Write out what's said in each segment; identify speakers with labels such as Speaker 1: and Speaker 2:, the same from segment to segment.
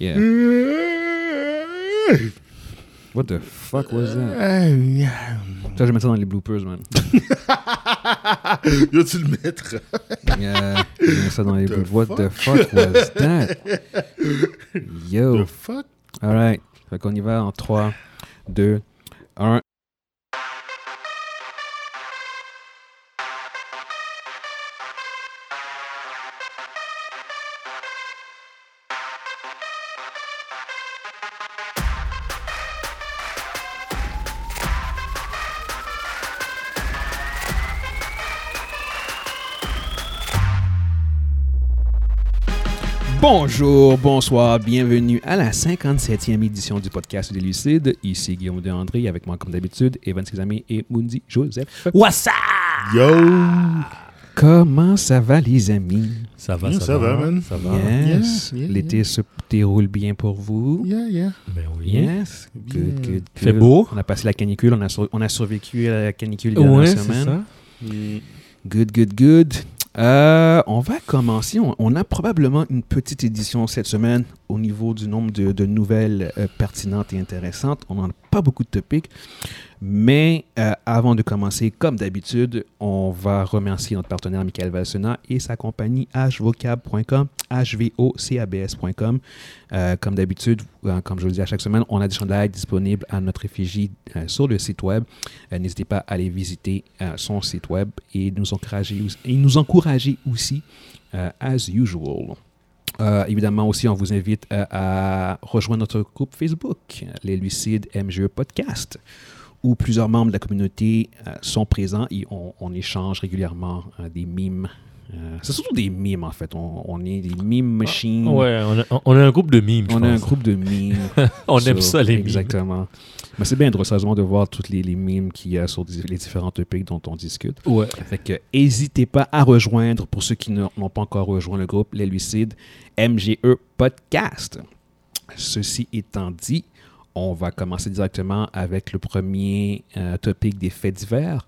Speaker 1: Hmm.
Speaker 2: Yeah.
Speaker 1: Euh,
Speaker 2: What the fuck was that?
Speaker 1: yeah.
Speaker 2: Ça, je vais mettre ça dans les bloopers, man.
Speaker 1: Yo, tu le mettre.
Speaker 2: Yeah. Je vais mettre ça dans les
Speaker 1: The
Speaker 2: bloopers. What the fuck was that? Yo.
Speaker 1: The fuck?
Speaker 2: All right. Fait qu'on y va en 3, 2, 1. Bonjour, bonsoir, bienvenue à la 57e édition du podcast des Lucides. Ici Guillaume de André, avec moi comme d'habitude, Evan Sésame et Mundi Joseph.
Speaker 3: What's up?
Speaker 1: Yo!
Speaker 2: Comment ça va, les amis?
Speaker 3: Ça va,
Speaker 1: Yeah,
Speaker 3: ça,
Speaker 1: ça va, man.
Speaker 3: Ça va.
Speaker 2: Yes.
Speaker 1: yeah, yeah.
Speaker 2: L'été se déroule bien pour vous.
Speaker 1: Yeah, yeah.
Speaker 3: Ben oui.
Speaker 2: Yes.
Speaker 1: Bien.
Speaker 2: Good, good,
Speaker 3: Fait
Speaker 2: good.
Speaker 3: beau.
Speaker 2: On a passé la canicule, on a, sur- on a survécu à la canicule il y a
Speaker 3: Ouais,
Speaker 2: une
Speaker 3: c'est
Speaker 2: semaine.
Speaker 3: ça.
Speaker 1: Mm-hmm.
Speaker 2: Good, good, good. Euh, on va commencer. On, on a probablement une petite édition cette semaine au niveau du nombre de, de nouvelles euh, pertinentes et intéressantes. On n'en a pas beaucoup de topics. Mais euh, avant de commencer, comme d'habitude, on va remercier notre partenaire Michael Valsena et sa compagnie hvocab.com, hvocabs.com. Euh, comme d'habitude, euh, comme je le dis à chaque semaine, on a des chandails disponibles à notre effigie euh, sur le site web. Euh, N'hésitez pas à aller visiter euh, son site web et nous encourager, aussi- et nous encourager aussi, euh, as usual. Euh, évidemment aussi, on vous invite euh, à rejoindre notre groupe Facebook, les Lucides MGE Podcast, où plusieurs membres de la communauté euh, sont présents et on, on échange régulièrement euh, des mimes. Euh, c'est surtout des mimes en fait. On, on est des mime machines.
Speaker 3: Ouais, on a, on a un groupe de mimes. je
Speaker 2: On a un
Speaker 3: pense.
Speaker 2: groupe de mimes.
Speaker 3: On aime
Speaker 2: Sur-
Speaker 3: ça, les mimes.
Speaker 2: Exactement. Mais c'est bien drôle, sérieusement, de voir toutes les, les mimes qu'il y a sur di- les différents topics dont on discute.
Speaker 3: Ouais.
Speaker 2: Fait que, n'hésitez pas à rejoindre, pour ceux qui n'ont n'ont pas encore rejoint le groupe, les Lucides MGE E Podcast. Ceci étant dit, on va commencer directement avec le premier euh, topic des faits divers,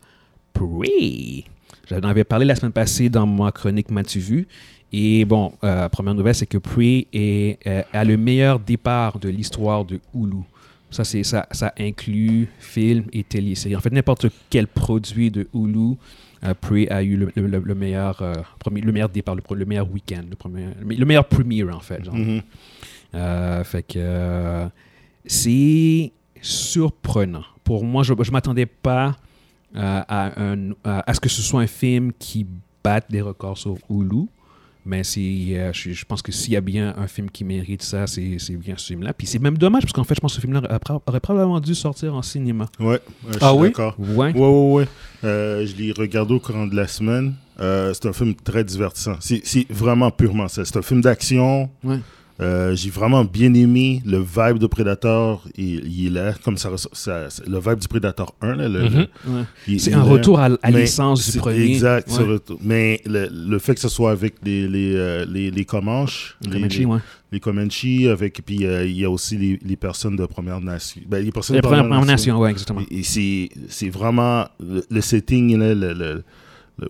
Speaker 2: Prey. J'en avais parlé la semaine passée dans ma chronique M'as-tu vu? Et bon, euh, première nouvelle, c'est que Prey est, euh, a le meilleur départ de l'histoire de Hulu. Ça, c'est, ça, ça inclut films et téléséries. En fait, n'importe quel produit de Hulu, euh, Prey a eu le, le- le meilleur, euh, premier, le meilleur départ, le, pro- le meilleur week-end, le, premier, le meilleur premiere, en fait. genre.
Speaker 1: Mhm.
Speaker 2: Euh, fait que euh, c'est surprenant. Pour moi, je ne m'attendais pas euh, à, un- à- à ce que ce soit un film qui batte des records sur Hulu. Mais c'est, euh, je, je pense que s'il y a bien un film qui mérite ça, c'est, c'est bien ce film-là. Puis c'est même dommage, parce qu'en fait, je pense que ce film-là aurait, pro- aurait probablement dû sortir en cinéma.
Speaker 1: Ouais, euh, je
Speaker 3: Ah
Speaker 1: suis
Speaker 3: oui?
Speaker 1: d'accord.
Speaker 2: Ouais.
Speaker 1: Ouais, ouais, ouais. Euh, je l'ai regardé au courant de la semaine. Euh, c'est un film très divertissant. C'est c'est vraiment purement ça. C'est un film d'action.
Speaker 2: Ouais.
Speaker 1: Euh, J'ai vraiment bien aimé le vibe de Predator. Il, il est là, comme ça, ressort- ça- ça- Le vibe du Predator 1, là, le-
Speaker 3: Mhm.
Speaker 1: le-
Speaker 2: ouais.
Speaker 1: il-
Speaker 2: Mm-hmm. C'est
Speaker 1: il
Speaker 2: un
Speaker 1: est là.
Speaker 2: retour à, à
Speaker 1: Mais
Speaker 2: l'essence
Speaker 1: c'est
Speaker 2: du premier.
Speaker 1: Exact.
Speaker 2: Ouais.
Speaker 1: c'est un retour. Mais le, le fait que ce soit avec les, les, euh, les, les Comanches, les,
Speaker 2: Comanche,
Speaker 1: les-
Speaker 2: ouais.
Speaker 1: les Comanches, avec, puis euh, il y a aussi les, les personnes de Première Nation. Ben, les personnes
Speaker 2: La
Speaker 1: de
Speaker 2: première Première Nation, ouais, exactement.
Speaker 1: Et- et c'est- c'est vraiment le, le setting, là, le, le- le-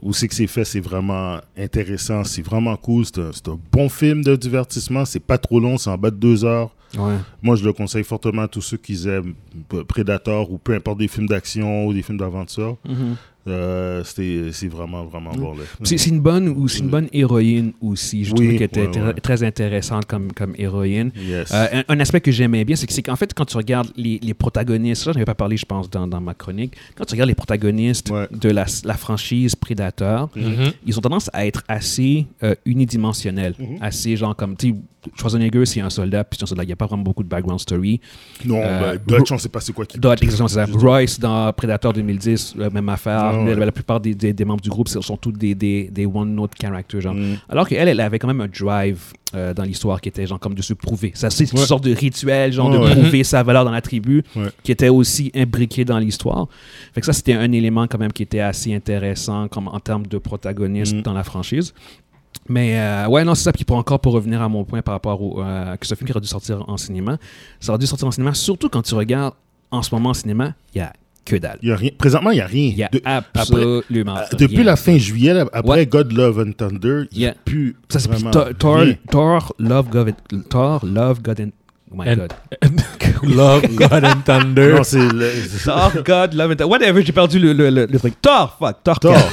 Speaker 1: où c'est que c'est fait, c'est vraiment intéressant, c'est vraiment cool. C'est un, c'est un bon film de divertissement, c'est pas trop long, c'est en bas de deux heures.
Speaker 2: Ouais.
Speaker 1: Moi, je le conseille fortement à tous ceux qui aiment euh, Predator ou peu importe des films d'action ou des films d'aventure.
Speaker 3: Mm-hmm.
Speaker 2: Mhm.
Speaker 1: Euh, c'était- c'est vraiment, vraiment bon. Là.
Speaker 2: Mm. C'est c'est une bonne ou c'est une bonne héroïne aussi. Je
Speaker 1: Oui,
Speaker 2: trouvais qu'elle était
Speaker 1: ouais, ouais.
Speaker 2: tr- très intéressante comme, comme héroïne.
Speaker 1: Yes.
Speaker 2: Euh, un, un aspect que j'aimais bien, c'est que- c'est qu'en fait, quand tu regardes les, les protagonistes, ça, je n'avais pas parlé, je pense, dans, dans ma chronique, quand tu regardes les protagonistes
Speaker 1: Ouais. Mm.
Speaker 2: de la, la franchise Predator,
Speaker 3: Mhm.
Speaker 2: ils ont tendance à être assez euh, unidimensionnels.
Speaker 1: Mm-hmm.
Speaker 2: Assez genre comme, tu sais, Schwarzenegger, c'est un soldat, puis c'est un soldat. Il n'y a pas vraiment beaucoup de background story.
Speaker 1: non,
Speaker 2: euh,
Speaker 1: ben, Dutch, on sait pas c'est quoi qui
Speaker 2: Dodd, exactement, c'est ça. Royce dans Predator 2010, la même affaire.
Speaker 1: Ah ouais.
Speaker 2: Mais La, la plupart des, des- des membres du groupe c'est- sont tous des, des, des one-note characters. Genre.
Speaker 1: Mm.
Speaker 2: Alors qu'elle, elle avait quand même un drive euh, dans l'histoire qui était genre comme de se prouver. Ça, C'est une
Speaker 1: Ouais.
Speaker 2: sorte de rituel, genre
Speaker 1: Ouais,
Speaker 2: de
Speaker 1: ouais.
Speaker 2: prouver sa valeur dans la tribu,
Speaker 1: Ouais.
Speaker 2: qui était aussi imbriqué dans l'histoire. Fait que ça, c'était un élément quand même qui était assez intéressant comme en termes de protagoniste
Speaker 1: Mm.
Speaker 2: dans la franchise. Mais euh, ouais, non, c'est ça. Puis pour encore pour revenir à mon point par rapport au euh, que ce film qui aurait dû sortir en cinéma, ça aurait dû sortir en cinéma, surtout quand tu regardes en ce moment en cinéma, il y a que dalle.
Speaker 1: Il y a rien. Présentement, il n'y a rien.
Speaker 2: Il y a
Speaker 1: De-
Speaker 2: absolument
Speaker 1: euh, depuis
Speaker 2: rien.
Speaker 1: la fin juillet, là, après
Speaker 2: Ouais.
Speaker 1: God Love and Thunder, il n'y
Speaker 2: Yeah.
Speaker 1: a plus.
Speaker 2: Ça s'appelle
Speaker 1: vraiment
Speaker 2: Thor- Thor,
Speaker 1: rien.
Speaker 2: Thor, Love, God, and- Thor, Love, God and... Oh my
Speaker 3: And-
Speaker 2: God.
Speaker 3: Love, God and Thunder.
Speaker 1: Non, c'est le-
Speaker 2: Thor, God, Love and... Thor- Whatever, j'ai perdu le, le, le, le truc. Thor, fuck, Thor
Speaker 1: Thor.
Speaker 2: 4.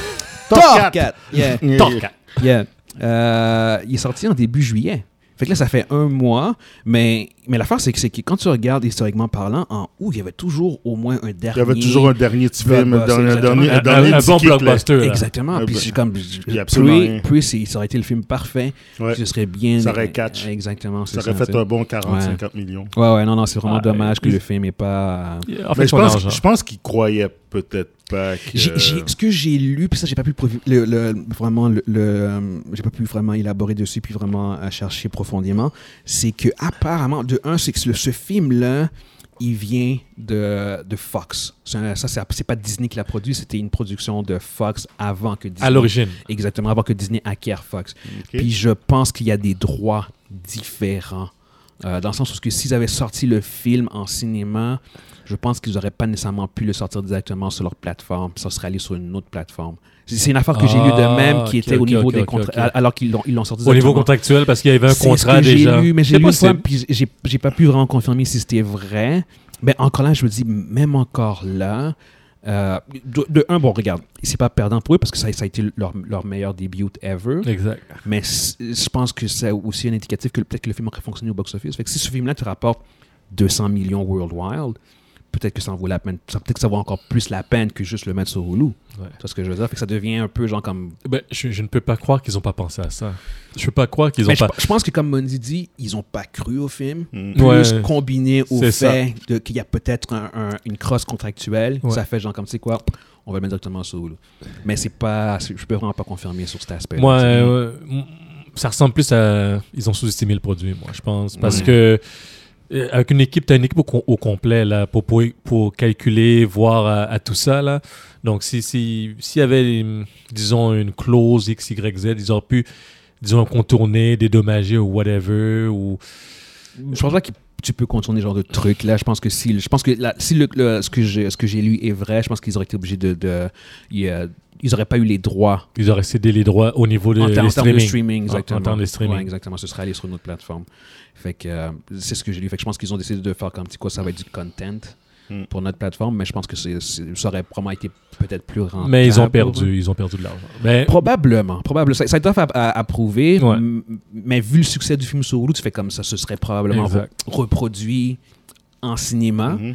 Speaker 1: Thor 4.
Speaker 2: quatre. Yeah.
Speaker 1: Thor 4.
Speaker 2: Yeah. Euh, il est sorti en début juillet. Fait que là, ça fait un mois, mais, mais l'affaire, c'est que, c'est que quand tu regardes historiquement parlant, en août, il y avait toujours au moins un
Speaker 1: Il y
Speaker 2: dernier.
Speaker 1: avait toujours un dernier petit film, un
Speaker 2: Blockbuster,
Speaker 1: dernier-
Speaker 2: exactement.
Speaker 1: un dernier
Speaker 3: un,
Speaker 1: un dernier
Speaker 3: un- un
Speaker 1: petit
Speaker 3: bon
Speaker 1: kick, là.
Speaker 3: blockbuster. là.
Speaker 2: Exactement.
Speaker 1: Ah,
Speaker 2: Puis
Speaker 1: bah,
Speaker 2: c'est comme.
Speaker 1: il y a absolument
Speaker 2: Puis,
Speaker 1: rien.
Speaker 2: puis c'est- ça aurait été le film parfait.
Speaker 1: Ouais.
Speaker 2: Ce serait bien.
Speaker 1: Ça aurait catch.
Speaker 2: Exactement. c'est
Speaker 1: Ça aurait fait Ah, euh,
Speaker 2: tu sais.
Speaker 1: un bon 40-50
Speaker 2: Ouais.
Speaker 1: millions.
Speaker 2: Ouais, ouais, non, non, c'est vraiment
Speaker 3: Ouais.
Speaker 2: dommage que le film n'est pas.
Speaker 3: En
Speaker 1: Mais
Speaker 3: fait,
Speaker 1: je
Speaker 3: son argent.
Speaker 1: pense, je pense qu'il croyait peut-être pas que.
Speaker 2: J'ai- j'ai- ce que j'ai lu, puis ça, j'ai pas pu provi- le, le- vraiment, le, le, euh, j'ai pas pu vraiment élaborer dessus, puis vraiment euh, chercher profondément, c'est que apparemment, de un, c'est que ce, ce film-là, il vient de, de Fox. C'est un- Ça, c'est c'est pas Disney qui l'a produit, c'était une production de Fox avant que Disney.
Speaker 3: À l'origine.
Speaker 2: Exactement, avant que Disney acquiert Fox.
Speaker 1: Ok.
Speaker 2: Puis je pense qu'il y a des droits différents. euh, dans le sens où ce que s'ils avaient sorti le film en cinéma, je pense qu'ils n'auraient pas nécessairement pu le sortir directement sur leur plateforme. Ça serait allé sur une autre plateforme. C'est c'est une affaire que j'ai lue de
Speaker 3: Ah,
Speaker 2: même qui
Speaker 3: ok,
Speaker 2: était au
Speaker 3: ok,
Speaker 2: niveau
Speaker 3: ok,
Speaker 2: des
Speaker 3: ok,
Speaker 2: contrats,
Speaker 3: ok.
Speaker 2: alors qu'ils l'ont ils l'ont sorti
Speaker 3: Au niveau
Speaker 2: directement.
Speaker 3: contractuel, parce qu'il y avait un
Speaker 2: C'est ce
Speaker 3: contrat
Speaker 2: que j'ai
Speaker 3: déjà.
Speaker 2: lu, mais j'ai
Speaker 3: C'est
Speaker 2: lu une fois,
Speaker 3: possible.
Speaker 2: puis j'ai- j'ai- j'ai pas pu vraiment confirmer si c'était vrai. Mais encore là, je me dis, même encore là, euh, de, de un, bon, regarde, c'est pas perdant pour eux parce que ça, ça a été leur, leur meilleur debut ever.
Speaker 3: Exact.
Speaker 2: Mais c- je pense que c'est aussi un indicatif que peut-être que le film aurait fonctionné au box-office. Fait que si ce film-là te rapporte 200 millions worldwide, peut-être que ça en vaut la peine. Ça- Peut-être que ça vaut encore plus la peine que juste le mettre sur Hulu.
Speaker 3: Ouais.
Speaker 2: Tu vois ce que je veux dire? Fait que ça devient un peu genre comme.
Speaker 3: Ben, je, je ne peux pas croire qu'ils n'ont pas pensé à ça. Je ne peux pas croire qu'ils
Speaker 2: Mais
Speaker 3: n'ont
Speaker 2: je,
Speaker 3: pas.
Speaker 2: je pense que comme Mondi dit, ils ont pas cru au film.
Speaker 1: Mm.
Speaker 2: Plus
Speaker 3: Ouais.
Speaker 2: combiné au
Speaker 3: C'est ça.
Speaker 2: fait de- qu'il y a peut-être un- un- une crosse contractuelle,
Speaker 3: Ouais.
Speaker 2: ça fait genre comme, tu sais quoi, on va le mettre directement sur Hulu. Mais c'est pas. c'est- Je peux vraiment pas confirmer sur cet aspect.
Speaker 3: Moi, euh, m- ça ressemble plus à. Ils ont sous-estimé le produit, moi, je pense. Parce
Speaker 2: Ouais.
Speaker 3: que. euh, Avec une équipe, tu as une équipe au, com- au complet là, pour, pour, pour calculer, voir à, à tout ça. Là. Donc, s'il si, s'il y avait, hum, disons, une clause X, Y, Z, ils auraient pu, disons, contourner, dédommager ou whatever. Ou...
Speaker 2: Je pense pas que tu peux contourner ce genre de truc là. Je pense que si, je pense que la- si le, le- ce que j'ai ce que j'ai lu est vrai, je pense qu'ils auraient été obligés de, de- ils, euh, ils auraient pas eu les droits
Speaker 3: Ils auraient cédé les droits au niveau de,
Speaker 2: en, ter- en
Speaker 3: des
Speaker 2: termes de
Speaker 3: streaming.
Speaker 2: streaming,
Speaker 3: En- en
Speaker 2: exactement.
Speaker 3: termes de streaming.
Speaker 2: Ouais, exactement. Ce serait aller sur une autre plateforme. Fait que euh, c'est ce que j'ai lu. Fait que je pense qu'ils ont décidé de faire comme petit quoi, ça va être du content
Speaker 1: Mm.
Speaker 2: pour notre plateforme, mais je pense que c'est, c'est- ça aurait probablement été peut-être plus rentable.
Speaker 3: Mais ils ont perdu, ils ont perdu de l'argent. Mais
Speaker 2: Probablement, probablement. Ça, ça a été tough à, à- à prouver,
Speaker 3: Ouais.
Speaker 2: m- mais vu le succès du film Solo, tu fais comme ça, ce serait probablement
Speaker 3: Exact.
Speaker 2: re- reproduit en cinéma.
Speaker 1: Mhm.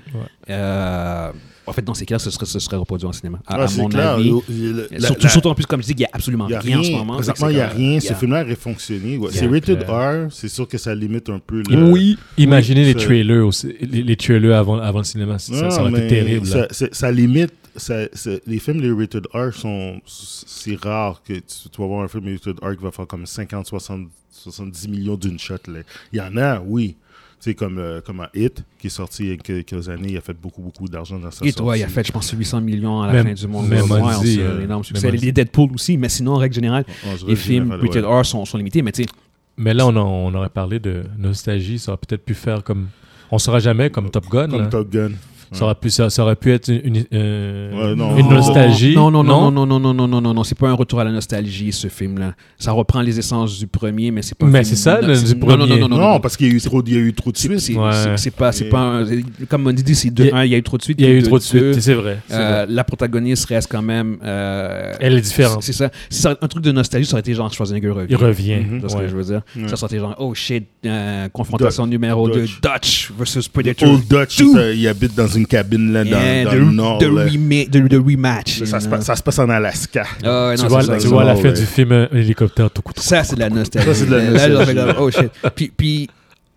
Speaker 2: Euh, en fait, dans ces cas, ce serait, ce serait reproduit en cinéma, à,
Speaker 1: Ouais,
Speaker 2: à
Speaker 1: Ah, c'est
Speaker 2: mon
Speaker 1: clair.
Speaker 2: avis.
Speaker 1: Il- le- la-
Speaker 2: surtout,
Speaker 1: la-
Speaker 2: surtout en plus, comme je dis, qu'il n'y a absolument
Speaker 1: il y a
Speaker 2: rien,
Speaker 1: rien.
Speaker 2: en ce moment.
Speaker 1: Présentement, il
Speaker 2: n'y
Speaker 1: n'y a rien.
Speaker 2: c'est
Speaker 1: Ce film-là aurait fonctionné. ouais.
Speaker 2: Yeah.
Speaker 1: C'est rated
Speaker 3: Yeah.
Speaker 1: R. C'est sûr que ça limite un peu le.
Speaker 3: oui, imaginez les
Speaker 1: ça-
Speaker 3: trailers, aussi, les, les trailers avant, avant le cinéma, ça,
Speaker 1: Non,
Speaker 3: ça aurait été
Speaker 1: mais
Speaker 3: terrible. là.
Speaker 1: Ça, c'est- ça limite. ça- c'est- les films les rated R sont. C'est rare que tu, tu vas voir un film rated R qui va faire comme 50, 60, 70 millions d'une shot. là. Il y en a, oui. Tu sais, comme, euh, comme un Hit, qui est sorti il y a quelques années, il a fait beaucoup, beaucoup d'argent dans sa
Speaker 2: Et
Speaker 1: sortie.
Speaker 2: toi, il a fait, je pense, 800 millions à la
Speaker 3: Même-
Speaker 2: fin du monde.
Speaker 3: même
Speaker 2: Ouais,
Speaker 3: on dit,
Speaker 2: c'est un
Speaker 3: euh,
Speaker 2: énorme
Speaker 3: même
Speaker 2: succès.
Speaker 3: on
Speaker 2: Les
Speaker 3: dit.
Speaker 2: Deadpool aussi, mais sinon, en règle générale,
Speaker 1: On dirait
Speaker 2: les
Speaker 1: que j'ai
Speaker 2: films
Speaker 1: fait le-
Speaker 2: rated
Speaker 1: ouais.
Speaker 2: R sont, sont limités, mais tu sais,
Speaker 3: Mais là, on, en- on aurait parlé de nostalgie. Ça aurait peut-être pu faire comme. On ne saura jamais, comme Top Gun. là.
Speaker 1: Comme Top Gun.
Speaker 3: Ça, aurait pu, ça, ça aurait pu être une, une, euh,
Speaker 1: Ouais, non.
Speaker 3: une
Speaker 1: Non.
Speaker 3: nostalgie.
Speaker 2: Non, non, non, non, non, non, non, non, non, non. C'est pas un retour à la nostalgie, ce film-là. Ça reprend les essences du premier, mais c'est pas. un
Speaker 3: Mais
Speaker 2: film-
Speaker 3: c'est ça,
Speaker 2: non,
Speaker 3: le-
Speaker 2: c'est-
Speaker 3: du
Speaker 2: Non, non,
Speaker 3: premier.
Speaker 2: non, non,
Speaker 1: Non,
Speaker 2: non, non.
Speaker 1: parce qu'il y a eu trop, il y a eu trop de
Speaker 2: C'est-
Speaker 1: suites.
Speaker 2: C'est
Speaker 3: Ouais.
Speaker 2: c'est- c'est pas, c'est
Speaker 1: Et-
Speaker 2: pas un- Comme on dit, c'est de
Speaker 3: Il y a-
Speaker 2: un, il y a eu trop de suites.
Speaker 3: Il y a eu
Speaker 2: de
Speaker 3: trop de
Speaker 2: deux,
Speaker 3: suite, c'est vrai. c'est vrai.
Speaker 2: euh, la protagoniste reste quand même. euh,
Speaker 3: Elle est différente.
Speaker 2: C'est ça. Si ça- un truc de nostalgie, ça aurait été genre Schwarzenegger revient.
Speaker 3: Il revient.
Speaker 1: Mhm.
Speaker 2: C'est ce que
Speaker 3: ouais.
Speaker 2: je veux dire.
Speaker 1: Ouais.
Speaker 2: Ça, ça aurait été genre, oh shit, euh, confrontation numéro 2,
Speaker 1: Dutch.
Speaker 2: Dutch versus Predator.
Speaker 1: Old Dutch,
Speaker 2: Two.
Speaker 1: ça, il habite dans une cabine là, dans,
Speaker 2: Yeah,
Speaker 1: dans
Speaker 2: the-
Speaker 1: le nord.
Speaker 2: the
Speaker 1: là.
Speaker 2: remake- the- the rematch. you
Speaker 1: Ça, se
Speaker 2: know.
Speaker 1: passe, ça se passe en Alaska.
Speaker 2: Ah ouais,
Speaker 3: Tu
Speaker 2: non,
Speaker 3: vois,
Speaker 2: c'est ça,
Speaker 3: tu
Speaker 2: c'est
Speaker 3: vois
Speaker 2: ça.
Speaker 3: la
Speaker 1: ouais.
Speaker 3: fin du film, euh, un hélicoptère tout court.
Speaker 2: Ça, c'est de la nostalgie.
Speaker 1: Ça, c'est de la
Speaker 2: Là, j'en fais
Speaker 1: nostalgie.
Speaker 2: comme, oh shit. Puis, puis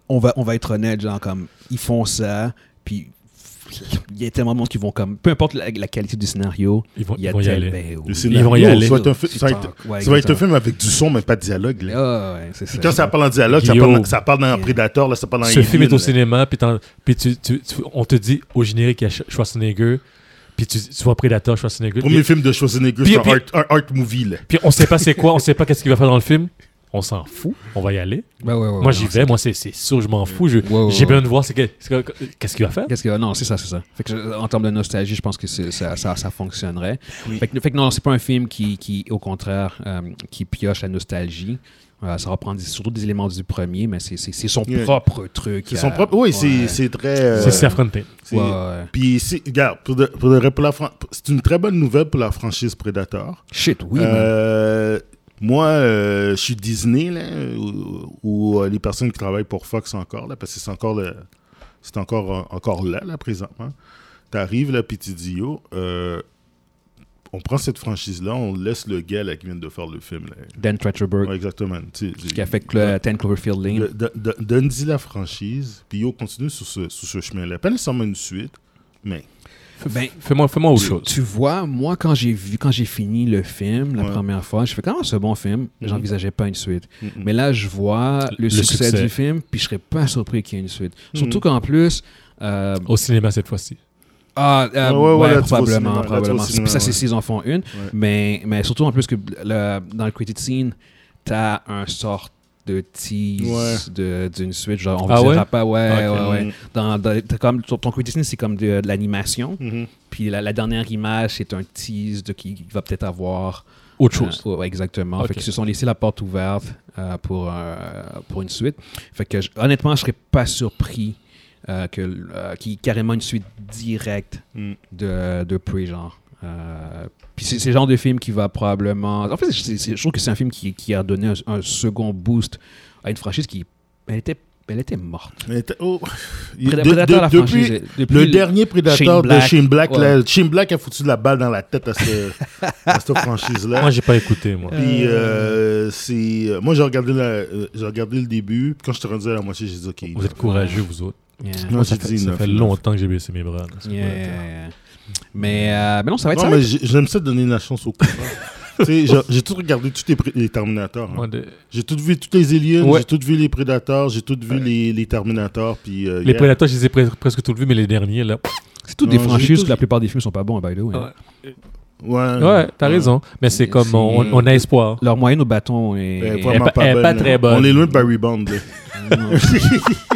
Speaker 2: on, va, on va être honnête, genre, comme, ils font ça, puis il y a tellement de monde qui vont comme. Peu importe la, la qualité du scénario,
Speaker 3: Ils vont,
Speaker 2: il y
Speaker 3: ils
Speaker 2: a
Speaker 3: vont y
Speaker 2: tel-
Speaker 3: aller.
Speaker 2: ben oui.
Speaker 1: Le scénario,
Speaker 3: vont y aller.
Speaker 1: Ça va être un, fi- ça va
Speaker 2: Putain, ouais,
Speaker 1: être- ça va être un
Speaker 2: exactement.
Speaker 1: film avec du son, mais pas de dialogue. là.
Speaker 2: Ah ouais, c'est ça.
Speaker 1: Quand ça parle en dialogue, ça
Speaker 3: Guillaume.
Speaker 1: parle, dans- ça parle dans un Predator, là, ça parle dans
Speaker 3: Ce
Speaker 1: Alien,
Speaker 3: film est au
Speaker 1: là.
Speaker 3: cinéma, puis, t'en- puis tu- tu- tu- on te dit au générique, il y a Sch- Schwarzenegger, puis tu, tu vois Predator, Schwarzenegger.
Speaker 1: Premier
Speaker 3: puis-
Speaker 1: film de Schwarzenegger,
Speaker 3: Puis-
Speaker 1: c'est un
Speaker 3: puis-
Speaker 1: art, un art movie. là.
Speaker 3: Puis on sait pas c'est quoi, on sait pas qu'est-ce qu'il va faire dans le film. on s'en fout, on va y aller.
Speaker 2: Ben ouais, ouais, ouais,
Speaker 3: moi,
Speaker 2: non,
Speaker 3: j'y
Speaker 2: c'est-
Speaker 3: vais, moi, c'est c'est sûr, je m'en fous. je- J'ai
Speaker 2: ouais, ouais.
Speaker 3: besoin de voir c'est que- c'est que- qu'est-ce qu'il va faire.
Speaker 2: Qu'est-ce que non c'est ça c'est ça. Fait que je- en termes de nostalgie, je pense que c'est- ça, ça, ça fonctionnerait. Fait, que, fait que non c'est pas un film qui, qui au contraire euh, qui pioche la nostalgie. Euh, ça va prendre des- surtout des éléments du premier, mais c'est c'est- c'est son
Speaker 1: Yeah.
Speaker 2: propre truc.
Speaker 1: C'est
Speaker 2: euh,
Speaker 1: son propre. Oui, c'est-
Speaker 2: ouais.
Speaker 1: c'est très. euh,
Speaker 3: C'est Saffron Payne.
Speaker 1: c'est-
Speaker 2: Ouais, ouais.
Speaker 1: Puis, c'est- regarde, pour de, pour de vrai, pour la fran- c'est une très bonne nouvelle pour la franchise Predator.
Speaker 2: Shit oui. ben. man.
Speaker 1: Euh, moi, euh, je suis Disney, là, ou, ou, euh, les personnes qui travaillent pour Fox encore, là, parce que c'est encore, le, c'est encore, euh, encore là, là, présentement. T'arrives, là, puis tu dis, yo, euh, on prend cette franchise-là, on laisse le gars, là, qui vient de faire le film, là.
Speaker 2: Dan Trachtenberg
Speaker 1: Ouais, exactement. tu sais,
Speaker 2: qui a fait que le 10 Cloverfield Lane.
Speaker 1: le- don- don- Donne-y la franchise, puis yo, continue sur ce, sur ce chemin-là. Pas nécessairement une suite, mais
Speaker 2: Ben,
Speaker 3: Fais-moi fais-moi autre
Speaker 2: Tu-
Speaker 3: chose.
Speaker 2: Tu vois, moi, quand j'ai vu, quand j'ai fini le film la
Speaker 1: Ouais.
Speaker 2: première fois, je fais quand c'est un bon film. J'envisageais pas une suite.
Speaker 1: Mhm.
Speaker 2: Mm. Mais là, je vois le,
Speaker 3: Le
Speaker 2: succès,
Speaker 3: succès. Mm.
Speaker 2: du film, puis je serais pas surpris qu'il y ait une suite. Surtout qu'en plus, euh,
Speaker 3: Au cinéma cette fois-ci.
Speaker 2: ah, euh,
Speaker 1: Ouais, ouais, ouais,
Speaker 2: ouais,
Speaker 1: là, tu vas au
Speaker 2: probablement,
Speaker 1: cinéma, là, tu vas au
Speaker 2: probablement.
Speaker 1: cinéma,
Speaker 2: ça, c'est
Speaker 1: ouais.
Speaker 2: s'ils en font une. Mais, mais surtout en plus que le- dans le credit scene, t'as un sort de tease de- d'une suite. Genre, on
Speaker 3: Ah
Speaker 2: verra
Speaker 3: ouais?
Speaker 2: pas, ouais,
Speaker 3: Ok.
Speaker 2: ouais, ouais.
Speaker 1: Mhm.
Speaker 2: Dans, dans- t'as comme, ton, ton credit scene, c'est comme de- de l'animation.
Speaker 1: Mhm.
Speaker 2: Puis la, la dernière image, c'est un tease de qui va peut-être avoir.
Speaker 3: Autre chose.
Speaker 2: Euh, ouais, ouais, exactement.
Speaker 3: Ok.
Speaker 2: Fait qu'ils se sont laissés la porte ouverte euh, pour, euh, pour une suite. Fait que je- honnêtement, je serais pas surpris euh, que, euh, qu'il y ait carrément une suite directe
Speaker 1: Mm.
Speaker 2: de, de Prey, genre. Euh, puis c'est c'est le genre de film qui va probablement. En fait, c'est- c'est- je trouve que c'est un film qui, qui a donné un, un second boost à une franchise qui. Elle était, elle était morte.
Speaker 1: mais t'as- oh,
Speaker 2: Prédateur,
Speaker 1: de- de-
Speaker 2: la
Speaker 1: depuis-
Speaker 2: franchise, depuis
Speaker 1: Le dernier prédateur
Speaker 2: Shane
Speaker 1: de
Speaker 2: Black.
Speaker 1: Shane Black,
Speaker 2: Ouais.
Speaker 1: là, Shane Black a foutu de la balle dans la tête à, ce- à cette franchise-là.
Speaker 3: Moi, j'ai pas écouté, moi.
Speaker 1: Puis, euh, c'est. euh, Moi, j'ai regardé, la- euh, j'ai regardé le début. Puis, quand je te rendu à la moitié, j'ai dit, OK.
Speaker 3: Vous êtes courageux, vous autres.
Speaker 2: Yeah.
Speaker 1: Non,
Speaker 3: Moi, ça
Speaker 1: j'ai
Speaker 3: fait,
Speaker 1: dit
Speaker 3: ça
Speaker 1: neuf,
Speaker 3: fait
Speaker 1: neuf.
Speaker 3: longtemps que j'ai baissé mes bras. là. C'est
Speaker 2: Yeah.
Speaker 3: vrai.
Speaker 2: Mais, euh, mais non, ça va être
Speaker 1: Non,
Speaker 2: ça.
Speaker 1: mais j'ai- j'aime ça donner la chance au courant. Tu sais, j'ai- J'ai tout regardé, tous les, pré- les Terminators. hein.
Speaker 3: Moi, de-
Speaker 1: J'ai tout vu, tous les aliens,
Speaker 3: Ouais.
Speaker 1: j'ai tout vu les Predators, j'ai tout vu les, les Terminators. Puis, euh,
Speaker 3: Les
Speaker 1: yeah.
Speaker 3: Predators, je les ai pre- presque tous vus, mais les derniers, là.
Speaker 2: C'est toutes
Speaker 1: Non,
Speaker 2: des
Speaker 1: j'ai
Speaker 2: franchises
Speaker 1: tout-
Speaker 2: que la plupart des films sont pas bons, by the way.
Speaker 3: Ah Ouais.
Speaker 1: Ouais,
Speaker 3: Ouais, t'as raison. Mais c'est comme, on, on a espoir.
Speaker 2: Leur moyenne au bâton est.
Speaker 1: Elle est
Speaker 3: Elle est
Speaker 1: Ben, vraiment
Speaker 3: pas-
Speaker 1: pas,
Speaker 3: elle est
Speaker 1: bonne,
Speaker 3: pas
Speaker 1: là.
Speaker 3: très bonne.
Speaker 1: On est loin de Barry Bond. là.
Speaker 2: Non.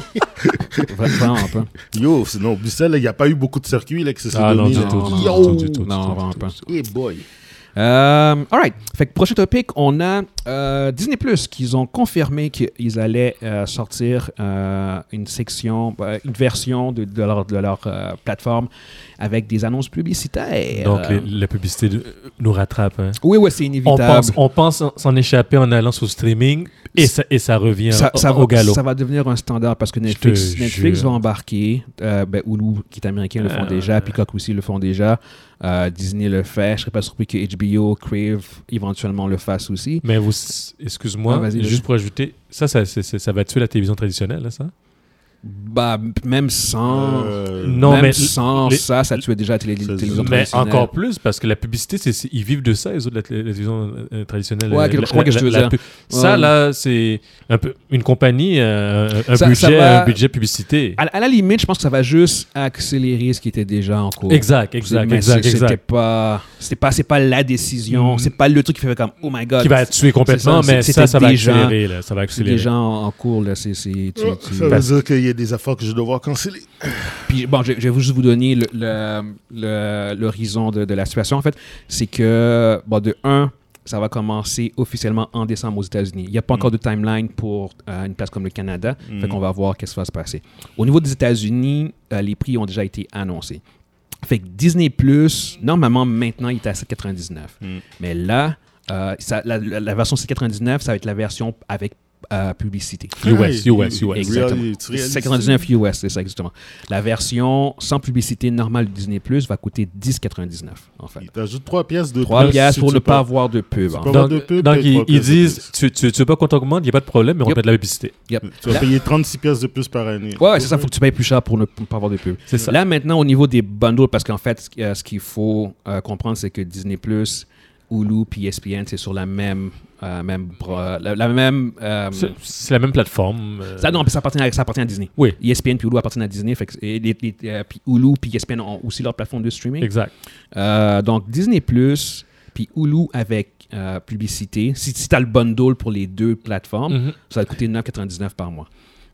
Speaker 2: Vra- Vraiment pas.
Speaker 1: Yo, sinon, oublie ça, là, il n'y a pas eu beaucoup de circuits là, qui se sont
Speaker 3: Ah non,
Speaker 1: donnés,
Speaker 3: du
Speaker 1: là.
Speaker 3: tout,
Speaker 2: non,
Speaker 3: du
Speaker 1: Yo!
Speaker 3: tout, du tout.
Speaker 2: Non,
Speaker 3: du
Speaker 2: vraiment
Speaker 3: tout,
Speaker 2: pas.
Speaker 3: du tout.
Speaker 1: Hey boy.
Speaker 2: Euh, all right. Fait que prochain topic, on a euh, Disney Plus qu'ils ont confirmé qu'ils allaient euh, sortir euh, une section, euh, une version de, de leur, de leur euh, plateforme avec des annonces publicitaires.
Speaker 3: Donc, les- la publicité de- nous rattrape. hein.
Speaker 2: Oui, oui, c'est
Speaker 3: On
Speaker 2: inévitable.
Speaker 3: pense, on pense en- s'en échapper en allant sur le streaming et ça, et ça revient
Speaker 2: ça,
Speaker 3: au,
Speaker 2: ça
Speaker 3: au
Speaker 2: va,
Speaker 3: galop.
Speaker 2: Oh, ça va devenir un standard parce que
Speaker 3: te
Speaker 2: Netflix, Netflix
Speaker 3: jure.
Speaker 2: va embarquer. Euh, ben, Hulu, qui est américain, le font
Speaker 3: Euh.
Speaker 2: déjà. Peacock aussi le font déjà. Euh, Disney le fait. Je serais pas surpris que HBO, Crave, éventuellement le fasse aussi.
Speaker 3: Mais vous,
Speaker 2: Ah,
Speaker 3: excuse-moi,
Speaker 2: vas-y, vas-y.
Speaker 3: juste pour ajouter, ça, ça, c'est- c'est- ça va tuer la télévision traditionnelle, là, ça?
Speaker 2: Bah, même sans.
Speaker 1: Euh,
Speaker 3: non,
Speaker 2: même
Speaker 3: mais
Speaker 2: sans
Speaker 3: les-
Speaker 2: ça, ça tuait déjà la télé-
Speaker 1: C'est-
Speaker 2: télévision
Speaker 3: Mais
Speaker 2: traditionnelle.
Speaker 3: encore plus, parce que la publicité, c'est- c'est- ils vivent de ça, les autres, la, télé- la télévision euh, traditionnelle.
Speaker 2: Ouais,
Speaker 3: Euh,
Speaker 2: je
Speaker 3: la-
Speaker 2: crois que
Speaker 3: la-
Speaker 2: je te veux
Speaker 3: la
Speaker 2: dire.
Speaker 3: pu-
Speaker 2: Ouais.
Speaker 3: Ça, là, c'est un peu une compagnie, euh, un, un
Speaker 2: Ça-
Speaker 3: budget,
Speaker 2: ça va-
Speaker 3: un budget publicité.
Speaker 2: À, à la limite, je pense que ça va juste accélérer ce qui était déjà en cours.
Speaker 3: Exact, exact,
Speaker 2: Mais
Speaker 3: exact,
Speaker 2: c'est- C'était
Speaker 3: exact.
Speaker 2: pas, c'était pas, c'est pas la décision,
Speaker 3: Mm.
Speaker 2: c'est pas le truc qui fait comme oh my god.
Speaker 3: Qui va tuer complètement,
Speaker 2: C'est ça,
Speaker 3: mais
Speaker 2: c'est-
Speaker 3: ça, ça va
Speaker 2: c'était déjà-
Speaker 3: accélérer, là, ça va
Speaker 2: C'est
Speaker 3: accélérer.
Speaker 2: déjà en, en cours là, c'est, c'est tu-
Speaker 1: oh,
Speaker 2: tu-
Speaker 1: ça veut dire qu'il y a des affaires que je vais devoir canceller.
Speaker 2: Puis bon, je, je vais juste vous donner le- le- le- l'horizon de, de la situation. En fait, c'est que, bon, de 1, ça va commencer officiellement en décembre aux États-Unis. Il n'y a pas encore de timeline pour euh, une place comme le Canada. Fait qu'on va voir qu'est-ce qui va se passer. Au niveau des États-Unis, euh, les prix ont déjà été annoncés. Fait que Disney Plus, normalement, maintenant, il est à 7,99. Mais là, euh, ça- la, la- la version 7,99, ça va être la version avec euh, publicité.
Speaker 1: Mm.
Speaker 3: US, US, US.
Speaker 2: Exactement.
Speaker 1: Real- tu réalises-
Speaker 2: 7,99 US, c'est ça exactement. La version sans publicité normale de Disney Plus va coûter 10,99 en fait.
Speaker 1: Il t'ajoute 3 pièces de
Speaker 2: 3
Speaker 1: plus
Speaker 2: piastres
Speaker 1: si
Speaker 2: pour
Speaker 1: tu
Speaker 2: ne
Speaker 1: peux-
Speaker 2: pas avoir de pub. en
Speaker 1: pas-
Speaker 2: fait.
Speaker 1: avoir
Speaker 3: Donc,
Speaker 1: de pub,
Speaker 3: donc,
Speaker 1: paye
Speaker 3: ils,
Speaker 1: trois
Speaker 3: ils
Speaker 1: pièces de
Speaker 3: disent
Speaker 1: plus.
Speaker 3: tu, tu, tu veux pas qu'on t'augmente, il n'y a pas de problème, mais on
Speaker 2: Yep.
Speaker 3: met de la publicité.
Speaker 2: Yep.
Speaker 1: Tu vas
Speaker 2: Là-
Speaker 1: payer 36 pièces de plus par année.
Speaker 2: Ouais, ouais, c'est ça, faut que tu payes plus cher pour ne pour ne pas avoir de pub.
Speaker 3: C'est ça.
Speaker 2: Là maintenant, au niveau des bundles, parce qu'en fait, ce qui- euh, ce qu'il faut euh, comprendre, c'est que Disney Plus, Hulu, puis E ESPN, c'est sur la même, euh, même, bra- la, la même. euh,
Speaker 3: C'est- C'est la même plateforme. euh,
Speaker 2: ça, non, ça appartient, à, ça appartient à Disney. E
Speaker 3: Oui.
Speaker 2: ESPN puis Hulu appartiennent à Disney, fait que, et les- les- E euh, puis Hulu puis ESPN ont aussi leur plateforme de streaming.
Speaker 3: Exact.
Speaker 2: Euh, donc Disney Plus, Puis Hulu avec euh, publicité, si, si tu as le bundle pour les deux plateformes,
Speaker 3: Mhm.
Speaker 2: ça va te coûter 9,99 par mois.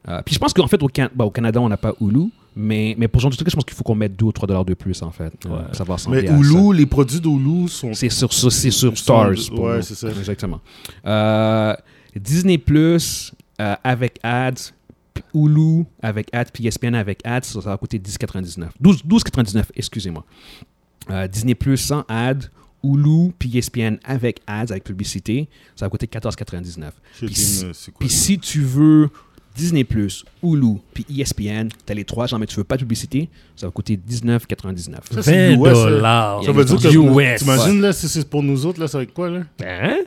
Speaker 2: Euh, puis je pense qu'en fait, au, Can- bah, au Canada, on n'a pas Hulu, mais, mais pour ce genre de truc, je pense qu'il faut qu'on mette 2 ou 3 dollars de plus, en fait. Euh,
Speaker 3: Ouais.
Speaker 2: ça va ressembler
Speaker 1: Mais
Speaker 2: à ça.
Speaker 1: Hulu, les produits d'Hulu sont.
Speaker 2: C'est sur, sur- c'est sur
Speaker 1: Sur-
Speaker 2: Stars. pour
Speaker 1: ouais,
Speaker 2: nous.
Speaker 1: c'est ça.
Speaker 2: Exactement. Euh, Disney Plus euh, avec ads, p- Hulu avec ads, puis E ESPN avec ads, ça, ça va coûter 10,99. 12 12,99, excusez-moi. Euh, Disney Plus sans ads, Hulu, puis E ESPN avec ads, avec publicité, ça va coûter 14,99.
Speaker 1: Shit,
Speaker 2: Puis si-
Speaker 1: euh, c'est quoi
Speaker 2: Puis si tu veux Disney Plus, Hulu, puis E ESPN, t'as les trois, genre, mais tu veux pas de publicité, ça va coûter 19,99.
Speaker 1: Ça, c'est
Speaker 3: 20
Speaker 1: US, ça.
Speaker 3: dollars.
Speaker 1: Ça veut dire que.
Speaker 3: US.
Speaker 1: T'imagines, là, si c'est pour nous autres, là, ça va être quoi, là
Speaker 3: Hein?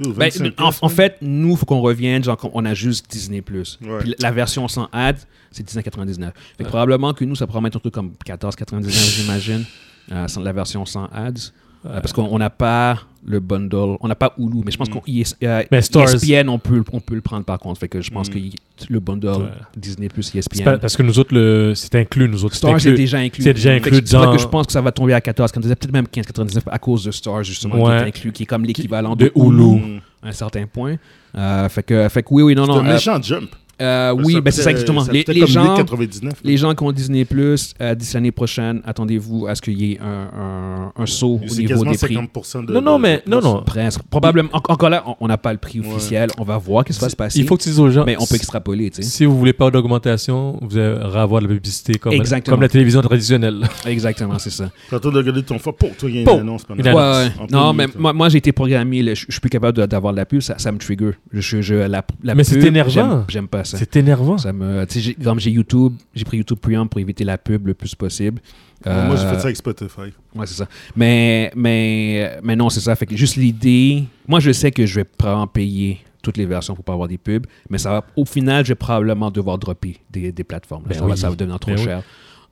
Speaker 1: Yo,
Speaker 2: Ben,
Speaker 1: 25
Speaker 2: en,
Speaker 1: piastres,
Speaker 2: en
Speaker 1: là.
Speaker 2: fait, nous, faut qu'on revienne, genre, qu'on- on a juste Disney+. Plus.
Speaker 1: Ouais.
Speaker 2: Puis la- la version sans ad, c'est 19,99. Fait que probablement que nous, ça pourrait mettre un truc comme 14,99, j'imagine, euh, sans- la version sans ads. Euh, parce qu'on on n'a pas le bundle, on n'a pas Hulu, mais je pense qu'on ES, euh,
Speaker 3: Mm. Mais Stars- Mm.
Speaker 2: ESPN, on peut, on peut le prendre par contre. Fait que je pense que y- le bundle
Speaker 3: Ouais.
Speaker 2: Disney+, E
Speaker 3: C'est pas-
Speaker 2: ESPN...
Speaker 3: parce que nous autres, le- c'est inclus, nous autres.
Speaker 2: Stars
Speaker 3: c'est
Speaker 2: est
Speaker 3: inclus.
Speaker 2: déjà inclus.
Speaker 3: c'est déjà
Speaker 2: Fait que
Speaker 3: inclus
Speaker 2: c'est pour ça
Speaker 3: dans-
Speaker 2: que je pense que ça va tomber à 14,99, peut-être même 15,99 à cause de Stars, justement, qui
Speaker 3: Ouais.
Speaker 2: est inclus, qui est comme l'équivalent
Speaker 3: de
Speaker 2: de Hulu
Speaker 3: Hulu.
Speaker 2: à un certain point. Euh, fait, que, fait que oui, oui, non,
Speaker 1: C'est
Speaker 2: non.
Speaker 1: un
Speaker 2: euh,
Speaker 1: méchant jump.
Speaker 2: euh, oui, ben c'est ça exactement. Les, les gens,
Speaker 1: 99.
Speaker 2: les gens qui ont Disney Plus, euh, d'ici l'année prochaine, attendez-vous à ce qu'il y ait un, un- un saut au
Speaker 1: C'est
Speaker 2: niveau
Speaker 1: quasiment
Speaker 2: des prix.
Speaker 1: 50% de.
Speaker 3: Non, non,
Speaker 1: de-
Speaker 3: mais.
Speaker 1: de
Speaker 3: Non,
Speaker 1: plus.
Speaker 3: non.
Speaker 2: Presque. Probablement. en- encore là, on- on n'a pas le prix
Speaker 1: Ouais.
Speaker 2: officiel. On va voir qu'est-ce qui va se passer.
Speaker 3: Il faut que tu dises aux gens.
Speaker 2: mais on peut
Speaker 3: si-
Speaker 2: extrapoler, tu sais.
Speaker 3: Si vous voulez pas d'augmentation, vous allez avoir de la publicité comme,
Speaker 2: Exactement.
Speaker 3: comme la télévision traditionnelle.
Speaker 2: Exactement, c'est ça.
Speaker 1: T'as tout de regarder ton fort. Pour toi, il y a une
Speaker 3: Pour.
Speaker 1: annonce pendant.
Speaker 3: Une
Speaker 2: Ouais,
Speaker 3: annonce.
Speaker 2: ouais.
Speaker 1: En plein
Speaker 2: Non, mais
Speaker 1: milieu, ça.
Speaker 2: moi, moi, j'ai été programmé. là, Je je suis plus capable de- d'avoir de la pub. Ça, ça me trigger. Je, je- la, la
Speaker 3: Mais c'est
Speaker 2: pub,
Speaker 3: énervant.
Speaker 2: j'aime- J'aime pas ça.
Speaker 3: C'est énervant.
Speaker 2: Ça me, tu sais, j'ai- comme j'ai YouTube, j'ai pris YouTube Premium pour éviter la pub le plus possible.
Speaker 3: Ah,
Speaker 1: Ouais, Moi, j'ai
Speaker 2: Euh,
Speaker 1: fait ça avec Spotify.
Speaker 2: Ouais, c'est ça. Mais, mais, mais non, c'est ça. Fait que juste l'idée. Moi, je sais que je vais probablement payer toutes les versions pour pas avoir des pubs, mais ça va, au final, je vais probablement devoir dropper des, des plateformes. là.
Speaker 3: Ben
Speaker 2: ça, va,
Speaker 3: oui.
Speaker 2: ça va devenir trop
Speaker 3: Ben oui.
Speaker 2: cher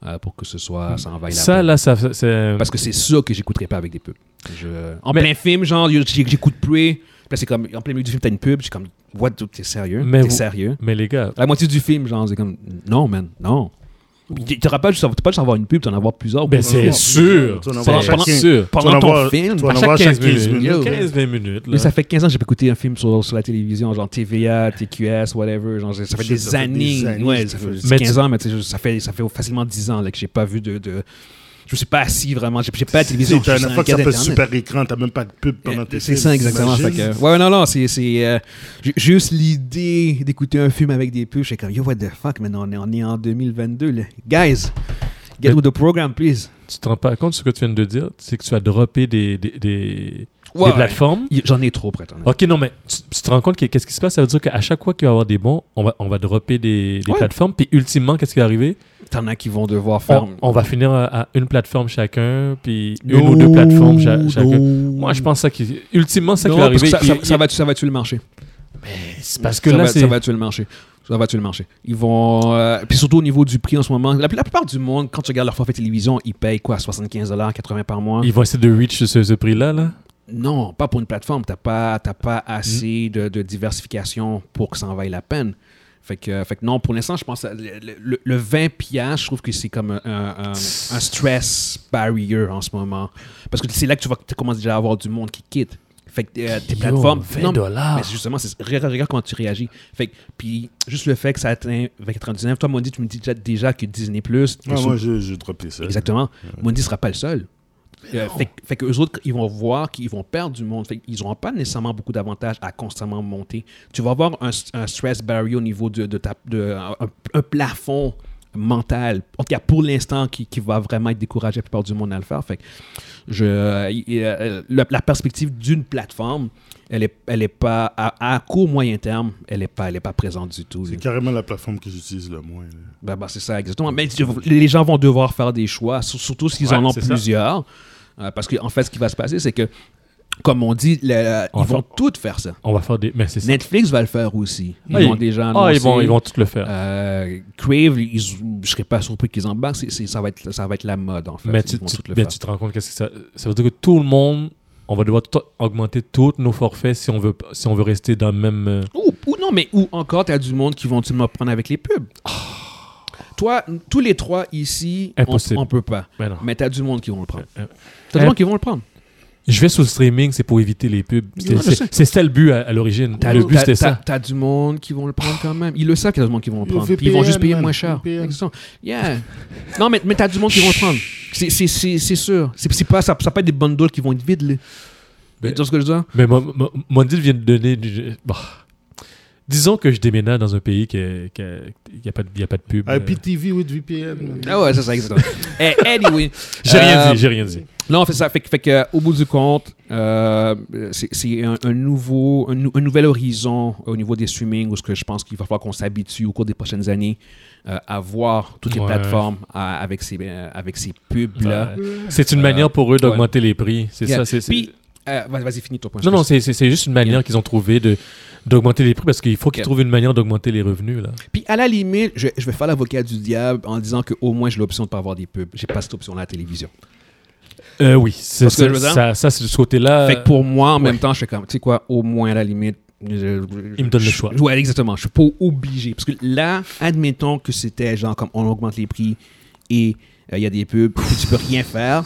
Speaker 2: euh, pour que ce soit. Ça envahit la
Speaker 3: Ça,
Speaker 2: peine.
Speaker 3: là, ça, c'est.
Speaker 2: Parce que c'est sûr que j'écouterai pas avec des pubs. Je- En
Speaker 3: Mais-
Speaker 2: plein film, genre, j'ai- j'écoute plus. Puis là, c'est comme. En plein milieu du film, t'as une pub. J'ai comme. What? the- T'es sérieux?
Speaker 3: Mais
Speaker 2: T'es
Speaker 3: vous-
Speaker 2: sérieux?
Speaker 3: Mais les gars,
Speaker 2: La moitié du film, genre, c'est comme. Non, man, non. T'auras pas juste t'auras pas juste à avoir une pub, t'en avoir plusieurs.
Speaker 3: ben c'est
Speaker 1: avoir-
Speaker 3: sûr.
Speaker 1: tu vas en
Speaker 3: C'est
Speaker 2: avoir chacun.
Speaker 3: sûr.
Speaker 1: Tu vas
Speaker 2: pendant
Speaker 1: en
Speaker 2: ton
Speaker 1: avoir-
Speaker 2: film,
Speaker 1: tu vas en
Speaker 2: à
Speaker 1: avoir
Speaker 3: chaque 15
Speaker 1: chaque 15
Speaker 3: minutes.
Speaker 1: minutes.
Speaker 2: Yo.
Speaker 3: 15-20 minutes. Là.
Speaker 2: Mais ça fait 15 ans que j'ai pas écouté un film sur, sur la télévision, genre TVA, TQS, whatever. Genre, ça fait,
Speaker 1: Shit,
Speaker 2: des,
Speaker 1: ça fait
Speaker 2: années,
Speaker 1: des années,
Speaker 2: Ouais, ça
Speaker 1: ça fait-
Speaker 2: fait
Speaker 3: Mais
Speaker 2: 15 ans, mais tu sais, je- ça fait, ça fait facilement 10 ans là, que j'ai pas vu de. de... Je me suis pas assis vraiment, j'ai j'ai pas la télévision.
Speaker 1: Tu sais,
Speaker 2: je
Speaker 1: T'as
Speaker 2: suis
Speaker 1: une fois que
Speaker 2: sur
Speaker 1: ça
Speaker 2: un
Speaker 1: fait
Speaker 2: cadre Internet. Eh,
Speaker 1: super écran, t'as même pas de pub pendant tes
Speaker 2: C'est
Speaker 1: films,
Speaker 2: ça exactement. Fait que,
Speaker 1: t'imagines?
Speaker 2: ouais, non, non, c'est c'est, euh, ju- juste l'idée d'écouter un film avec des pubs. J'étais comme, yo, what the fuck, man, on est, on est en 2022. Là. Guys, get
Speaker 3: Mais-
Speaker 2: with the program, please.
Speaker 3: Tu te rends pas compte de ce que tu viens de dire C'est que tu as droppé des, des, des, des plateformes.
Speaker 2: Y- J'en ai trop, prétendu.
Speaker 3: Ok, non, mais tu, tu te rends compte que- qu'est-ce qui se passe Ça veut dire qu'à chaque fois qu'il va y avoir des bons, on va, on va dropper des, des
Speaker 2: Ouais.
Speaker 3: plateformes. Puis ultimement, qu'est-ce qui va arriver
Speaker 2: T'en as qui vont devoir faire.
Speaker 3: on, on va finir à, à une plateforme chacun, puis une ou deux plateformes cha- chacun. oh, Moi, je pense ça qui. Ultimement, ça qui
Speaker 2: Non,
Speaker 3: va
Speaker 2: parce que
Speaker 3: arriver.
Speaker 2: ça,
Speaker 3: il-
Speaker 2: ça-
Speaker 3: il-
Speaker 2: ça va, ça va tuer le marché.
Speaker 3: c'est parce que
Speaker 2: ça
Speaker 3: là,
Speaker 2: va,
Speaker 3: c'est.
Speaker 2: ça va tuer le marché. Ça va tuer le marché. Ils vont. euh, puis surtout au niveau du prix en ce moment, la, la plupart du monde, quand tu regardes leur forfait télévision, ils payent quoi 75 80 par mois
Speaker 3: Ils vont essayer de reach ce, ce prix-là. Là.
Speaker 2: Non, pas pour une plateforme. T'as pas, t'as pas assez de, de diversification pour que ça en vaille la peine. Fait que, fait que non, pour l'instant, je pense que le, le- le 20 piastres, je trouve que c'est comme un, un- un- un stress barrier en ce moment. Parce que c'est là que tu vas tu commences déjà à avoir du monde qui quitte. Fait que euh, tes plateformes. non,
Speaker 3: dollars.
Speaker 2: mais c'est justement, c'est- regarde, regarde comment tu réagis. Fait que- puis juste le fait que ça atteint 20,99, toi, Mondi, tu me dis déjà, déjà que Disney Plus.
Speaker 1: Ouais, moi, je- j'ai droppé ça.
Speaker 2: exactement. Mondi sera pas le seul. Euh, fait, que- fait que eux autres, ils vont voir qu'ils vont perdre du monde. Fait qu'ils n'auront pas nécessairement beaucoup d'avantages à constamment monter. Tu vas avoir un, un stress barrier au niveau de, de ta, de- un, un plafond mental, en tout cas pour l'instant, qui, qui va vraiment être découragé la plupart du monde à le faire. Fait que je, euh, y- y- euh, le- la perspective d'une plateforme, elle est, elle est pas, à, à court, moyen terme, elle est pas, elle est pas présente du tout. là.
Speaker 1: C'est carrément la plateforme que j'utilise le moins. là.
Speaker 2: Ben, ben, c'est ça, exactement. Mais tu- les gens vont devoir faire des choix, sur- surtout s'ils
Speaker 3: Ouais,
Speaker 2: en ont
Speaker 3: c'est ça.
Speaker 2: plusieurs. Euh, parce qu'en en fait, ce qui va se passer, c'est que, comme on dit, le- ils
Speaker 3: Enfin-
Speaker 2: vont toutes faire ça.
Speaker 3: On va faire des. Mais c'est ça.
Speaker 2: Netflix va le faire aussi. Ils
Speaker 3: Ah,
Speaker 2: ont déjà
Speaker 3: Ah, ils vont,
Speaker 2: annoncé.
Speaker 3: ils vont tout le faire.
Speaker 2: hein, Euh, Crave, ils- je serais pas surpris qu'ils embarquent. C'est- c'est- ça, va être, ça va être la mode, en fait.
Speaker 3: mais
Speaker 2: Ils
Speaker 3: tu,
Speaker 2: vont
Speaker 3: tu-
Speaker 2: toutes le
Speaker 3: mais
Speaker 2: faire.
Speaker 3: tu te rends compte qu'est-ce que ça. Ça veut dire que tout le monde, on va devoir tout- augmenter tous nos forfaits si on veut, si on veut rester dans le même. euh,
Speaker 2: Ou, ou non, mais ou encore, tu as du monde qui vont me prendre avec les pubs.
Speaker 3: Ah.
Speaker 2: Toi, n- tous les trois ici, on,
Speaker 3: Impossible.
Speaker 2: on peut pas.
Speaker 3: ben non.
Speaker 2: Mais tu as du monde qui vont le prendre.
Speaker 3: Euh,
Speaker 2: Tu as
Speaker 3: Imp-
Speaker 2: du monde qui vont le prendre.
Speaker 3: Je vais sur le streaming, c'est pour éviter les pubs. C'est-
Speaker 2: Ouais, je sais.
Speaker 3: c'est- C'est ça le but à, à l'origine.
Speaker 2: T'as
Speaker 3: Le but,
Speaker 2: t'as-
Speaker 3: c'était
Speaker 2: t'as-
Speaker 3: ça.
Speaker 2: t'as du monde qui vont le prendre quand même. Ils le savent qu'il y a du monde qui vont le
Speaker 1: Le
Speaker 2: prendre. Puis ils vont juste
Speaker 1: VPN,
Speaker 2: payer
Speaker 1: man,
Speaker 2: moins cher.
Speaker 1: VPN.
Speaker 2: Excellent. Yeah. Non, mais, mais t'as du monde qui vont le prendre. C'est- C'est c'est- c'est sûr. C'est c'est pas, ça, ça peut être des bundles qui vont être vides. Là.
Speaker 3: Ben-
Speaker 2: tu vois ce que je veux dire?
Speaker 3: Mais mon- mon- mon deal vient de donner. du- bon. Disons que je déménage dans un pays qui n'a pas, de- y a pas de
Speaker 1: Ah,
Speaker 3: pub. euh,
Speaker 1: IPTV with VPN.
Speaker 2: Ah ouais, ça, ça existe. Eh, anyway.
Speaker 3: J'ai rien
Speaker 2: Euh,
Speaker 3: dit, j'ai rien dit.
Speaker 2: Non, on fait ça. Fait, que- fait que, euh, au bout du compte, euh, c'est- c'est un, un nouveau, un, nou- un nouvel horizon au niveau des streamings où ce que je pense qu'il va falloir qu'on s'habitue au cours des prochaines années euh, à voir toutes les
Speaker 3: Ouais.
Speaker 2: plateformes à- avec ces euh, avec ces pubs là.
Speaker 3: Euh, C'est une manière pour eux d'augmenter les prix. C'est
Speaker 2: Yeah.
Speaker 3: ça. c'est- c'est-
Speaker 2: Puis, euh, vas- vas-y, finis ton point.
Speaker 3: non, non, c'est- c'est c'est juste une manière qu'ils ont trouvé de d'augmenter les prix parce qu'il faut qu'ils
Speaker 2: Yeah.
Speaker 3: trouvent une manière d'augmenter les revenus. Là.
Speaker 2: Puis à la limite, je, je vais faire l'avocat du diable en disant qu'au moins j'ai l'option de pas avoir des pubs. J'ai pas cette option là à la télévision.
Speaker 3: Euh, oui, c'est-
Speaker 2: Parce que je
Speaker 3: ça,
Speaker 2: veux dire-
Speaker 3: ça, ça, c'est de ce côté-là.
Speaker 2: Fait que pour moi, en même
Speaker 3: Euh, ouais.
Speaker 2: temps, je fais comme, tu sais quoi, au moins à la limite. je- je-
Speaker 3: Il me donne le
Speaker 2: je-
Speaker 3: choix.
Speaker 2: Ouais, exactement. Je suis pas obligé. Parce que là, admettons que c'était genre comme on augmente les prix et euh, il y a des pubs, puis tu peux rien faire.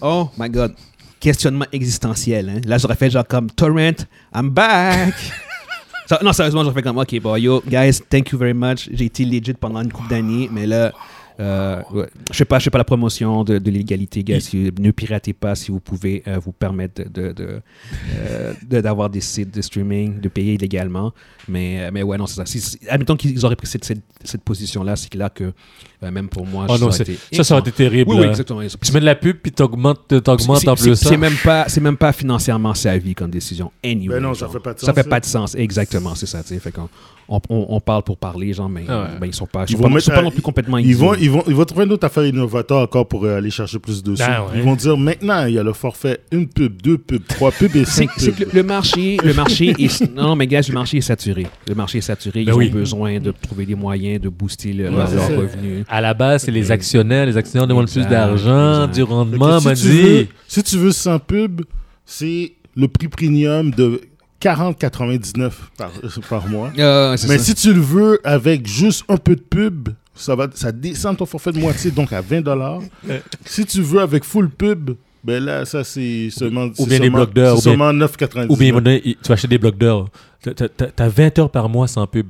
Speaker 2: Oh my god. Questionnement existentiel. hein. Là, j'aurais fait genre comme Torrent, I'm back. Ça- non, sérieusement, j'aurais fait comme OK, bon, yo, guys, thank you very much. J'ai été legit pendant une couple d'années, mais là. euh, ouais, Je sais pas, je sais pas la promotion de, de l'égalité, guys. Si- ne piratez pas si vous pouvez euh, vous permettre de, de- euh, de- d'avoir des sites de streaming, de payer illégalement. Mais, euh, mais ouais, non, c'est ça. Si, si- admettons qu'ils auraient pris cette, cette, cette position-là, c'est clair que euh, même pour moi,
Speaker 3: Oh non,
Speaker 2: aurait
Speaker 3: c'est-
Speaker 2: été
Speaker 3: ça, ça aurait été terrible. hein.
Speaker 2: oui, oui,
Speaker 3: là.
Speaker 2: exactement.
Speaker 3: Tu mets de la pub puis t'augmentes t'augmentes
Speaker 2: C'est-
Speaker 3: en
Speaker 2: c'est-
Speaker 3: plus
Speaker 2: c'est-
Speaker 3: ça.
Speaker 2: C'est même pas, c'est même pas financièrement sa vie comme décision. Anyway,
Speaker 1: Ben non,
Speaker 2: genre.
Speaker 1: ça fait pas de
Speaker 2: Ça
Speaker 1: sens,
Speaker 2: fait
Speaker 1: ça.
Speaker 2: pas de sens. Exactement, c'est ça. tu sais. Fait qu'on- on, on- on parle pour parler, genre, mais
Speaker 3: Ah ouais.
Speaker 2: ben, ils sont pas, ils
Speaker 1: Ils
Speaker 2: sont
Speaker 1: vont
Speaker 2: pas, ils
Speaker 1: mettre
Speaker 2: sont pas
Speaker 1: à-
Speaker 2: non plus complètement
Speaker 1: Ils
Speaker 2: isolés.
Speaker 1: vont, ils, vont, ils vont trouver une autre affaire innovateur encore pour euh, aller chercher plus de sous.
Speaker 3: Ah ouais.
Speaker 1: Ils vont dire maintenant, il y a le forfait une pub, deux pubs, trois pubs et
Speaker 2: C'est
Speaker 1: cinq
Speaker 2: c'est que
Speaker 1: pubs.
Speaker 2: le, le marché, le marché est, non, non, mais gars, le marché est saturé. Le marché est saturé.
Speaker 3: Ben
Speaker 2: ils
Speaker 3: oui.
Speaker 2: ont besoin de trouver des moyens de booster le-
Speaker 1: Ouais,
Speaker 2: leurs
Speaker 1: c'est
Speaker 2: leurs
Speaker 1: ça.
Speaker 2: revenus.
Speaker 3: À la base, c'est les actionnaires. Les actionnaires demandent plus
Speaker 2: Exact,
Speaker 3: d'argent,
Speaker 2: exact.
Speaker 3: du
Speaker 1: Fait que
Speaker 3: rendement, m'a
Speaker 1: si, tu veux, si tu veux 100 pubs, c'est le prix premium de 40,99 par, par mois.
Speaker 3: Ah,
Speaker 2: Euh, c'est
Speaker 1: Mais
Speaker 2: ça.
Speaker 1: si tu le veux avec juste un peu de pub, ça va ça descend ton forfait de moitié, donc à 20 Si tu veux avec full pub, ben là, ça c'est seulement, c'est
Speaker 3: bien des
Speaker 1: seulement,
Speaker 3: blocs d'heures,
Speaker 1: c'est
Speaker 3: ou bien-
Speaker 1: seulement 9,99.
Speaker 3: Ou bien, à un moment donné, tu vas acheter des blocs d'heures. T'as- t'as- T'as t'as 20 heures par mois sans pub.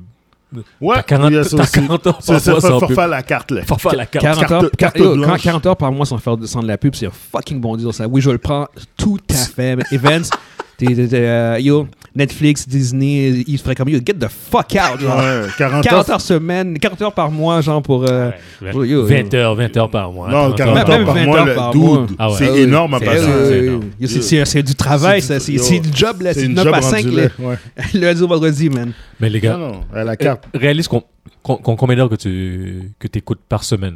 Speaker 1: ouais,
Speaker 3: T'as 40,
Speaker 1: il y a ça
Speaker 3: t'as
Speaker 1: aussi.
Speaker 3: 40 heures
Speaker 1: C'est
Speaker 3: par
Speaker 1: ça,
Speaker 3: mois sans pub.
Speaker 1: forfait à la carte, là.
Speaker 3: Faut faire la carte.
Speaker 2: 40 heures,
Speaker 1: Carte- carte
Speaker 2: quar- yo,
Speaker 1: blanche.
Speaker 2: quand 40 heures par mois sans faire de, sans de la pub, c'est un fucking bon deal ça. Oui, je le prends tout à fait. mais Events, t'es- t'es- t'es, euh, yo, Netflix, Disney, ils feraient comme yo, get the fuck out. genre.
Speaker 1: Ouais, 40 heures
Speaker 2: 40 heures semaine, 40 heures par mois, genre pour. euh, yo, yo,
Speaker 3: 20 heures, 20 heures par mois.
Speaker 1: Non,
Speaker 3: 30
Speaker 2: heures
Speaker 1: 40 heures
Speaker 2: par
Speaker 1: par
Speaker 2: mois.
Speaker 1: mois,
Speaker 2: Même 20 heures
Speaker 1: le
Speaker 2: par mois.
Speaker 1: dude.
Speaker 3: Ah ouais.
Speaker 1: C'est
Speaker 2: Ah oui,
Speaker 1: énorme à
Speaker 2: c'est-
Speaker 1: passer.
Speaker 2: euh,
Speaker 3: c'est
Speaker 2: yo,
Speaker 3: énorme.
Speaker 2: c'est- C'est c'est du travail, ça.
Speaker 1: C'est
Speaker 2: C'est
Speaker 1: du- yo,
Speaker 2: c'est du job, là. C'est
Speaker 1: une
Speaker 2: 9
Speaker 1: job
Speaker 2: à 5,
Speaker 1: rendue
Speaker 2: le
Speaker 1: là, ouais.
Speaker 2: lundi au vendredi, man.
Speaker 3: Mais les
Speaker 1: Non,
Speaker 3: gars,
Speaker 1: non, à la carte.
Speaker 3: euh, réalise qu'on- qu'on- qu'on- combien d'heures que tu que écoutes par semaine.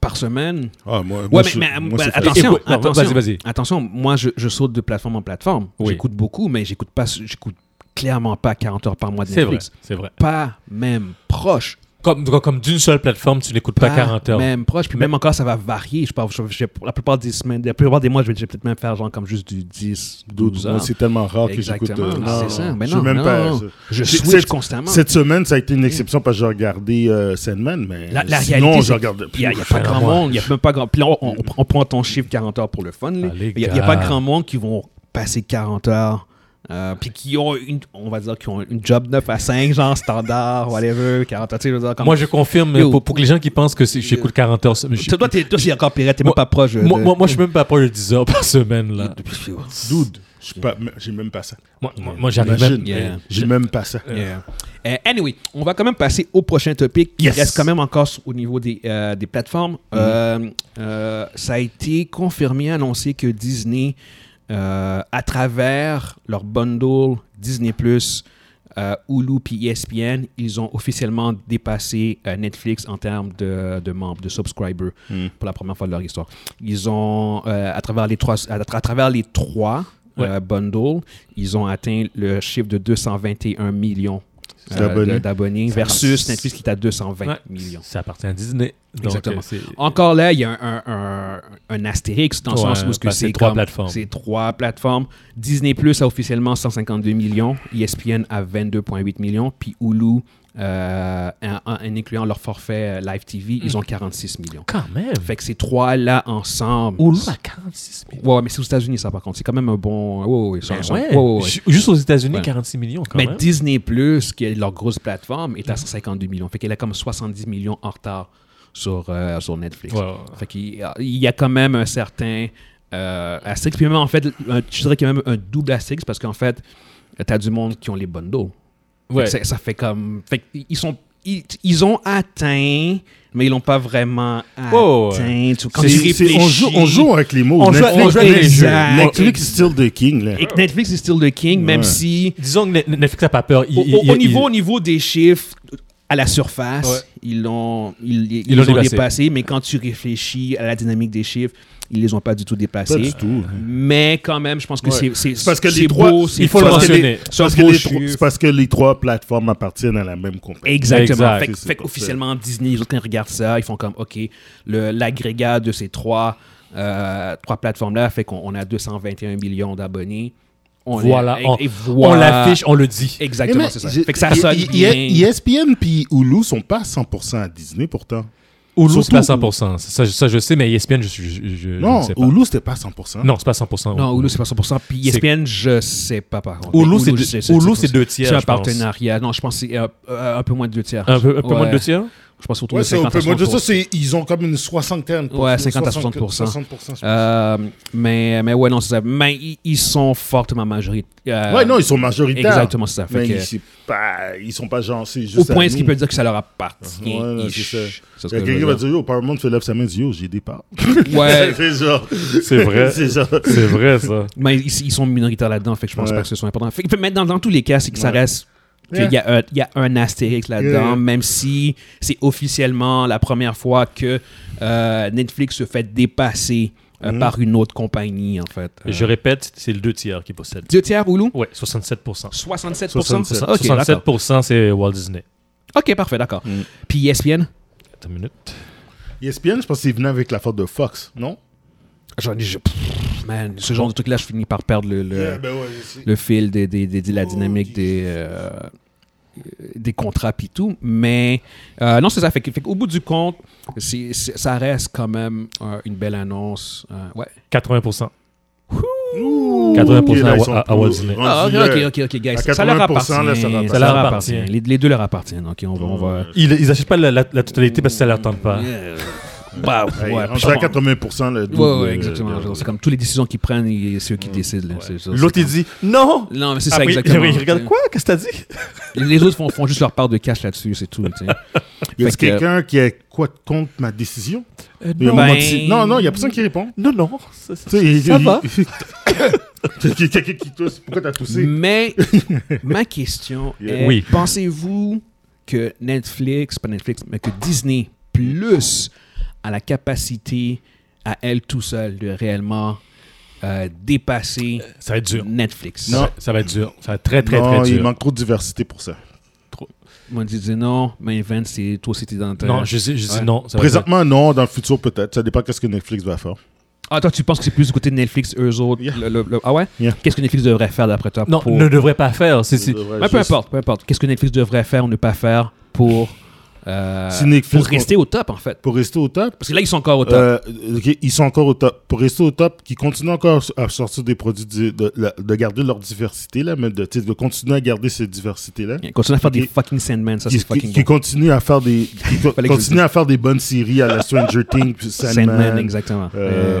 Speaker 2: Par semaine.
Speaker 1: Ah, moi, moi,
Speaker 2: Ouais,
Speaker 1: je-
Speaker 2: mais, mais,
Speaker 1: moi,
Speaker 2: bah,
Speaker 1: c'est fait.
Speaker 2: attention,
Speaker 3: Écoute, non,
Speaker 2: attention,
Speaker 3: vas-y, vas-y.
Speaker 2: attention, moi je, je saute de plateforme en plateforme.
Speaker 3: Oui.
Speaker 2: J'écoute beaucoup, mais j'écoute pas, j'écoute clairement pas 40 heures par mois de
Speaker 3: C'est vrai,
Speaker 2: Netflix.
Speaker 3: c'est vrai.
Speaker 2: Pas même proche.
Speaker 3: Comme, comme d'une seule plateforme, tu n'écoutes
Speaker 2: Ah,
Speaker 3: pas 40 heures.
Speaker 2: Même proche. Puis
Speaker 3: Mais-
Speaker 2: même encore, ça va varier. Je parle, je- je- pour la plupart des semaines, la plupart des mois, je vais, je vais peut-être même faire genre comme juste du 10, 12
Speaker 1: Dude, moi,
Speaker 2: heures.
Speaker 1: c'est tellement rare que j'écoute.
Speaker 2: hein. Exactement.
Speaker 1: euh,
Speaker 2: Ah,
Speaker 1: non,
Speaker 2: c'est ça.
Speaker 1: non,
Speaker 2: Mais
Speaker 1: je
Speaker 2: non,
Speaker 1: sais même
Speaker 2: non,
Speaker 1: pas,
Speaker 2: non.
Speaker 1: je-
Speaker 2: Je
Speaker 1: J'ai-
Speaker 2: switch
Speaker 1: cette-
Speaker 2: constamment. Mm.
Speaker 1: Cette semaine, ça a été une exception parce que j'ai regardé euh, Sandman, mais
Speaker 2: La- la
Speaker 1: sinon,
Speaker 2: réalité, c'est-
Speaker 1: je regarde
Speaker 2: Il
Speaker 1: plus.
Speaker 2: n'y a, il y a pas
Speaker 3: Ouais,
Speaker 2: grand
Speaker 3: moi.
Speaker 2: monde. Il y a même pas grand. Puis là, on, on- on prend ton chiffre 40 heures pour le fun. là.
Speaker 3: Ah, les
Speaker 2: Il n'y a, il y a pas
Speaker 3: gars.
Speaker 2: grand monde qui vont passer 40 heures. euh, puis qui ont une, on va dire, qui ont une job 9 à 5, genre standard, whatever, 40 heures. Tu sais, je veux dire, comme-
Speaker 3: Moi, je confirme,
Speaker 2: Yo.
Speaker 3: pour, pour que les gens qui pensent que c'est- j'écoute 40 heures... je-
Speaker 2: Toi, toi, t'es- toi, c'est encore pire, t'es même
Speaker 3: Moi-
Speaker 2: pas proche. euh,
Speaker 3: moi,
Speaker 2: de-
Speaker 3: moi, moi, je suis même pas proche de 10 heures par semaine. là.
Speaker 1: Dude, je suis pas- j'ai même pas ça.
Speaker 3: Moi, moi- moi, j'arrive
Speaker 1: Imagine,
Speaker 3: même...
Speaker 2: Yeah.
Speaker 1: j'ai même pas ça.
Speaker 2: Yeah. Euh, anyway, on va quand même passer au prochain topic. Il
Speaker 1: Yes.
Speaker 2: reste quand même encore sur- au niveau des, euh, des plateformes. Euh, euh, ça a été confirmé, annoncé que Disney, euh, à travers leur bundle Disney Plus, euh, Hulu puis E ESPN, ils ont officiellement dépassé euh, Netflix en termes de, de membres, de subscribers
Speaker 1: Mm.
Speaker 2: pour la première fois de leur histoire. Ils ont, euh, à travers les trois, à, à travers les trois
Speaker 3: Ouais.
Speaker 2: euh, bundles, ils ont atteint le chiffre de 221 millions euh,
Speaker 1: D'abonnés.
Speaker 2: de- d'abonnés
Speaker 3: Ça
Speaker 2: versus
Speaker 3: marche.
Speaker 2: Netflix qui est à 220
Speaker 3: Ouais.
Speaker 2: millions.
Speaker 3: Ça appartient à Disney. Donc,
Speaker 2: Exactement.
Speaker 3: euh, c'est-
Speaker 2: Encore là, il y a un, un, un- un astérix dans le
Speaker 3: Ouais,
Speaker 2: sens où ce que
Speaker 3: parce que
Speaker 2: c'est
Speaker 3: c'est trois
Speaker 2: comme-
Speaker 3: plateformes.
Speaker 2: C'est trois plateformes. E Disney Plus a officiellement 152 millions, ESPN à 22,8 millions, puis Hulu euh, en, en- en incluant leur forfait euh, Live TV,
Speaker 3: Mm.
Speaker 2: ils ont 46 millions.
Speaker 3: Quand même.
Speaker 2: Fait que ces trois-là ensemble.
Speaker 3: Ou là, 46 millions.
Speaker 2: Ouais, ouais, mais c'est aux États-Unis, ça, par contre. C'est quand même un bon. Ouais, ouais, ouais, ça-
Speaker 3: Ben
Speaker 2: ça-
Speaker 3: ouais.
Speaker 2: ouais, ouais, ouais.
Speaker 3: Ju- Juste aux États-Unis,
Speaker 2: Ouais.
Speaker 3: 46 millions quand
Speaker 2: Mais
Speaker 3: même.
Speaker 2: Disney, qui est leur grosse plateforme, est à 152 millions. Fait qu'elle est comme 70 millions en retard sur, euh, sur Netflix.
Speaker 3: Ouais, ouais, ouais.
Speaker 2: Fait qu'il y a- il y a quand même un certain euh, astérisque. Puis même, en fait, un- je dirais qu'il y a même un double astérisque parce qu'en fait, t'as du monde qui ont les bundles. Fait que
Speaker 3: Ouais.
Speaker 2: ça, ça fait comme. Fait qu'ils sont. Ils, ils ont atteint, mais ils l'ont pas vraiment atteint.
Speaker 3: Oh, ouais.
Speaker 2: Tu- quand
Speaker 3: C'est-
Speaker 2: tu
Speaker 1: C'est- c'est- on,
Speaker 2: réfléchis-
Speaker 1: joue, on joue avec les mots.
Speaker 2: On joue- on joue avec les jeux.
Speaker 1: Netflix is still the king. Là.
Speaker 2: Et que Netflix est still the king, même
Speaker 1: Ouais.
Speaker 2: si.
Speaker 3: Disons que Net- Netflix n'a pas peur. Il-
Speaker 2: Au,
Speaker 3: il-
Speaker 2: au- au
Speaker 3: il-
Speaker 2: niveau, au niveau des chiffres, à la surface,
Speaker 3: Ouais.
Speaker 2: ils l'ont ils, ils
Speaker 3: Ils l'ont
Speaker 2: les ont
Speaker 3: dépassé.
Speaker 2: dépassé, mais quand tu réfléchis à la dynamique des chiffres, ils les ont pas du tout dépassés.
Speaker 1: Pas du tout.
Speaker 2: Mais quand même, je pense que
Speaker 1: Ouais.
Speaker 2: c'est- c'est
Speaker 1: C'est parce que
Speaker 2: c'est
Speaker 1: les trois-
Speaker 2: beau, c'est
Speaker 3: il faut le
Speaker 2: fun.
Speaker 1: parce que les-
Speaker 3: mentionner.
Speaker 2: C'est un
Speaker 1: Parce que
Speaker 2: beau
Speaker 1: les
Speaker 2: chiffre.
Speaker 1: trois- C'est parce que les trois plateformes appartiennent à la même compagnie.
Speaker 2: Exactement.
Speaker 3: Exact.
Speaker 2: Fait, que-
Speaker 1: C'est
Speaker 2: fait
Speaker 1: parfait.
Speaker 2: qu'officiellement, Disney, les autres, quand ils regardent ça, ils font comme, OK, le- l'agrégat de ces trois, euh, trois plateformes-là fait qu'on on a 221 millions d'abonnés. On est-
Speaker 3: Voilà,
Speaker 2: et-
Speaker 3: on-
Speaker 2: et
Speaker 3: On
Speaker 2: voilà.
Speaker 3: l'affiche, on le dit.
Speaker 2: Exactement,
Speaker 1: Mais
Speaker 2: c'est ça.
Speaker 1: j'ai-
Speaker 2: Fait que ça sonne
Speaker 1: I- E I-
Speaker 2: bien.
Speaker 1: ESPN puis Hulu sont pas à 100% à Disney pourtant.
Speaker 3: Hulu, c'est pas
Speaker 1: Surtout-
Speaker 3: 100%. Ça, je- ça, je sais, mais E ESPN, je, je, je- je ne
Speaker 1: Non,
Speaker 3: sais pas.
Speaker 1: Hulu c'était pas à 100%.
Speaker 3: Non, c'est pas 100%.
Speaker 2: hein. Non, Hulu, c'est pas 100%. Puis E
Speaker 3: C'est-
Speaker 2: ESPN, je sais pas par contre.
Speaker 3: Hulu,
Speaker 2: Mais
Speaker 3: c'est deux- Hulu, c'est deux tiers,
Speaker 2: C'est un
Speaker 3: je pense.
Speaker 2: partenariat. Non, je pense que c'est euh, euh, un peu moins de deux tiers.
Speaker 3: Un peu, un peu moins de
Speaker 2: Ouais.
Speaker 3: deux tiers
Speaker 2: Je pense autour
Speaker 1: Ouais,
Speaker 2: de
Speaker 1: c'est
Speaker 2: 50
Speaker 1: un peu moins de ça.
Speaker 2: autour.
Speaker 1: c'est- Ils ont comme une soixantaine. pour-
Speaker 2: Ouais, 50 à 60%.
Speaker 1: 60%. je
Speaker 2: Euh, mais, mais ouais, non, c'est ça. Mais ils- ils sont fortement euh, majoritaires.
Speaker 1: pense. Ouais, non, ils sont majoritaires.
Speaker 2: Exactement, c'est ça. Fait
Speaker 1: Mais
Speaker 2: que-
Speaker 1: ils, c'est pas, ils sont pas genre, c'est juste.
Speaker 2: Au point,
Speaker 1: à
Speaker 2: est-ce qu'il
Speaker 1: nous.
Speaker 2: peut dire que ça leur appartient
Speaker 1: Ouais, non,
Speaker 2: Ish.
Speaker 1: c'est ça.
Speaker 2: C'est ce
Speaker 1: Il y a
Speaker 2: que je
Speaker 1: quelqu'un qui
Speaker 2: veux
Speaker 1: va
Speaker 2: dire.
Speaker 1: dire, yo, Paramount fait lève sa main, dit, yo, j'ai des parts.
Speaker 2: Ouais,
Speaker 1: c'est genre.
Speaker 3: C'est vrai.
Speaker 1: c'est genre.
Speaker 3: C'est vrai, ça.
Speaker 2: mais ils, ils sont minoritaires là-dedans, fait que je pense
Speaker 1: Ouais.
Speaker 2: pas que ce soit important. Fait que- mais dans, dans tous les cas, c'est que ça
Speaker 1: Ouais.
Speaker 2: reste. qu'il y, a un- il y a un astérix là-dedans,
Speaker 1: Yeah.
Speaker 2: même si c'est officiellement la première fois que euh, Netflix se fait dépasser euh,
Speaker 1: Mhm.
Speaker 2: par une autre compagnie, en fait. Euh,
Speaker 3: Je répète, c'est le deux tiers qui possède.
Speaker 2: Deux tiers, Boulou
Speaker 3: Ouais, 67%.
Speaker 2: 67%.
Speaker 1: 67.
Speaker 2: Ok, d'accord.
Speaker 3: 67%, c'est Walt Disney.
Speaker 2: Ok, parfait, d'accord.
Speaker 1: Mm.
Speaker 2: Puis E ESPN
Speaker 3: Attends une minute.
Speaker 1: ESPN, je pense qu'il venait avec la faute de Fox, non?
Speaker 2: J'en ai. je- pff, man, ce genre de truc-là, je finis par perdre le. le-
Speaker 1: ben ouais, je sais.
Speaker 2: le fil des, des, des- de la
Speaker 1: Oh,
Speaker 2: dynamique
Speaker 1: Jesus.
Speaker 2: des, euh, des contrats pis tout. Mais euh, non, c'est ça. Fait, que- fait qu'au bout du compte, c'est- c'est- ça reste quand même euh, une belle annonce. euh, ouais.
Speaker 3: 80%.
Speaker 1: Ouh,
Speaker 3: 80%
Speaker 1: là, ils
Speaker 3: à-
Speaker 1: sont
Speaker 3: à- à
Speaker 1: plus
Speaker 3: Walt Disney.
Speaker 1: rendus
Speaker 2: Ah, ok, ok,
Speaker 1: là.
Speaker 2: ok, ok, guys.
Speaker 1: à
Speaker 2: Ça leur
Speaker 1: 80%,
Speaker 2: appartient.
Speaker 1: là, ça leur
Speaker 2: ça leur appartient. Les, les deux leur appartiennent. Ok, on va. On va...
Speaker 3: Ils, ils achètent pas la, la- la totalité parce que ça leur tente pas.
Speaker 2: Yeah. Bah, ouais,
Speaker 1: Hey, rendu
Speaker 2: puis
Speaker 1: à
Speaker 2: on-
Speaker 1: 80%, le
Speaker 2: Ouais,
Speaker 1: double.
Speaker 2: ouais,
Speaker 1: euh,
Speaker 2: exactement.
Speaker 1: de-
Speaker 2: Genre, C'est comme toutes les décisions qu'ils prennent, et c'est eux qui décident. là. C'est- c'est-
Speaker 3: L'autre, il dit non
Speaker 2: Non, mais
Speaker 1: Ah
Speaker 2: c'est ça,
Speaker 3: Après, il-
Speaker 2: exactement.
Speaker 3: Il regarde quoi Qu'est-ce que t'as dit
Speaker 2: Les- Les autres font, font juste leur part de cash là-dessus, c'est tout. tu sais.
Speaker 1: Y a
Speaker 2: Fait que-
Speaker 1: quelqu'un qui a quoi contre ma décision? Il y a
Speaker 2: non.
Speaker 1: un moment de
Speaker 2: Ben-
Speaker 1: si- Non, non, il y a personne qui répond.
Speaker 3: Non, non. Ça,
Speaker 1: Tu sais, il-
Speaker 3: Ça
Speaker 1: il-
Speaker 3: va.
Speaker 1: Il y a quelqu'un qui tousse. Pourquoi t'as toussé?
Speaker 2: Mais ma question
Speaker 1: Yeah.
Speaker 2: est
Speaker 3: Oui.
Speaker 2: pensez-vous que Netflix, pas Netflix, mais que Disney Plus a la capacité à elle tout seule de réellement euh, dépasser
Speaker 3: ça va être dur.
Speaker 2: Netflix
Speaker 3: Ça va- Ça va être dur. Ça va être très, très,
Speaker 1: Non,
Speaker 3: très
Speaker 1: il
Speaker 3: dur.
Speaker 1: manque trop de diversité pour ça.
Speaker 2: Moi, je disais non, mais Vince, c'est- toi aussi, t'es dans ta.
Speaker 3: Non, je dis, je dis
Speaker 2: Ouais.
Speaker 3: non. ça va être-
Speaker 1: Présentement, non. Dans le futur, peut-être. Ça dépend qu'est-ce que Netflix va faire.
Speaker 2: Ah, toi, tu penses que c'est plus du côté de Netflix, eux autres
Speaker 1: Yeah.
Speaker 2: le- le- le- Ah ouais
Speaker 1: Yeah.
Speaker 2: Qu'est-ce que Netflix devrait faire d'après toi
Speaker 3: Non,
Speaker 2: pour-
Speaker 3: ne devrait pas faire. C'est- c'est-
Speaker 2: Ouais, peu importe, peu importe. Qu'est-ce que Netflix devrait faire ou ne pas faire pour. euh,
Speaker 1: Si Netflix-
Speaker 2: pour rester au top, en fait.
Speaker 1: Pour rester au top,
Speaker 2: Parce que là, ils sont encore au top.
Speaker 1: Euh, ok, ils sont encore au top. Pour rester au top, qui continuent encore à sortir des produits, di- de, la- de garder leur diversité, là, mais de, tu sais, de continuer à garder cette diversité-là.
Speaker 2: Il continue à faire des
Speaker 1: Qui-
Speaker 2: fucking Sandman, ça
Speaker 1: Qui,
Speaker 2: c'est
Speaker 1: qui,
Speaker 2: fucking
Speaker 1: qui
Speaker 2: bon.
Speaker 1: continuent à faire des qui co-
Speaker 2: Fallait que je le
Speaker 1: continuent à faire des bonnes séries à la Stranger Things puis Sandman,
Speaker 2: Sandman, exactement.
Speaker 1: euh,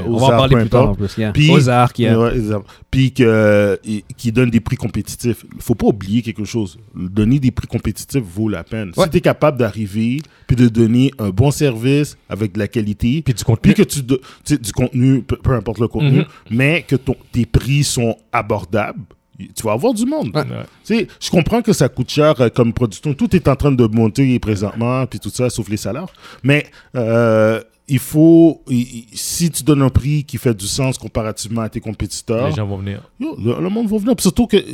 Speaker 2: Euh, on va en
Speaker 1: Ozark,
Speaker 2: parler
Speaker 1: peu
Speaker 2: plus tard en
Speaker 1: importe.
Speaker 2: plus. Yeah.
Speaker 1: Puis-
Speaker 2: Ozark, yeah.
Speaker 1: Ouais, exact. puis que, et- qui donnent des prix compétitifs il faut pas oublier quelque chose donner des prix compétitifs vaut la peine
Speaker 2: Ouais.
Speaker 1: si tu es capable d'arriver puis de donner un bon service avec de la qualité
Speaker 3: Puis du contenu.
Speaker 1: puis que tu, do- tu sais, du contenu, peu, peu importe le contenu,
Speaker 3: Mhm.
Speaker 2: Mm-hmm.
Speaker 1: mais que ton, tes prix sont abordables, y- tu vas avoir du monde.
Speaker 2: Ouais.
Speaker 1: Tu sais, Je comprends que ça coûte cher euh, comme production. Tout est en train de monter présentement, puis tout ça, sauf les salaires. Mais euh, il faut, i- i- si tu donnes un prix qui fait du sens comparativement à tes compétiteurs,
Speaker 3: Les gens vont venir.
Speaker 1: yo, le, le monde va venir. Puis Surtout que euh,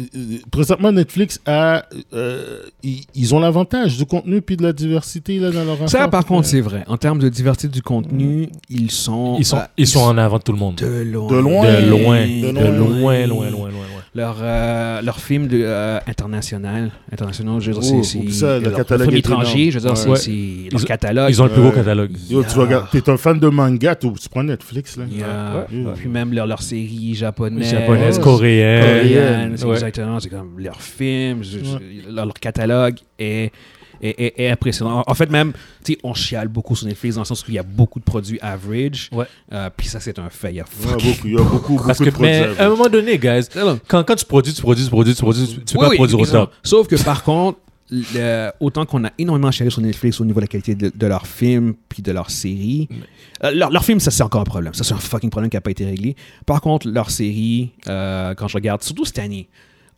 Speaker 1: présentement, Netflix, a, euh, i- ils ont l'avantage du contenu puis de la diversité là, dans leur
Speaker 2: Ça,
Speaker 1: offre.
Speaker 2: par contre, c'est vrai. En termes de diversité du contenu, ils sont.
Speaker 3: Ils sont,
Speaker 2: ah,
Speaker 3: ils sont en avant de tout le monde.
Speaker 2: de loin.
Speaker 1: De loin.
Speaker 3: De loin.
Speaker 1: De
Speaker 3: De
Speaker 1: loin.
Speaker 3: loin, loin, loin, loin, loin.
Speaker 2: leur, euh, leur film de, euh, international. International, je veux dire,
Speaker 1: Oh,
Speaker 2: c'est-
Speaker 1: oublie
Speaker 2: c'est.
Speaker 1: ça, le
Speaker 2: leur
Speaker 1: catalogue
Speaker 2: film
Speaker 1: est
Speaker 2: étranger,
Speaker 1: énorme.
Speaker 2: je veux dire, c'est-
Speaker 3: Ouais.
Speaker 2: c'est. Leur catalogue.
Speaker 3: Ils ont le plus gros
Speaker 1: Ouais.
Speaker 3: catalogue.
Speaker 1: Yo, tu
Speaker 2: Yeah.
Speaker 1: regardes, t'es un fan de manga, tu tu prends Netflix, là.
Speaker 2: Yeah.
Speaker 1: Ouais, ouais.
Speaker 2: Puis même leur, leur série japonaise.
Speaker 3: Japonaise,
Speaker 1: Ouais.
Speaker 3: coréenne.
Speaker 2: coréenne, c'est
Speaker 3: Euh, Ouais.
Speaker 2: exactement, c'est comme leurs films, je- je- leur, leur catalogue est, est, est- est impressionnant. En- En fait, même, tu sais, on chiale beaucoup sur Netflix dans le sens qu'il y a beaucoup de produits average,
Speaker 3: Ouais.
Speaker 2: euh, puis ça, c'est un fait. Il y a
Speaker 1: Ouais,
Speaker 2: fucking-
Speaker 1: beaucoup, il y a beaucoup, beaucoup
Speaker 3: Parce
Speaker 1: de
Speaker 3: que,
Speaker 1: produits.
Speaker 3: mais
Speaker 2: euh,
Speaker 1: avec.
Speaker 3: à un moment donné, guys, quand, quand tu produis, tu produis, tu produis, tu produis, tu- tu peux
Speaker 2: Oui,
Speaker 3: pas
Speaker 2: oui,
Speaker 3: produire au
Speaker 2: évidemment.
Speaker 3: top.
Speaker 2: Sauf que par contre, le- autant qu'on a énormément chialé sur Netflix au niveau de la qualité de, de leurs films puis de leurs séries, euh, leur, leur film, ça c'est encore un problème. Ça c'est un fucking problème qui n'a pas été réglé. Par contre, leurs séries, euh, quand je regarde, surtout cette année,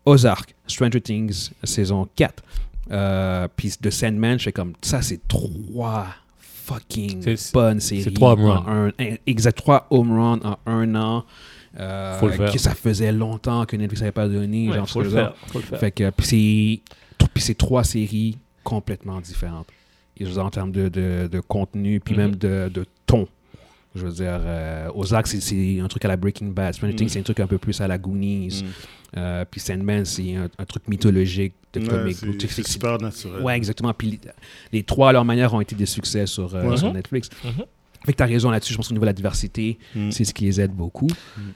Speaker 2: Ozark, Stranger Things, saison 4, euh, puis The Sandman, je fais comme ça, c'est trois fucking
Speaker 3: C'est- c'est-
Speaker 2: bonnes séries.
Speaker 3: trois home
Speaker 2: en
Speaker 3: runs.
Speaker 2: un- un- exact, trois home runs en un an. euh,
Speaker 3: Faut le faire.
Speaker 2: que ça faisait longtemps que Netflix n'avait pas donné. genre,
Speaker 3: faut, le
Speaker 2: sur les
Speaker 3: faire, faut le faire.
Speaker 2: fait que puis c'est puis c'est trois séries complètement différentes. Et je veux dire, en termes de, de, de contenu puis
Speaker 3: Mhm.
Speaker 2: même de, de ton. Je veux dire, euh, Ozark, c'est- c'est un truc à la Breaking Bad. Stranger Things,
Speaker 1: Mhm.
Speaker 2: c'est un truc un peu plus à la Goonies.
Speaker 1: Mm.
Speaker 2: Euh, puis Sandman, c'est un, un truc mythologique de
Speaker 1: Ouais,
Speaker 2: comic
Speaker 1: c'est-
Speaker 2: book. Tu sais,
Speaker 1: C'est
Speaker 2: c'est-
Speaker 1: super naturel.
Speaker 2: Ouais, exactement. Puis les- les trois, à leur manière, ont été des succès sur, euh,
Speaker 1: Ouais.
Speaker 2: sur
Speaker 3: Mhm.
Speaker 2: Netflix.
Speaker 3: Mhm.
Speaker 2: Fait que t'as raison là-dessus. Je pense qu'au niveau de la diversité,
Speaker 1: Mm.
Speaker 2: c'est ce qui les aide beaucoup.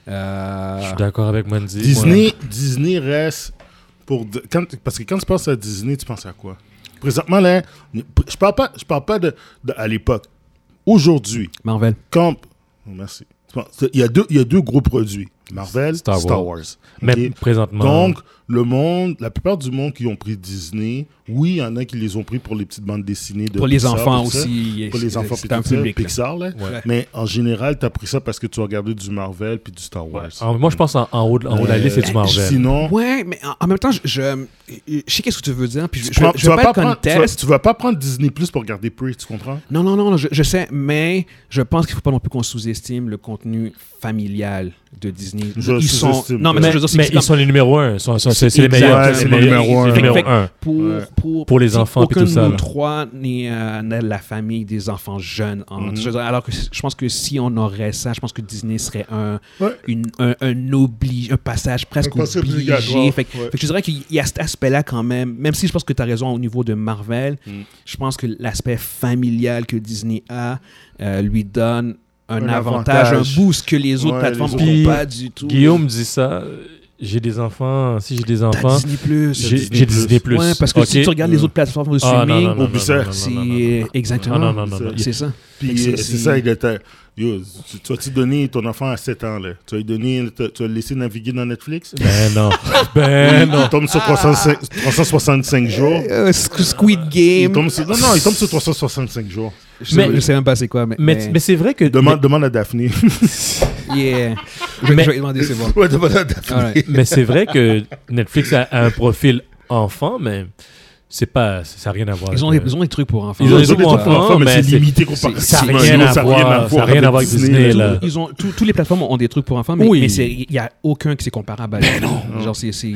Speaker 2: Euh,
Speaker 3: Je suis d'accord avec Mandy.
Speaker 1: Disney, Disney reste pour de- quand, parce que quand tu penses à Disney, tu penses à quoi Présentement là, je parle pas, je parle pas de, de- à l'époque. Aujourd'hui,
Speaker 2: Marvel.
Speaker 1: quand oh, merci. Tu penses- Il y a deux, il y a deux gros produits, Marvel,
Speaker 3: Star
Speaker 1: Star
Speaker 3: Wars.
Speaker 1: Wars.
Speaker 3: Ouais. Même
Speaker 1: Ok?
Speaker 3: présentement.
Speaker 1: Donc le monde, la plupart du monde qui ont pris Disney, oui, il y en a qui les ont pris pour les petites bandes dessinées de
Speaker 2: Pour les
Speaker 1: Pixar,
Speaker 2: enfants
Speaker 1: tout ça.
Speaker 2: aussi.
Speaker 1: Pour
Speaker 2: c'est-
Speaker 1: les enfants,
Speaker 2: C'est un
Speaker 1: puis tout ça,
Speaker 2: public. là.
Speaker 1: Pixar, là.
Speaker 3: Ouais.
Speaker 1: Mais en général, tu as pris ça parce que tu as regardé du Marvel puis du Star Wars.
Speaker 3: Ah, moi, je pense en, en haut, de- en haut de la
Speaker 1: Euh,
Speaker 3: liste, c'est du Marvel.
Speaker 1: Sinon,
Speaker 2: Ouais, mais en, en même temps, je, je, je sais qu'est-ce que tu veux dire, puis je,
Speaker 1: Tu
Speaker 2: je,
Speaker 1: prends-
Speaker 2: je
Speaker 1: tu
Speaker 2: veux
Speaker 1: vas
Speaker 2: pas,
Speaker 1: pas
Speaker 2: le
Speaker 1: prendre- tu vas-
Speaker 2: conteste.
Speaker 1: tu vas pas prendre Disney Plus pour regarder Prey, tu comprends?
Speaker 2: Non, non, non, je, je sais, mais je pense qu'il faut pas non plus qu'on sous-estime le contenu familial de Disney.
Speaker 1: Je
Speaker 2: ils sont,
Speaker 1: sous-estime
Speaker 2: non, mais,
Speaker 1: pas.
Speaker 2: ce que je veux dire, c'est
Speaker 3: mais
Speaker 2: que
Speaker 3: ils
Speaker 2: c'est
Speaker 3: sont les numéros un. Sont- sont- C'est c'est les
Speaker 2: Exact.
Speaker 3: meilleurs.
Speaker 2: Ouais,
Speaker 1: c'est les numéros un.
Speaker 3: C'est les numéros
Speaker 2: Fait- comme
Speaker 3: un.
Speaker 2: pour,
Speaker 1: Ouais.
Speaker 2: pour,
Speaker 3: Pour les enfants, puis
Speaker 2: aucun
Speaker 3: tout ça,
Speaker 2: de nous
Speaker 3: là.
Speaker 2: trois n'est euh, n'est de la famille des enfants jeunes. en-
Speaker 1: Mhm.
Speaker 2: je veux dire, alors que je pense que si on aurait ça, je pense que Disney serait un,
Speaker 1: Ouais.
Speaker 2: une- un, un obli- un passage presque
Speaker 1: Un passage
Speaker 2: obligé.
Speaker 1: obligatoire,
Speaker 2: Fait, que-
Speaker 1: ouais.
Speaker 2: fait que je dirais qu'il y a cet aspect-là quand même. Même si je pense que tu as raison au niveau de Marvel,
Speaker 1: Mhm.
Speaker 2: je pense que l'aspect familial que Disney a euh, lui donne un,
Speaker 1: Un
Speaker 2: avantage,
Speaker 1: avantage.
Speaker 2: un boost que les autres
Speaker 1: Ouais,
Speaker 2: plateformes
Speaker 1: les autres
Speaker 2: n'ont
Speaker 3: ont
Speaker 2: pas
Speaker 3: pas.
Speaker 2: du tout.
Speaker 3: Guillaume dit ça. Si j'ai des enfants, si j'ai des
Speaker 2: T'as
Speaker 3: enfants,
Speaker 2: Disney Plus.
Speaker 3: j'ai
Speaker 1: Disney+.
Speaker 3: j'ai Disney Plus.
Speaker 2: Ouais, parce que si tu regardes les autres plateformes de
Speaker 3: Ah, non,
Speaker 2: streaming,
Speaker 3: non, non,
Speaker 1: oublie
Speaker 3: non,
Speaker 1: ça.
Speaker 3: non, non,
Speaker 2: c'est
Speaker 3: non, non, non.
Speaker 2: exactement.
Speaker 3: Ah, non, non, non, non.
Speaker 2: C'est ça.
Speaker 1: Puis
Speaker 2: Fait
Speaker 1: euh,
Speaker 2: que c'est-
Speaker 1: c'est ça, il était. Yo, tu, tu vas-tu donner ton enfant à 7 ans, là? Tu vas lui donner, tu tu vas le laisser naviguer dans Netflix?
Speaker 3: Ben non. Ben non.
Speaker 1: Il tombe sur 365,
Speaker 2: Ah.
Speaker 1: 365 jours.
Speaker 2: Euh, Squ- Squid
Speaker 1: Il
Speaker 2: Game.
Speaker 1: tombe sur, non, non, il tombe sur 365 jours.
Speaker 2: Je,
Speaker 3: Mais-
Speaker 2: sais, je sais même pas c'est quoi, mais.
Speaker 3: Mais, mais c'est vrai que.
Speaker 1: Demande, demande à Daphné.
Speaker 2: mais- yeah. Je, vais-
Speaker 3: Mais-
Speaker 2: je vais demander, c'est bon.
Speaker 1: ouais, demande à Daphné.
Speaker 2: Alright.
Speaker 3: mais c'est vrai que Netflix a, a un profil enfant, mais c'est pas, ça n'a rien à voir.
Speaker 2: Ils ont, des,
Speaker 3: avec,
Speaker 2: ils ont des trucs pour enfants.
Speaker 3: Ils ont des
Speaker 1: Ouais,
Speaker 3: trucs pour
Speaker 1: c'est
Speaker 3: enfants,
Speaker 1: enfant,
Speaker 3: mais
Speaker 1: mais c'est
Speaker 3: c'est-
Speaker 1: limité comparé.
Speaker 3: ça a
Speaker 1: Sinon,
Speaker 3: rien à
Speaker 1: ça a
Speaker 3: voir- ça a rien à voir avec Disney, là.
Speaker 1: là.
Speaker 2: Ils ont, tous- tous les plateformes ont des trucs pour enfants, mais
Speaker 3: Oui.
Speaker 2: mais c'est- il n'y a aucun qui c'est comparable à Mais non. Genre, c'est. c'est-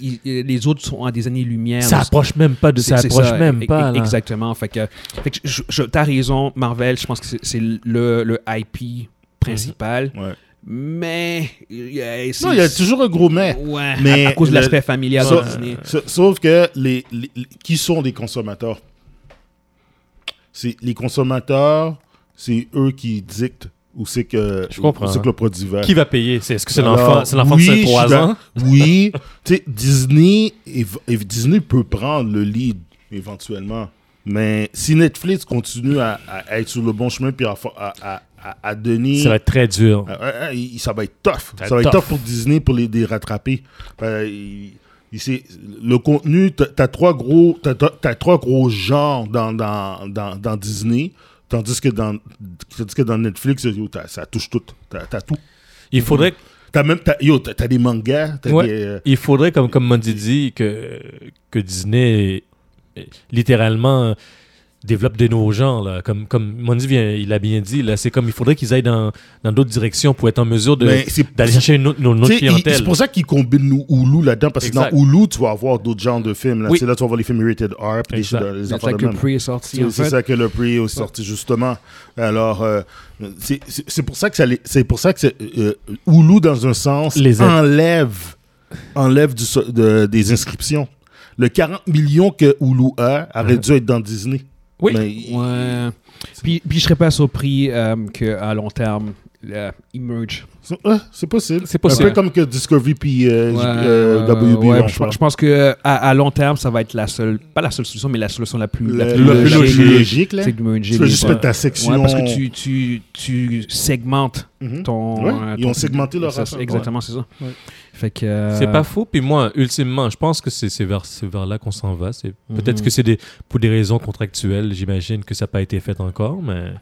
Speaker 2: ils- les autres sont à des années-lumière.
Speaker 3: Ça
Speaker 2: de-
Speaker 3: approche même pas de
Speaker 2: C'est-
Speaker 3: ça.
Speaker 2: c'est
Speaker 3: approche
Speaker 2: ça,
Speaker 3: même
Speaker 2: e-
Speaker 3: pas.
Speaker 2: e-
Speaker 3: là.
Speaker 2: Exactement. Fait que, fait que je- je- t'as raison, Marvel, je pense que c'est- c'est le, le IP principal.
Speaker 3: Mm-hmm.
Speaker 1: Ouais.
Speaker 2: Mais. il y a- c'est-
Speaker 1: Non, il y a toujours un gros mais.
Speaker 2: Ouais,
Speaker 1: mais
Speaker 2: à, à cause de
Speaker 1: le-
Speaker 2: l'aspect familial
Speaker 1: Sauf,
Speaker 2: de Disney.
Speaker 1: sa- sauf que les, les- les- qui sont les consommateurs C'est les consommateurs, c'est eux qui dictent où c'est que
Speaker 3: Je comprends.
Speaker 1: où c'est que le produit va.
Speaker 3: Qui va payer C'est- Est-ce que c'est
Speaker 1: Alors,
Speaker 3: l'enfant C'est l'enfant
Speaker 1: oui,
Speaker 3: de
Speaker 1: je suis
Speaker 3: 3
Speaker 1: dans-
Speaker 3: ans
Speaker 1: Oui, tu sais Disney et, et Disney peut prendre le lead éventuellement, mais si Netflix continue à, à être sur le bon chemin puis à, fa- à, à- à- à donner
Speaker 3: Ça va être très dur.
Speaker 1: ah, ah, ah, il- ça va être tough.
Speaker 3: Ça va
Speaker 1: Ça,
Speaker 3: être
Speaker 1: va être
Speaker 3: tough.
Speaker 1: tough pour Disney pour les, les rattraper. Euh, il- il- c'est- le contenu, t'as- t'as trois gros, t'as- t'as- t'as trois gros genres dans, dans, dans, dans Disney, tandis que dans, tandis que dans Netflix, yo, t'as- ça touche tout. T'as t'as tout.
Speaker 3: Il faudrait,
Speaker 1: T'as même, t'as yo, t'as- t'as des mangas, t'as
Speaker 3: Ouais.
Speaker 1: des, euh,
Speaker 3: il faudrait comme, comme Mandy dit, que, que Disney euh, littéralement développe des nouveaux genres. Là. Comme, comme Mandy vient, il a bien dit, là, c'est comme il faudrait qu'ils aillent dans dans d'autres directions pour être en mesure de-
Speaker 1: Mais c'est-
Speaker 3: d'aller chercher une autre, une autre
Speaker 1: Tu sais, il-
Speaker 3: clientèle.
Speaker 1: C'est pour ça qu'ils combinent Hulu là-dedans, parce que
Speaker 3: Exact.
Speaker 1: dans Hulu, tu vas avoir d'autres genres de films. Là,
Speaker 3: Oui.
Speaker 1: Tu sais, là tu vas avoir les films rated R, puis des
Speaker 3: Exact.
Speaker 1: choses de- les
Speaker 2: C'est
Speaker 1: affaires
Speaker 2: ça
Speaker 1: de
Speaker 2: que le
Speaker 1: même.
Speaker 2: prix est sorti.
Speaker 1: C'est
Speaker 2: En
Speaker 1: c'est
Speaker 2: fait.
Speaker 1: ça que le prix est sorti justement. Alors, euh, c'est- c'est c'est pour ça que ça les- c'est pour ça que c'est, euh, euh, Hulu dans un sens
Speaker 3: Les aide.
Speaker 1: enlève enlève du so- de- des inscriptions. Le 40 millions que Hulu a aurait dû être dans Disney.
Speaker 3: Oui.
Speaker 1: Mais il-
Speaker 2: Ouais. Puis, puis je serais pas surpris euh, qu'à long terme, le Emerge.
Speaker 1: c'est- ah, c'est possible.
Speaker 3: C'est possible.
Speaker 1: Un peu comme que Discovery puis euh,
Speaker 2: Ouais,
Speaker 1: euh,
Speaker 2: ouais,
Speaker 1: WB
Speaker 2: ouais,
Speaker 1: l'ont
Speaker 2: je,
Speaker 1: fait.
Speaker 2: je pense que à, à long terme, ça va être la seule, pas la seule solution, mais la solution la plus, la
Speaker 1: Le-
Speaker 2: plus
Speaker 1: le plus
Speaker 2: logique.
Speaker 1: logique, là.
Speaker 2: C'est de merger
Speaker 1: Tu veux
Speaker 2: les
Speaker 1: juste
Speaker 2: deux.
Speaker 1: mettre ta section.
Speaker 2: Ouais, parce que tu, tu, tu segmentes
Speaker 1: Mhm.
Speaker 2: ton.
Speaker 1: Ouais,
Speaker 2: euh,
Speaker 1: ils
Speaker 2: ton
Speaker 1: ont
Speaker 2: public.
Speaker 1: segmenté leur
Speaker 2: Ça, c'est-
Speaker 1: affaire.
Speaker 2: Exactement, c'est ça.
Speaker 1: Ouais.
Speaker 2: Fait que. euh,
Speaker 3: C'est pas faux. Puis moi, ultimement, je pense que c'est c'est vers, c'est vers là qu'on s'en va. C'est Peut-être
Speaker 2: Mhm.
Speaker 3: que c'est des, pour des raisons contractuelles, j'imagine que ça n'a pas été fait encore, mais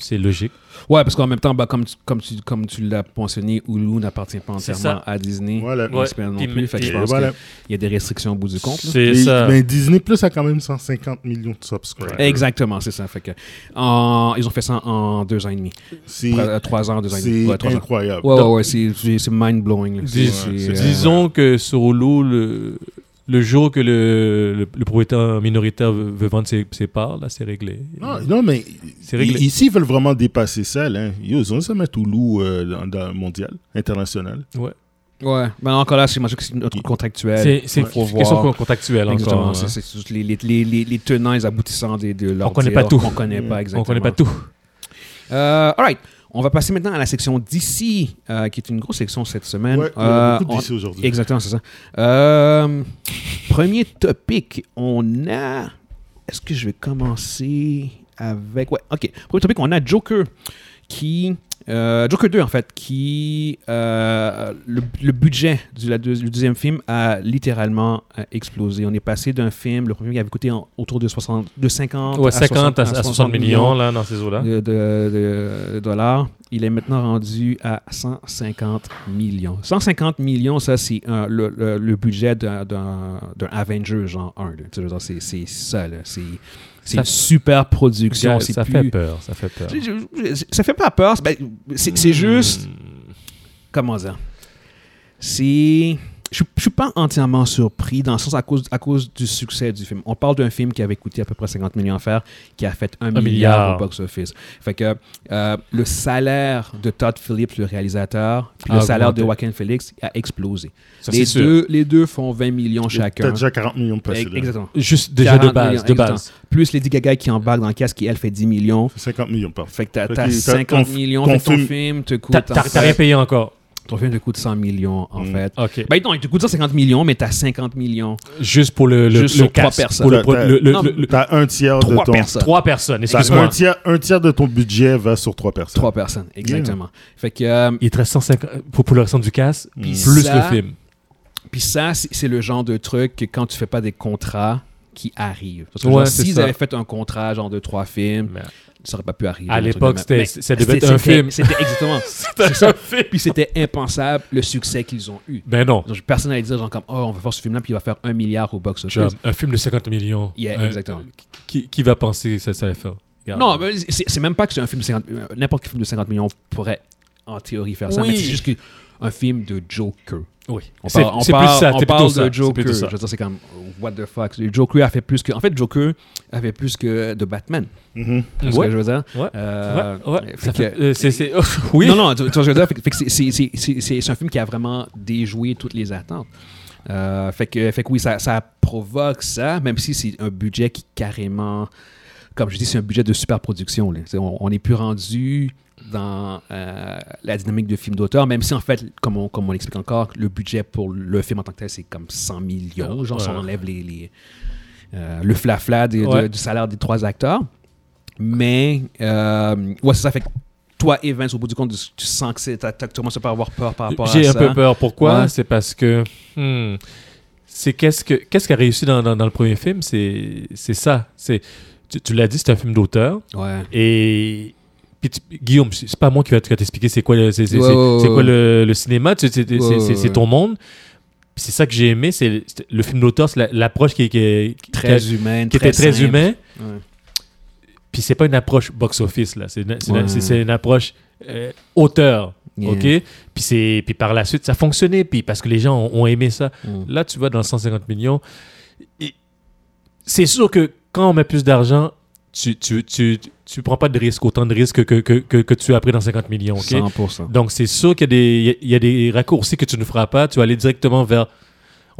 Speaker 3: c'est logique.
Speaker 2: Ouais, parce qu'en même temps, bah, comme tu, comme tu, comme tu l'as mentionné, Hulu n'appartient pas
Speaker 3: C'est
Speaker 2: entièrement à Disney.
Speaker 1: Voilà.
Speaker 3: Ouais.
Speaker 2: principalement
Speaker 3: Puis-
Speaker 2: non plus. Fait que je
Speaker 1: Et
Speaker 2: pense
Speaker 1: voilà.
Speaker 2: qu'il y a des restrictions au bout du compte. là.
Speaker 3: C'est
Speaker 1: Et-
Speaker 3: ça.
Speaker 1: Mais Disney Plus a quand même 150 millions de subscribers.
Speaker 2: Exactement, c'est ça. Fait que, en- ils ont fait ça en deux ans et demi.
Speaker 1: C'est
Speaker 2: Euh, trois ans, deux ans et demi.
Speaker 1: c'est
Speaker 2: Ouais, trois ans.
Speaker 1: incroyable.
Speaker 2: Ouais, ouais, ouais, c'est- c'est c'est mind-blowing. là.
Speaker 3: Dis-
Speaker 2: C'est-
Speaker 1: ouais,
Speaker 2: c'est-
Speaker 1: c'est-
Speaker 2: euh,
Speaker 3: Disons que sur Hulu, le, le jour que le, le, le propriétaire minoritaire veut, veut vendre ses, ses parts, là, c'est réglé.
Speaker 2: Ah,
Speaker 1: Non, non, mais
Speaker 3: C'est réglé.
Speaker 1: ici, ils veulent vraiment dépasser ça. Là. Yo, Ils ont ça mettre Hulu euh, dans, dans le mondial, international.
Speaker 3: Ouais.
Speaker 2: Ouais, mais encore là, c'est moi, je crois que c'est notre
Speaker 1: Il-
Speaker 2: contractuel.
Speaker 3: C'est c'est
Speaker 2: Faut
Speaker 3: une question
Speaker 2: voir.
Speaker 3: contractuelle
Speaker 2: Exactement,
Speaker 3: encore.
Speaker 2: c'est c'est
Speaker 3: hein.
Speaker 2: tous les, les, les, les- les tenants et les aboutissants des, de leur
Speaker 3: On connaît
Speaker 2: deal.
Speaker 3: pas tout.
Speaker 2: On connaît pas exactement.
Speaker 3: On connaît pas tout.
Speaker 2: Euh, all right. On va passer maintenant à la section d'ici, qui est une grosse section cette semaine.
Speaker 1: Ouais, on
Speaker 2: Euh,
Speaker 1: a beaucoup
Speaker 2: on-
Speaker 1: d'ici aujourd'hui.
Speaker 2: Exactement, c'est ça. Euh, premier topic, on a. Est-ce que je vais commencer avec. Ouais, ok. Premier topic, on a Joker qui. euh, Joker 2, en fait, qui. euh, le, le budget du la deux- le deuxième film a littéralement euh, explosé. On est passé d'un film, le premier qui avait coûté en- autour de, 60, de 50
Speaker 3: Ouais,
Speaker 2: à
Speaker 3: 50 à, à 60,
Speaker 2: 60
Speaker 3: millions, là, dans ces eaux-là.
Speaker 2: de, de- de dollars. Il est maintenant rendu à 150 millions. 150 millions, ça, c'est euh, le, le- le budget d'un d'un- d'un Avenger genre 1. là. Tu sais, je veux dire, C'est c'est ça, là. C'est c'est
Speaker 3: Ça-
Speaker 2: une super production.
Speaker 3: Gars,
Speaker 2: c'est
Speaker 3: ça
Speaker 2: plus-
Speaker 3: fait peur, ça fait peur. Hmm.
Speaker 2: Je- je- je- Ça fait pas peur. c'est- ben, C'est c'est juste comment dire, c'est... Je ne suis pas entièrement surpris dans le sens à cause, à cause du succès du film. On parle d'un film qui avait coûté à peu près 50 millions à faire, qui a fait 1 milliard,
Speaker 3: milliard.
Speaker 2: au box-office. Fait que euh, le salaire de Todd Phillips, le réalisateur, puis le
Speaker 3: A
Speaker 2: salaire de
Speaker 3: augmenté.
Speaker 2: Joaquin Phoenix a explosé.
Speaker 3: Ça,
Speaker 2: les,
Speaker 3: c'est sûr.
Speaker 2: deux, les deux font 20 millions
Speaker 1: T'as
Speaker 2: chacun.
Speaker 1: déjà 40 millions de passés.
Speaker 2: Ex-
Speaker 1: là.
Speaker 2: Exactement.
Speaker 3: Juste déjà de
Speaker 2: 40 millions,
Speaker 3: base, de
Speaker 2: exactement.
Speaker 3: base.
Speaker 2: Plus Lady Gaga qui embarque dans le casque qui, elle, fait 10 millions.
Speaker 1: 50 millions par
Speaker 2: Fait que t'as
Speaker 1: Fait
Speaker 2: t'as
Speaker 1: que t'as-
Speaker 2: 50
Speaker 1: ton f-
Speaker 2: millions.
Speaker 1: ton
Speaker 2: fait que ton
Speaker 1: film-
Speaker 2: film te coûte...
Speaker 3: T'as
Speaker 2: en
Speaker 3: t'as-
Speaker 2: fait-
Speaker 3: t'as rien payé encore.
Speaker 2: ton film te coûte 100 millions, en
Speaker 1: Mm.
Speaker 2: fait.
Speaker 3: Ok.
Speaker 2: Ben non, il te coûte 150 millions, mais t'as 50 millions.
Speaker 3: Juste pour le, le,
Speaker 2: Juste
Speaker 3: le
Speaker 2: sur trois
Speaker 3: casque,
Speaker 2: personnes.
Speaker 3: Pour le,
Speaker 1: T'as-
Speaker 3: pro-
Speaker 1: t'as-
Speaker 3: le- le-
Speaker 2: non,
Speaker 3: le- le-
Speaker 1: T'as un tiers de
Speaker 2: Trois
Speaker 1: ton...
Speaker 2: personnes.
Speaker 3: trois personnes,
Speaker 1: T'as
Speaker 3: excuse-moi.
Speaker 1: Un tiers, un tiers de ton budget va sur trois personnes.
Speaker 2: Trois personnes, exactement. Fait que, euh,
Speaker 3: Il te reste 150 pour, pour le restant du casque,
Speaker 1: Mm.
Speaker 3: plus
Speaker 2: Ça-
Speaker 3: le film.
Speaker 2: puis ça, c'est c'est le genre de truc que quand tu fais pas des contrats, qui arrive. Parce que
Speaker 3: Ouais,
Speaker 2: genre,
Speaker 3: c'est
Speaker 2: s'ils
Speaker 3: ça.
Speaker 2: avaient fait un contrat, genre de trois films,
Speaker 3: Mais
Speaker 2: ça aurait pas pu arriver.
Speaker 3: À
Speaker 2: un truc
Speaker 3: l'époque,
Speaker 2: de même.
Speaker 3: c'était-
Speaker 2: Mais
Speaker 3: ça devait
Speaker 2: c'était-
Speaker 3: être un
Speaker 2: c'était-
Speaker 3: film.
Speaker 2: C'était exactement. c'est ça. Puis c'était impensable le succès qu'ils ont eu.
Speaker 3: Ben non.
Speaker 2: Donc, personne n'allait dire, genre, comme, oh, on va faire ce film-là, puis il va faire un milliard au box-office.
Speaker 3: Genre, un film de 50 millions.
Speaker 2: Yeah,
Speaker 3: euh,
Speaker 2: exactement.
Speaker 3: Qui, qui va penser que ça, ça va faire Regarde.
Speaker 2: Non, mais c'est c'est même pas que c'est un film de 50 euh, N'importe quel film de 50 millions pourrait, en théorie, faire ça.
Speaker 3: Oui.
Speaker 2: Mais c'est juste que- un film de Joker.
Speaker 3: Oui.
Speaker 2: On
Speaker 3: C'est
Speaker 2: parle, on
Speaker 3: c'est
Speaker 2: parle-
Speaker 3: plus ça.
Speaker 2: on
Speaker 3: c'est plutôt
Speaker 2: parle
Speaker 3: ça,
Speaker 2: de
Speaker 3: c'est
Speaker 2: Joker.
Speaker 3: plutôt ça.
Speaker 2: Je veux dire, c'est comme what the fuck. Le Joker a fait plus que. En fait, Joker avait plus que de Batman.
Speaker 1: Mhm.
Speaker 2: Tu vois ce que je veux dire.
Speaker 3: Ouais.
Speaker 2: Euh,
Speaker 3: ouais, ouais.
Speaker 2: fait
Speaker 3: Ça fait-
Speaker 2: que-
Speaker 3: euh, c'est- c'est- oui.
Speaker 2: Non, non. Tu, tu vois ce que je veux dire. Fait que- fait que c'est- c'est- c'est- c'est c'est- c'est un film qui a vraiment déjoué toutes les attentes. Euh, fait que, fait que oui, ça, ça provoque ça, même si c'est un budget qui carrément, comme je dis, c'est un budget de superproduction. là. C'est- On, on est plus rendu dans euh, la dynamique de film d'auteur, même si en fait, comme on, comme on l'explique encore, le budget pour le film en tant que tel, c'est comme 100 millions, genre si
Speaker 3: Ah, Ouais.
Speaker 2: on enlève les, les, euh, le flafla des- de-
Speaker 3: Ouais.
Speaker 2: du salaire des trois acteurs. Mais, euh, ouais, c'est ça fait que toi, Evans, au bout du compte, tu- tu sens que c'est- t'as- t'as- tu commences à avoir peur par rapport à ça.
Speaker 3: J'ai un peu peur. Pourquoi
Speaker 2: Ouais.
Speaker 3: C'est parce que. hmm, c'est qu'est-ce que qu'est-ce qui a réussi dans, dans- dans le premier film C'est c'est ça. C'est tu, tu l'as dit, c'est un film d'auteur.
Speaker 2: Ouais.
Speaker 3: Et puis tu- Guillaume, c'est c'est pas moi qui va te- qui va t'expliquer c'est quoi le, c'est, c'est-
Speaker 2: Ouais,
Speaker 3: c'est-
Speaker 2: ouais,
Speaker 3: c'est quoi
Speaker 2: ouais.
Speaker 3: le, le cinéma, tu- c'est, c'est-
Speaker 2: Ouais,
Speaker 3: c'est-
Speaker 2: ouais,
Speaker 3: c'est- c'est
Speaker 2: ouais.
Speaker 3: ton monde. Puis C'est ça que j'ai aimé, c'est le, c'est le film d'auteur, c'est la- l'approche qui, qui, qui-
Speaker 2: Très
Speaker 3: qui-
Speaker 2: humaine.
Speaker 3: qui était très
Speaker 2: simple.
Speaker 3: humain.
Speaker 2: Ouais.
Speaker 3: Puis c'est pas une approche box-office là, c'est une, c'est une-
Speaker 2: Ouais.
Speaker 3: c'est- c'est une approche euh, auteur,
Speaker 2: Yeah.
Speaker 3: ok. Puis c'est puis par la suite ça fonctionnait, puis parce que les gens ont, ont aimé ça.
Speaker 2: Mm.
Speaker 3: Là tu vas dans 150 millions, Et c'est sûr que quand on met plus d'argent, tu- tu, tu, tu, tu prends pas de risques, autant de risques que, que, que, que tu as pris dans 50 millions. ok?
Speaker 2: 100%.
Speaker 3: Donc, c'est sûr qu'il y a, des, il y a des raccourcis que tu ne feras pas. Tu vas aller directement vers.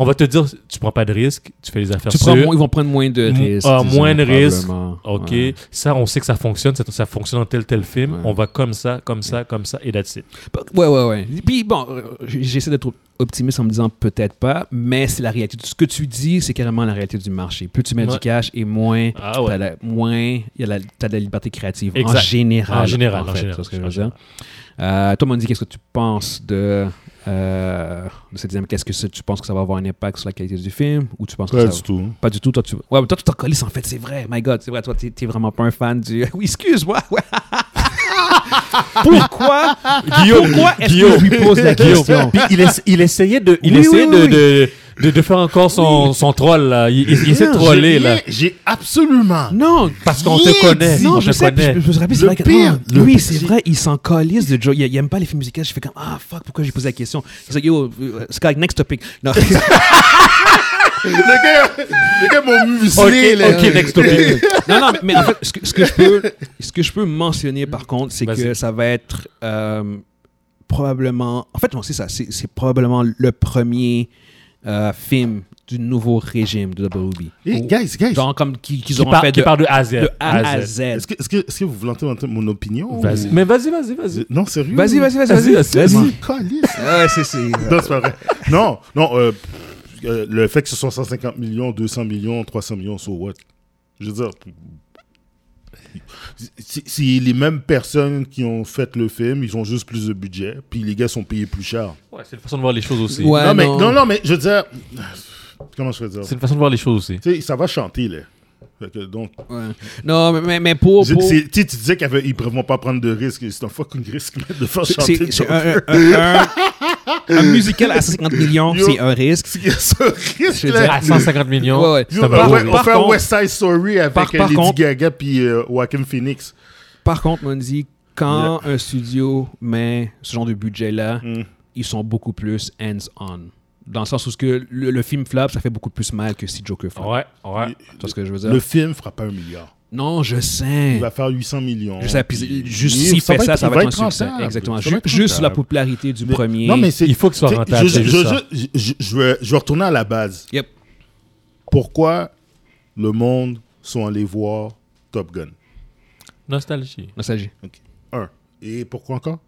Speaker 3: On va te dire, tu prends pas de risques, tu fais les affaires
Speaker 2: Tu prends
Speaker 3: sûres.
Speaker 2: moins- ils vont prendre moins de
Speaker 3: Mo-
Speaker 2: risques.
Speaker 3: ah,
Speaker 2: disons,
Speaker 3: moins de risques.
Speaker 2: probablement.
Speaker 3: OK,
Speaker 2: Ouais.
Speaker 3: ça, on sait que ça fonctionne. Ça, ça fonctionne dans tel, tel film.
Speaker 2: Ouais.
Speaker 3: On va comme ça, comme ça, comme ça, et that's it.
Speaker 2: Ouais, ouais, ouais. Puis bon, euh, j'essaie d'être optimiste en me disant peut-être pas, mais c'est la réalité. Ce que tu dis, c'est carrément la réalité du marché. Plus tu mets du
Speaker 3: Ouais.
Speaker 2: cash et moins,
Speaker 3: Ah ouais.
Speaker 2: t'as la- moins, il y a la, t'as de la liberté créative en
Speaker 3: Exact.
Speaker 2: général.
Speaker 3: En général, en
Speaker 2: fait,
Speaker 3: général,
Speaker 2: c'est ce que je
Speaker 3: en
Speaker 2: veux dire. Euh, toi, Mandy, qu'est-ce que tu penses de, euh, de cette dynamique Est-ce que ça- tu penses que ça va avoir un impact sur la qualité du film ou tu penses que
Speaker 1: Pas
Speaker 2: ça
Speaker 1: du tout. hein.
Speaker 2: Pas du tout, toi tu. Ouais, mais toi tu t'en colles, en fait, c'est vrai. My God, c'est vrai, toi t'es t'es vraiment pas un fan du. Oui, excuse-moi. ouais. Pourquoi
Speaker 3: Guillaume,
Speaker 2: Ah, Pourquoi est-ce que je lui pose la question
Speaker 3: Puis il, ess- il essayait de, il
Speaker 2: Oui,
Speaker 3: essayait
Speaker 2: oui,
Speaker 3: de,
Speaker 2: oui.
Speaker 3: De, de, de faire encore son, son troll. Là. Il, il- il essaie de
Speaker 1: J'ai
Speaker 3: troller.
Speaker 1: rien-
Speaker 3: Là.
Speaker 1: J'ai absolument.
Speaker 2: Non,
Speaker 3: Parce qu'on te
Speaker 1: Rien
Speaker 3: connaît.
Speaker 1: dit.
Speaker 3: on
Speaker 2: non, je
Speaker 3: te
Speaker 2: sais, puis
Speaker 3: connaît.
Speaker 2: je, je me rappelle, c'est
Speaker 1: Le
Speaker 2: vrai que-
Speaker 1: pire,
Speaker 2: ah,
Speaker 1: le
Speaker 2: oui,
Speaker 1: pire,
Speaker 2: c'est
Speaker 1: j'ai-
Speaker 2: vrai, il s'en calisse de Joe. Il, il aime pas les films musicales. Je fais comme, ah fuck, pourquoi j'ai posé la question C'est like, yo, euh, Sky, next topic. Non,
Speaker 1: Les gars, les gars m'ont muselé,
Speaker 3: OK,
Speaker 1: là.
Speaker 3: OK, next topic.
Speaker 2: non, non, mais en fait, ce que, ce que je, peux, ce que je peux mentionner par contre, c'est
Speaker 3: Vas-y.
Speaker 2: que ça va être euh, probablement. En fait, on sait ça, c'est c'est probablement le premier euh, film du nouveau régime de WB.
Speaker 1: Hey, guys, guys.
Speaker 2: Genre comme qui- qu'ils
Speaker 3: Qui
Speaker 2: auront
Speaker 3: part,
Speaker 2: fait
Speaker 3: qui
Speaker 2: de,
Speaker 3: part de A à Z.
Speaker 2: de A à Z.
Speaker 1: Est-ce que, est-ce que, est-ce que vous voulez entendre mon opinion? ou-
Speaker 3: Vas-y. Mais vas-y, vas-y, vas-y.
Speaker 1: Non, sérieux?
Speaker 2: Vas-y, vas-y, vas-y,
Speaker 3: Vas-y,
Speaker 2: vas-y,
Speaker 3: vas-y,
Speaker 2: vas-y.
Speaker 1: Mon calice.
Speaker 2: Ouais, c'est c'est.
Speaker 1: Non, c'est pas vrai. Non, non, euh, pff, euh, le fait que ce soit 150 millions, 200 millions, 300 millions, so what? Je veux dire, c'est c'est les mêmes personnes qui ont fait le film, ils ont juste plus de budget, puis les gars sont payés plus cher.
Speaker 3: Ouais, c'est une façon de voir les choses aussi.
Speaker 2: Ouais,
Speaker 1: non, mais, non, non, mais je veux dire, comment je peux dire?
Speaker 3: C'est une façon de voir les choses aussi.
Speaker 1: Tu sais, ça va chanter, là. Fait que donc,
Speaker 2: ouais. Non, mais, mais, mais pour.
Speaker 1: c'est-
Speaker 2: pour-
Speaker 1: c'est- tu sais, tu disais qu'ils ne vont pas prendre de risques. C'est un fucking risque de faire chanter.
Speaker 2: C'est
Speaker 1: le
Speaker 2: c'est
Speaker 1: Joker.
Speaker 2: un, un, un, un musical à 50 millions,
Speaker 1: Yo.
Speaker 2: c'est un risque.
Speaker 1: C'est ce
Speaker 2: Je veux dire,
Speaker 1: risque-là.
Speaker 3: À 150 millions.
Speaker 2: Ouais, ouais.
Speaker 1: Yo,
Speaker 3: Ça
Speaker 1: on
Speaker 3: va
Speaker 2: Par-
Speaker 1: fait-
Speaker 3: rouler.
Speaker 1: on
Speaker 2: par
Speaker 1: fait un
Speaker 2: contre-
Speaker 1: West Side Story avec
Speaker 2: par-
Speaker 1: euh,
Speaker 2: par
Speaker 1: Lady
Speaker 2: contre-
Speaker 1: Gaga puis euh, Joaquin Phoenix.
Speaker 2: Par contre, Monzi, quand un studio met ce genre de budget-là,
Speaker 1: Mm.
Speaker 2: ils sont beaucoup plus hands-on. Dans le sens où ce que le, le film flop, ça fait beaucoup plus mal que si Joker flop.
Speaker 3: Ouais, ouais.
Speaker 2: Tu vois ce que je veux dire?
Speaker 1: Le film fera pas un milliard.
Speaker 2: Non, je sais.
Speaker 1: Il va faire 800 millions.
Speaker 2: Je sais, puis juste
Speaker 1: Il-
Speaker 2: s'il
Speaker 1: ça
Speaker 2: fait
Speaker 1: va
Speaker 2: ça,
Speaker 1: être-
Speaker 2: ça
Speaker 1: il
Speaker 2: va être un succès.
Speaker 1: rentable.
Speaker 2: Exactement.
Speaker 1: Ça va
Speaker 2: Ju-
Speaker 1: être
Speaker 2: Juste sur la
Speaker 1: rentable.
Speaker 2: popularité du
Speaker 1: Mais-
Speaker 2: premier.
Speaker 1: Non, mais c'est-
Speaker 3: Il faut qu'il soit
Speaker 1: tu sais,
Speaker 3: rentable,
Speaker 1: Je,
Speaker 3: c'est
Speaker 1: je-
Speaker 3: juste ça.
Speaker 1: je- je- je vais, je vais retourner à la base.
Speaker 2: Yep.
Speaker 1: Pourquoi le monde sont allés voir Top Gun
Speaker 3: Nostalgie.
Speaker 2: Nostalgie.
Speaker 1: Ok. Un. Et pourquoi encore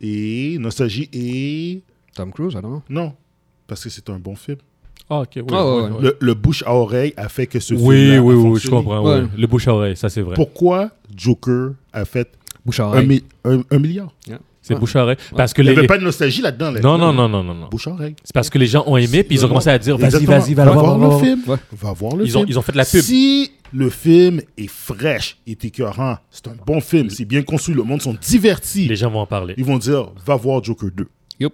Speaker 1: Et Nostalgie et.
Speaker 2: Tom Cruise, alors?
Speaker 1: Non. Parce que c'est un bon film.
Speaker 3: Ah, ok, oui.
Speaker 2: Ah, ouais,
Speaker 3: oui,
Speaker 2: ouais.
Speaker 3: oui.
Speaker 1: Le, le bouche à oreille a fait que ce film.
Speaker 3: Oui, oui, oui, je comprends.
Speaker 2: Ouais.
Speaker 3: oui. Le bouche à oreille, ça c'est vrai.
Speaker 1: Pourquoi Joker a fait
Speaker 2: Bouchard.
Speaker 1: un, mi- un- un milliard.
Speaker 3: C'est bouche à oreille. Parce que
Speaker 1: Il n'y
Speaker 3: les.
Speaker 1: avait pas de nostalgie là-dedans. Là.
Speaker 3: Non, non, non, non, non. non.
Speaker 1: Bouche à oreille.
Speaker 3: C'est parce que les gens ont aimé, puis ils ont commencé à dire vas-y,
Speaker 1: Exactement.
Speaker 3: vas-y, va
Speaker 1: va,
Speaker 3: le
Speaker 1: voir,
Speaker 3: voir. va
Speaker 1: le
Speaker 3: voir.
Speaker 1: film.
Speaker 2: Ouais.
Speaker 1: Va voir le
Speaker 3: Ils ont,
Speaker 1: film.
Speaker 3: ils ont fait de la pub.
Speaker 1: Si le film est fraîche, est écœurant, c'est un bon film, c'est bien construit, le monde sont divertis,
Speaker 3: Les gens vont en parler.
Speaker 1: ils vont dire va voir Joker 2.
Speaker 2: Yep.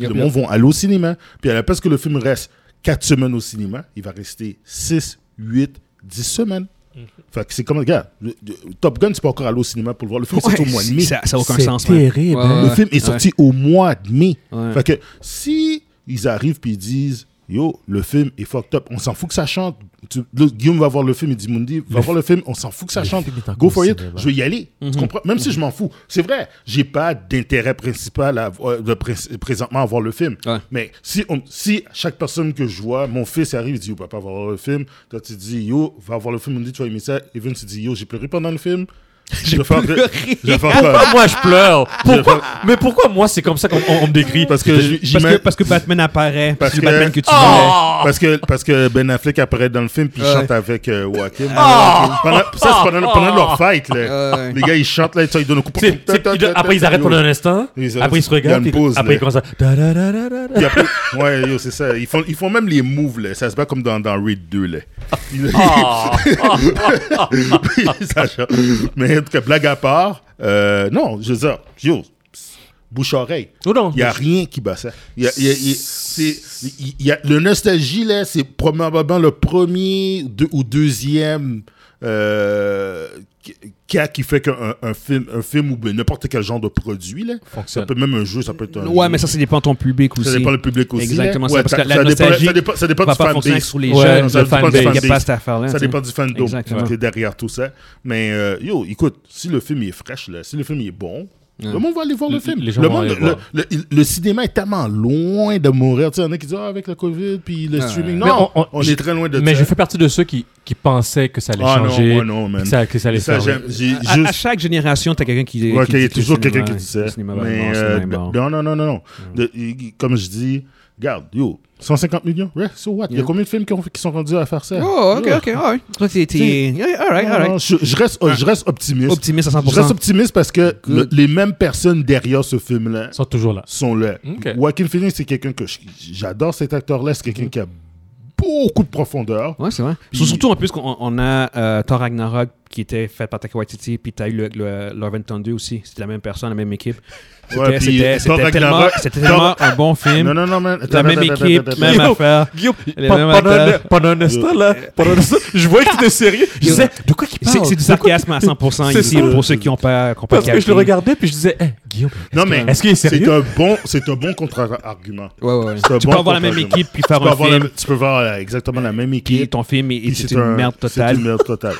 Speaker 1: le
Speaker 2: Yep,
Speaker 1: monde
Speaker 2: yep.
Speaker 1: vont aller au cinéma. Puis à la place que le film reste 4 semaines au cinéma, il va rester 6, 8, 10 semaines.
Speaker 3: Mhm.
Speaker 1: Fait que c'est comme, regarde, le- le- Top Gun, c'est pas encore aller au cinéma pour le voir. Le film, c'est au mois de mai.
Speaker 2: Ça ça n'a aucun
Speaker 3: C'est
Speaker 2: sens, man.
Speaker 3: terrible,
Speaker 2: Ouais,
Speaker 3: hein.
Speaker 1: Le
Speaker 2: ouais,
Speaker 1: film est
Speaker 2: ouais.
Speaker 1: sorti au mois de mai.
Speaker 2: Ouais.
Speaker 1: Fait que si ils arrivent puis ils disent Yo, le film est fucked up, on s'en fout que ça chante. Tu- le- Guillaume va voir le film, il dit Mundi, va voir le film, on s'en fout que ça
Speaker 3: le
Speaker 1: chante.
Speaker 3: film est encore
Speaker 1: Go for
Speaker 3: au
Speaker 1: it,
Speaker 3: cinéma.
Speaker 1: je vais y aller. Tu comprends? Même si je m'en fous. C'est vrai, j'ai pas d'intérêt principal à, vo- euh, de pré- présentement à voir le film.
Speaker 2: Ouais.
Speaker 1: Mais si, on- si chaque personne que je vois, mon fils arrive, il dit Yo, papa, va voir le film. Toi, tu dis Yo, va voir le film, Mundi, tu vas aimer ça. Evan, tu dis Yo, j'ai pleuré pendant le film. J'ai
Speaker 2: pleuré.
Speaker 1: Je vais faire comme-
Speaker 3: Pourquoi moi je pleure Pourquoi Mais pourquoi moi c'est comme ça qu'on on- on me décrit
Speaker 1: Parce que j-
Speaker 2: Parce que,
Speaker 1: j'imagine-
Speaker 2: parce que Batman apparaît.
Speaker 1: Parce
Speaker 2: c'est le
Speaker 1: que-
Speaker 2: Batman que tu voulais.
Speaker 3: Oh
Speaker 1: Parce que, parce que Ben Affleck apparaît dans le film puis il
Speaker 2: Ouais.
Speaker 1: chante avec euh, Joaquin. Pendant, ça, c'est pendant, pendant leur fight. Là.
Speaker 2: Ouais.
Speaker 1: Les gars, ils chantent, là, ils donnent un coup.
Speaker 3: Tu sais, tu sais, ils- Après ils arrêtent pendant un instant,
Speaker 1: Ils arrêtent.
Speaker 3: après ils se
Speaker 1: Il y a
Speaker 3: regardent,
Speaker 1: une
Speaker 3: puis
Speaker 1: pause,
Speaker 3: après
Speaker 1: là.
Speaker 3: ils commencent à. Da, da, da, da, da, da.
Speaker 1: Puis après- ouais, yo, c'est ça. Ils font, ils font même les moves. Là. Ça se bat comme dans, dans Raid 2. Là. Ils-
Speaker 3: Ah.
Speaker 1: Ça change. Mais en tout cas, blague à part, euh, non, je veux dire, yo, bouche-oreille.
Speaker 3: Non, non.
Speaker 1: Il n'y a rien qui bat ça. Il y a, il y a- il- c'est- il y a- le nostalgie, là, c'est probablement le premier ou deux- ou deuxième euh, qui- qui, a- qui fait qu'un un film, un film ou ben, n'importe quel genre de produit, là, ça
Speaker 3: Fonctionne.
Speaker 1: peut même un jeu, ça peut être un
Speaker 2: Ouais,
Speaker 1: jeu.
Speaker 2: mais ça, ça dépend de ton public aussi.
Speaker 1: Ça dépend du public aussi.
Speaker 2: Exactement,
Speaker 1: là.
Speaker 2: c'est parce
Speaker 1: ça-
Speaker 2: que la
Speaker 1: ça dépend-
Speaker 2: nostalgie
Speaker 1: ça dépend, ça dépend
Speaker 2: va
Speaker 1: du
Speaker 2: pas fonctionner
Speaker 1: fanbase.
Speaker 2: sur les
Speaker 3: Ouais,
Speaker 2: jeunes.
Speaker 1: ça
Speaker 2: Ça
Speaker 1: dépend
Speaker 2: dépend
Speaker 1: du
Speaker 2: Il n'y a
Speaker 1: fanbase.
Speaker 2: pas cette affaire-là.
Speaker 1: Ça
Speaker 2: tu sais.
Speaker 1: dépend du fandom
Speaker 2: Exactement.
Speaker 1: qui est derrière tout ça. Mais euh, yo, écoute, si le film il est fraîche, là, si le film il est bon, le monde va aller voir le,
Speaker 3: Le-
Speaker 1: film.
Speaker 3: les gens
Speaker 1: le,
Speaker 3: vont
Speaker 1: monde-
Speaker 3: aller
Speaker 1: le-
Speaker 3: voir.
Speaker 1: le- il- le cinéma est tellement loin de mourir. Tu sais, il y en a qui disent Ah, avec le COVID puis le
Speaker 2: Ah.
Speaker 1: streaming.
Speaker 3: Mais
Speaker 1: Non, on,
Speaker 3: on- on-
Speaker 1: est
Speaker 3: j'ai-
Speaker 1: très loin de
Speaker 3: Mais
Speaker 1: ça.
Speaker 3: je fais partie de ceux qui, qui pensaient que ça allait
Speaker 1: Ah non,
Speaker 3: changer.
Speaker 1: moi non, man.
Speaker 3: que ça- que ça allait
Speaker 1: Ça,
Speaker 3: changer.
Speaker 1: j'aime- j'ai
Speaker 2: À, à
Speaker 1: juste.
Speaker 2: chaque génération, t'as quelqu'un qui,
Speaker 1: Ouais,
Speaker 2: qui
Speaker 1: qu'il y a
Speaker 2: dit que le
Speaker 1: toujours
Speaker 2: cinéma-
Speaker 1: quelqu'un qui dit ça.
Speaker 2: le cinéma va hein.
Speaker 1: Mais
Speaker 2: être bon, le
Speaker 1: euh,
Speaker 2: cinéma est bon. Mm.
Speaker 1: non, non, non, non. non. De- il- comme je dis, regarde, yo, 150 millions, ouais, so what? Il y a
Speaker 2: Yeah.
Speaker 1: combien de films qui, ont- qui sont rendus à faire ça?
Speaker 2: Oh, ok,
Speaker 1: Yo.
Speaker 2: ok, alright. Toi, t'es. t'es- yeah, Alright,
Speaker 1: Non, non,
Speaker 2: alright.
Speaker 1: je, je reste, je reste optimiste.
Speaker 2: Optimiste à
Speaker 1: Je reste
Speaker 2: 100%.
Speaker 1: optimiste parce que le-
Speaker 2: Good.
Speaker 1: les mêmes personnes derrière ce film-là
Speaker 3: Ils sont toujours là.
Speaker 1: sont là.
Speaker 3: Ok.
Speaker 1: Joaquin Phoenix, c'est quelqu'un que je- j'adore cet acteur-là. C'est
Speaker 2: Mm.
Speaker 1: quelqu'un qui a beaucoup de profondeur.
Speaker 2: Ouais, c'est vrai.
Speaker 1: Puis-
Speaker 2: Surtout en plus qu'on on a euh, Thor Ragnarok qui était fait par Taika Waititi, puis t'as eu le, le Love and Thunder aussi. C'était la même personne, la même équipe. C'était
Speaker 1: Ouais, puis
Speaker 2: c'était-
Speaker 1: Thor
Speaker 2: c'était tellement,
Speaker 1: Ragnarok-
Speaker 2: c'était
Speaker 1: Thor-
Speaker 2: tellement un bon film.
Speaker 1: Non, non, non, man.
Speaker 2: la
Speaker 1: Attends,
Speaker 2: même
Speaker 1: attends,
Speaker 2: équipe,
Speaker 1: attends,
Speaker 2: même
Speaker 1: attends.
Speaker 2: affaire.
Speaker 3: Guillaume,
Speaker 2: Les mêmes
Speaker 3: pa- pendant,
Speaker 2: acteurs.
Speaker 3: pendant un instant, là,
Speaker 1: Euh,
Speaker 3: pendant un instant, je voyais que t'étais sérieux. Je disais, de quoi qu'il
Speaker 2: C'est
Speaker 3: parle
Speaker 2: c'est du
Speaker 3: De quoi-
Speaker 2: sarcasme à 100%
Speaker 3: C'est
Speaker 2: ici
Speaker 3: ça.
Speaker 2: pour ceux qui n'ont pas, qui ont pas
Speaker 3: Parce que je
Speaker 2: capté.
Speaker 3: le regardais, puis je disais, Hey, Guillaume,
Speaker 1: Non,
Speaker 3: est-ce
Speaker 1: mais
Speaker 3: que- est-ce qu'il est
Speaker 1: Hein, C'est
Speaker 3: sérieux
Speaker 1: un bon, c'est un bon contre-argument.
Speaker 2: Ouais, ouais, ouais.
Speaker 1: C'est un
Speaker 2: Tu
Speaker 1: bon
Speaker 2: peux avoir la même
Speaker 1: contre-argument.
Speaker 2: équipe puis
Speaker 1: Tu
Speaker 2: faire
Speaker 1: peux
Speaker 2: un
Speaker 1: avoir la-
Speaker 2: film,
Speaker 1: Tu peux voir euh, exactement la même
Speaker 2: puis
Speaker 1: équipe.
Speaker 2: ton film est,
Speaker 1: puis
Speaker 2: est une
Speaker 1: un-
Speaker 2: merde
Speaker 1: C'est une
Speaker 2: totale.
Speaker 1: merde totale.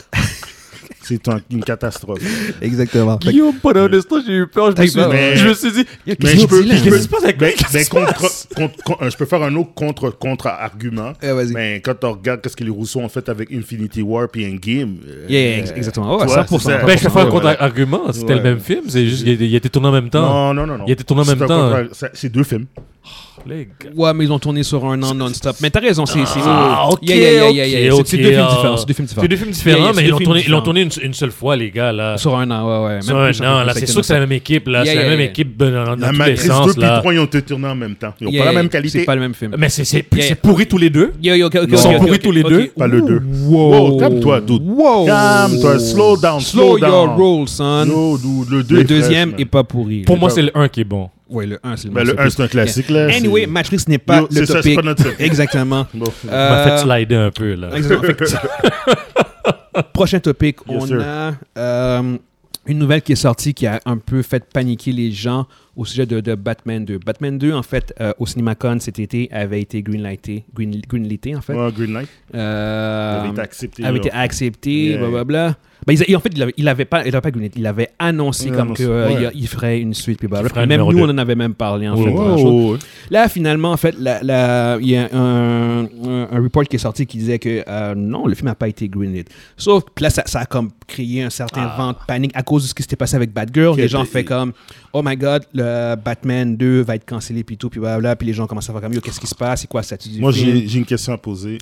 Speaker 1: C'est un- une catastrophe.
Speaker 2: Exactement. Fait que-
Speaker 3: Guillaume, pendant un instant, j'ai eu peur. Je me suis,
Speaker 1: Mais-
Speaker 3: je me suis dit,
Speaker 1: Mais je peux,
Speaker 2: dit, là?
Speaker 1: je peux-
Speaker 2: Qu'est-ce qui se
Speaker 3: passe avec-
Speaker 1: mais-
Speaker 3: qu'est-ce
Speaker 1: mais
Speaker 3: qui se
Speaker 1: contre-
Speaker 3: passe?
Speaker 1: contre- con- euh, je peux faire un autre contre contre argument.
Speaker 2: Eh, vas-y.
Speaker 1: Mais quand on regarde qu'est-ce que les Rousseau ont fait avec Infinity War puis Endgame. euh,
Speaker 2: Yeah, ex- exactement. Ouais,
Speaker 1: tu vois,
Speaker 2: 100%,
Speaker 1: c'est ça.
Speaker 3: ben, je peux faire un
Speaker 1: Ouais, voilà.
Speaker 3: contre-argument. C'était
Speaker 1: Ouais.
Speaker 3: le même film. C'est juste qu'il il était tourné en même temps.
Speaker 1: Non, non, non, non.
Speaker 3: Il était tourné en
Speaker 1: C'est
Speaker 3: même
Speaker 1: un
Speaker 3: temps.
Speaker 2: hein.
Speaker 1: contre- ça- C'est deux films.
Speaker 3: Les gars.
Speaker 2: Ouais, mais ils ont tourné sur un an non-stop. Mais t'as raison, c'est. c'est-
Speaker 3: Ah, ok,
Speaker 2: Yeah, yeah, yeah, yeah, yeah.
Speaker 3: ok,
Speaker 2: C'est- C'est deux films
Speaker 3: ok,
Speaker 2: différents.
Speaker 3: ah.
Speaker 2: C'est deux films différents.
Speaker 3: C'est deux films différents,
Speaker 2: Yeah,
Speaker 3: mais
Speaker 2: c'est
Speaker 3: ils l'ont
Speaker 2: deux
Speaker 3: tourné,
Speaker 2: films
Speaker 3: ils l'ont tourné une, une seule fois, les gars, là.
Speaker 2: Sur un an, ouais, ouais. Même
Speaker 3: Sur
Speaker 2: plus,
Speaker 3: un
Speaker 2: je
Speaker 3: an,
Speaker 2: pense
Speaker 3: là, c'est sûr que c'est la même équipe, là.
Speaker 2: Yeah,
Speaker 3: C'est la
Speaker 2: yeah,
Speaker 3: même
Speaker 2: yeah.
Speaker 3: équipe dans, dans- dans
Speaker 1: La
Speaker 3: tous les
Speaker 1: Matrix 2
Speaker 3: sens,
Speaker 1: puis
Speaker 3: là.
Speaker 1: 3 ils ont été tournés en même temps. Ils n'ont
Speaker 2: Yeah,
Speaker 1: pas la même
Speaker 2: yeah,
Speaker 1: qualité.
Speaker 2: C'est pas le même film.
Speaker 3: Mais c'est c'est-
Speaker 2: Yeah,
Speaker 3: c'est
Speaker 2: yeah.
Speaker 3: pourri tous les deux.
Speaker 2: Yo, yo, ok, ok,
Speaker 1: Ils
Speaker 2: ok,
Speaker 1: sont
Speaker 2: ok,
Speaker 3: pourris
Speaker 2: ok,
Speaker 3: tous les
Speaker 2: ok.
Speaker 3: deux.
Speaker 1: Pas le deux.
Speaker 2: Wow.
Speaker 1: Wow, calme-toi, dude.
Speaker 2: Wow.
Speaker 1: Calme-toi, slow down, slow
Speaker 2: Slow your
Speaker 1: down.
Speaker 2: roll, son.
Speaker 1: Yo, dude, le, deux
Speaker 2: Le
Speaker 1: est fraîche,
Speaker 2: deuxième
Speaker 1: man.
Speaker 2: est pas pourri.
Speaker 3: Pour moi, c'est le 1 qui est bon.
Speaker 2: Ouais, le 1, c'est le
Speaker 1: Ben,
Speaker 2: moins
Speaker 1: le 1, c'est un classique. Là,
Speaker 2: Anyway,
Speaker 1: c'est-
Speaker 2: Matrix n'est pas
Speaker 1: Yo,
Speaker 2: le
Speaker 1: c'est ça,
Speaker 2: topic.
Speaker 1: c'est pas notre film.
Speaker 2: Exactement.
Speaker 1: Bon.
Speaker 3: Ça m'a fait
Speaker 2: Euh,
Speaker 3: slider un peu, là.
Speaker 2: Exactement. Fait que- prochain topic,
Speaker 1: Yes,
Speaker 2: on
Speaker 1: sir.
Speaker 2: a euh, une nouvelle qui est sortie qui a un peu fait paniquer les gens au sujet de, de Batman 2. Batman 2, en fait, euh, au CinemaCon cet été, avait été greenlighté, green, greenlité, en fait.
Speaker 1: Ouais, Green Knight
Speaker 2: Euh,
Speaker 1: avait été accepté.
Speaker 2: avait
Speaker 1: là.
Speaker 2: été accepté,
Speaker 1: Yeah.
Speaker 2: blablabla. Ben, ils a- ils- en fait, il avait, il avait pas, il avait pas greenlighté, il avait annoncé
Speaker 1: Il
Speaker 2: comme euh,
Speaker 1: annonçait,
Speaker 2: qu'il
Speaker 1: ouais.
Speaker 2: ferait une suite, puis blablabla.
Speaker 3: ferait un
Speaker 2: Même
Speaker 3: numéro
Speaker 2: nous, on
Speaker 3: deux.
Speaker 2: en avait même parlé, en
Speaker 1: Ouais,
Speaker 2: fait. dans la
Speaker 1: ouais,
Speaker 2: chose.
Speaker 1: ouais.
Speaker 2: Là, finalement, en fait, la- la- il y a un, un- un report qui est sorti qui disait que euh, non, le film n'a pas été greenlit. Sauf que là, ça, ça a comme créé un certain vent de panique à cause de ce qui s'était passé avec Batgirl.
Speaker 1: Ah. Qui
Speaker 2: les
Speaker 1: était-
Speaker 2: gens fait comme Oh my god, le Batman 2 va être cancellé, puis tout, puis blablabla. Puis les gens commencent à faire comme Yo, qu'est-ce qui se passe C'est quoi ça du
Speaker 1: Moi,
Speaker 2: film?
Speaker 1: j'ai j'ai une question à poser.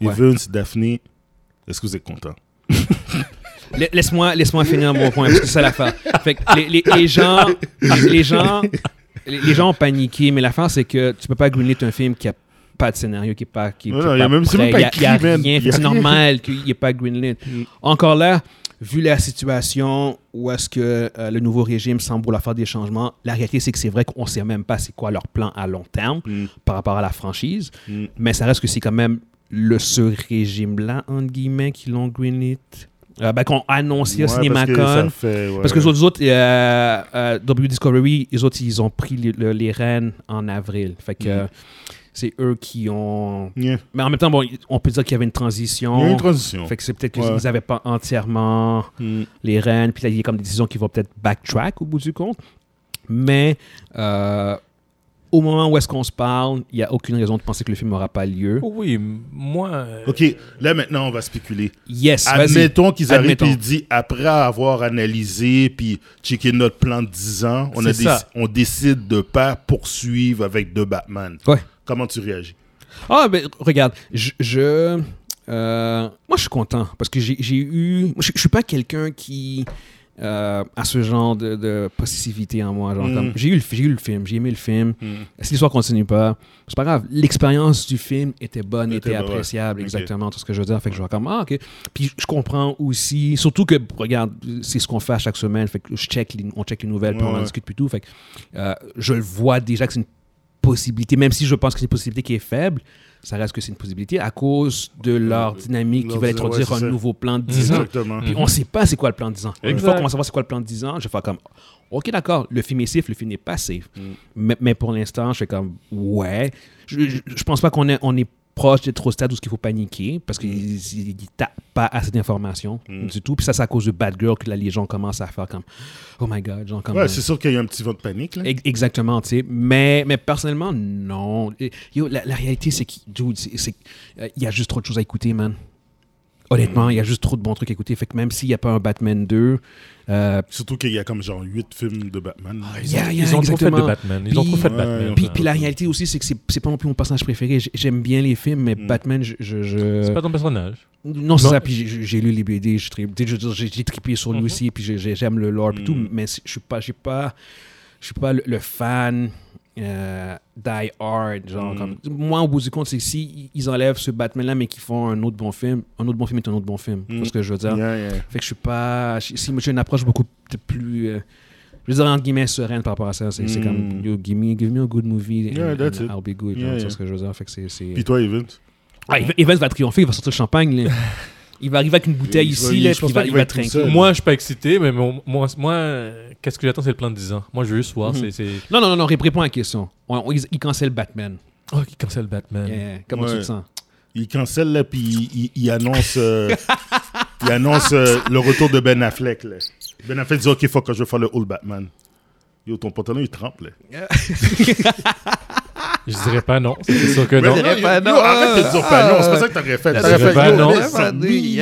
Speaker 2: Ouais.
Speaker 1: Evans, Daphné, est-ce que vous êtes content?
Speaker 2: La- Laisse-moi laisse finir mon point, parce que c'est ça l'affaire. Fait que les, les- les gens, les, les gens, les, les gens ont paniqué, mais l'affaire, c'est que tu peux pas greenlit un film qui a pas de scénario, qui est pas. Qui, qui
Speaker 1: Ouais,
Speaker 2: est
Speaker 1: non,
Speaker 2: pas
Speaker 1: y a même- c'est
Speaker 2: prêt.
Speaker 1: même pas
Speaker 2: Y a- y a
Speaker 1: écrit, man.
Speaker 2: rien.
Speaker 1: Y a
Speaker 2: Fait que C'est
Speaker 1: rien. Mm.
Speaker 2: normal qu'il n'y ait pas greenlit. Encore là, vu la situation où est-ce que euh, le nouveau régime semble vouloir faire des changements, la réalité, c'est que c'est vrai qu'on sait même pas c'est quoi leur plan à long terme
Speaker 1: Mm.
Speaker 2: par rapport à la franchise,
Speaker 1: Mm.
Speaker 2: mais ça reste que c'est quand même le ce régime-là, entre guillemets, qui l'ont greenlit. Euh, ben, qu'on annoncé
Speaker 1: Ouais,
Speaker 2: au
Speaker 1: parce que
Speaker 2: CinemaCon.
Speaker 1: ça fait, ouais.
Speaker 2: Parce que les autres, autres euh, euh, W Discovery, les autres, ils ont pris les, le- les rênes en avril. Fait que
Speaker 1: Mhm.
Speaker 2: euh, c'est eux qui ont.
Speaker 1: Yeah.
Speaker 2: Mais en même temps, bon, on peut dire qu'il y avait une
Speaker 1: Il
Speaker 2: transition.
Speaker 1: y a une transition.
Speaker 2: Fait que c'est peut-être
Speaker 1: Ouais.
Speaker 2: qu'ils n'avaient pas entièrement
Speaker 1: Mm.
Speaker 2: les rênes. Puis là, il y a comme des décisions qui vont peut-être backtrack au bout du compte. Mais euh, au moment où est-ce qu'on se parle, il n'y a aucune raison de penser que le film n'aura pas lieu.
Speaker 3: Oui, m- moi. euh,
Speaker 1: OK, là maintenant, on va spéculer.
Speaker 2: Yes, vas-y.
Speaker 1: Admettons qu'ils arrivent et
Speaker 2: Admettons.
Speaker 1: ils disent après avoir analysé puis checké notre plan de 10 ans, on, a
Speaker 3: C'est
Speaker 1: déc-
Speaker 3: ça.
Speaker 1: on décide de pas poursuivre avec deux Batman.
Speaker 2: Ouais.
Speaker 1: Comment tu réagis
Speaker 2: Ah, ben, regarde, je. je- euh, moi, je suis content parce que j'ai j'ai eu. moi, je, je suis pas quelqu'un qui euh, a ce genre de, de possessivité en moi. genre
Speaker 1: Mm.
Speaker 2: comme- J'ai eu, le fi- j'ai eu le film, j'ai aimé le film. Si l'histoire continue pas, c'est pas grave. L'expérience du film était bonne, était,
Speaker 1: Était bonne, ouais.
Speaker 2: appréciable,
Speaker 1: Ok.
Speaker 2: exactement, tout ce que je veux dire. Fait que je vois comme, ah, ok. Puis je comprends aussi, surtout que, regarde, c'est ce qu'on fait à chaque semaine. Fait que je check les, on check les nouvelles, puis
Speaker 1: Ouais,
Speaker 2: on en
Speaker 1: ouais.
Speaker 2: discute, puis tout. Fait que euh, je le vois déjà que c'est une possibilité, même si je pense que c'est une possibilité qui est faible, ça reste que c'est une possibilité à cause de leur dynamique qui
Speaker 1: Leur
Speaker 2: veut
Speaker 1: dynamique,
Speaker 2: introduire
Speaker 1: ouais,
Speaker 2: un
Speaker 1: c'est ça.
Speaker 2: nouveau plan de 10 ans.
Speaker 1: Exactement.
Speaker 2: Puis on sait pas c'est quoi le plan de 10 ans. Une
Speaker 3: Exact.
Speaker 2: fois qu'on va savoir c'est quoi le plan de 10 ans, je vais faire comme, OK, d'accord, le film est safe, le film n'est pas safe.
Speaker 1: Mm.
Speaker 2: Mais, mais pour l'instant, je fais comme, ouais. Je, je, je pense pas qu'on est, on est proche d'être au stade où il faut paniquer parce
Speaker 1: Mm.
Speaker 2: qu'ils ne tapent pas assez d'informations du tout. Puis ça, c'est à cause de Bad Girl que là, les gens commencent à faire comme, oh my God, genre comme...
Speaker 3: euh,
Speaker 1: Ouais, c'est sûr qu'il y a un petit vent de panique. Là.
Speaker 2: Ex- Exactement, tu sais. Mais, mais personnellement, non. Et- Yo, la, la réalité, c'est qu'il dude, c'est- c'est- euh, il y a juste trop de choses à écouter, man. Honnêtement, il y a juste trop de bons trucs à écouter. Fait que même s'il n'y a pas un Batman 2, euh,
Speaker 1: Surtout qu'il y a comme genre 8 films de Batman.
Speaker 2: il y a, il y a
Speaker 3: Ah, Ils ont trop fait de
Speaker 2: exactement-
Speaker 3: Batman. Ils ont
Speaker 2: Puis-
Speaker 3: trop fait de
Speaker 1: Ouais,
Speaker 3: Batman.
Speaker 1: ils ont
Speaker 2: Puis,
Speaker 1: fait
Speaker 2: puis la réalité aussi, c'est que c'est c'est pas non plus mon personnage préféré. J- J'aime bien les films, mais Batman, je. je- je-
Speaker 3: Mm. C'est pas ton personnage.
Speaker 2: Non, c'est
Speaker 3: Non.
Speaker 2: ça. Puis j'ai- j'ai lu les BD, je tri- tu sais, je veux dire, j'ai j'ai trippé sur
Speaker 1: Mhm.
Speaker 2: lui aussi, puis j'ai- j'ai- j'aime le lore, et tout, mais c'est- je suis pas, j'ai pas, je suis pas le, le fan euh, die hard. Genre, comme,
Speaker 1: Mhm.
Speaker 2: moi, au bout du compte, c'est que si ils enlèvent ce Batman-là, mais qu'ils font un autre bon film, un autre bon film est un autre bon film. C'est ce que je veux dire.
Speaker 1: Mhm. Yeah, yeah.
Speaker 2: Fait que je suis pas. je- Si j'ai une approche beaucoup de plus. euh, je veux dire, entre guillemets, sereine par rapport à ça. C'est c'est comme,
Speaker 1: Mm.
Speaker 2: yo, give me, give me a good movie and,
Speaker 1: Yeah, that's
Speaker 2: and
Speaker 1: it.
Speaker 2: I'll be good.
Speaker 1: Yeah,
Speaker 2: genre,
Speaker 1: yeah.
Speaker 2: C'est ce que je veux dire. Fait que c'est- c'est-
Speaker 1: Puis toi, Evans
Speaker 2: ah, Ev- Evans va triompher, il va sortir le champagne. là. Il va arriver avec une bouteille
Speaker 1: Il va-
Speaker 2: ici, là,
Speaker 1: je
Speaker 2: puis
Speaker 1: pense
Speaker 2: il va,
Speaker 1: pas qu'il
Speaker 2: il
Speaker 1: va
Speaker 2: va
Speaker 1: être tout
Speaker 2: trinquer.
Speaker 1: seul.
Speaker 3: Moi, je suis pas excité, mais mon- moi, moi, euh, qu'est-ce que j'attends, c'est le plan de 10 ans. Moi, je veux juste voir.
Speaker 2: Mhm.
Speaker 3: c'est- C'est.
Speaker 2: Non, non, non, non, ré- réponds à la question. On- on- ils, ils cancellent Batman.
Speaker 3: Oh, qui comme ça le Batman.
Speaker 2: Yeah, Comment
Speaker 1: Ouais.
Speaker 2: tu te sens
Speaker 1: Il cancelle là, puis il, il- il annonce, euh, il annonce euh, le retour de Ben Affleck. Là. Ben Affleck dit Ok, faut que je vais faire le All Batman. Yo, ton pantalon, il trempe. Là.
Speaker 3: Je dirais pas non. C'est sûr que non.
Speaker 1: Ben,
Speaker 2: dirais
Speaker 1: yo,
Speaker 2: pas
Speaker 1: yo,
Speaker 2: non.
Speaker 1: arrête de dire pas non, c'est pas ça que t'aurais fait.
Speaker 3: Je
Speaker 1: T'aurais
Speaker 3: dirais
Speaker 1: fait
Speaker 3: pas
Speaker 1: yo,
Speaker 3: non.
Speaker 1: les zombies.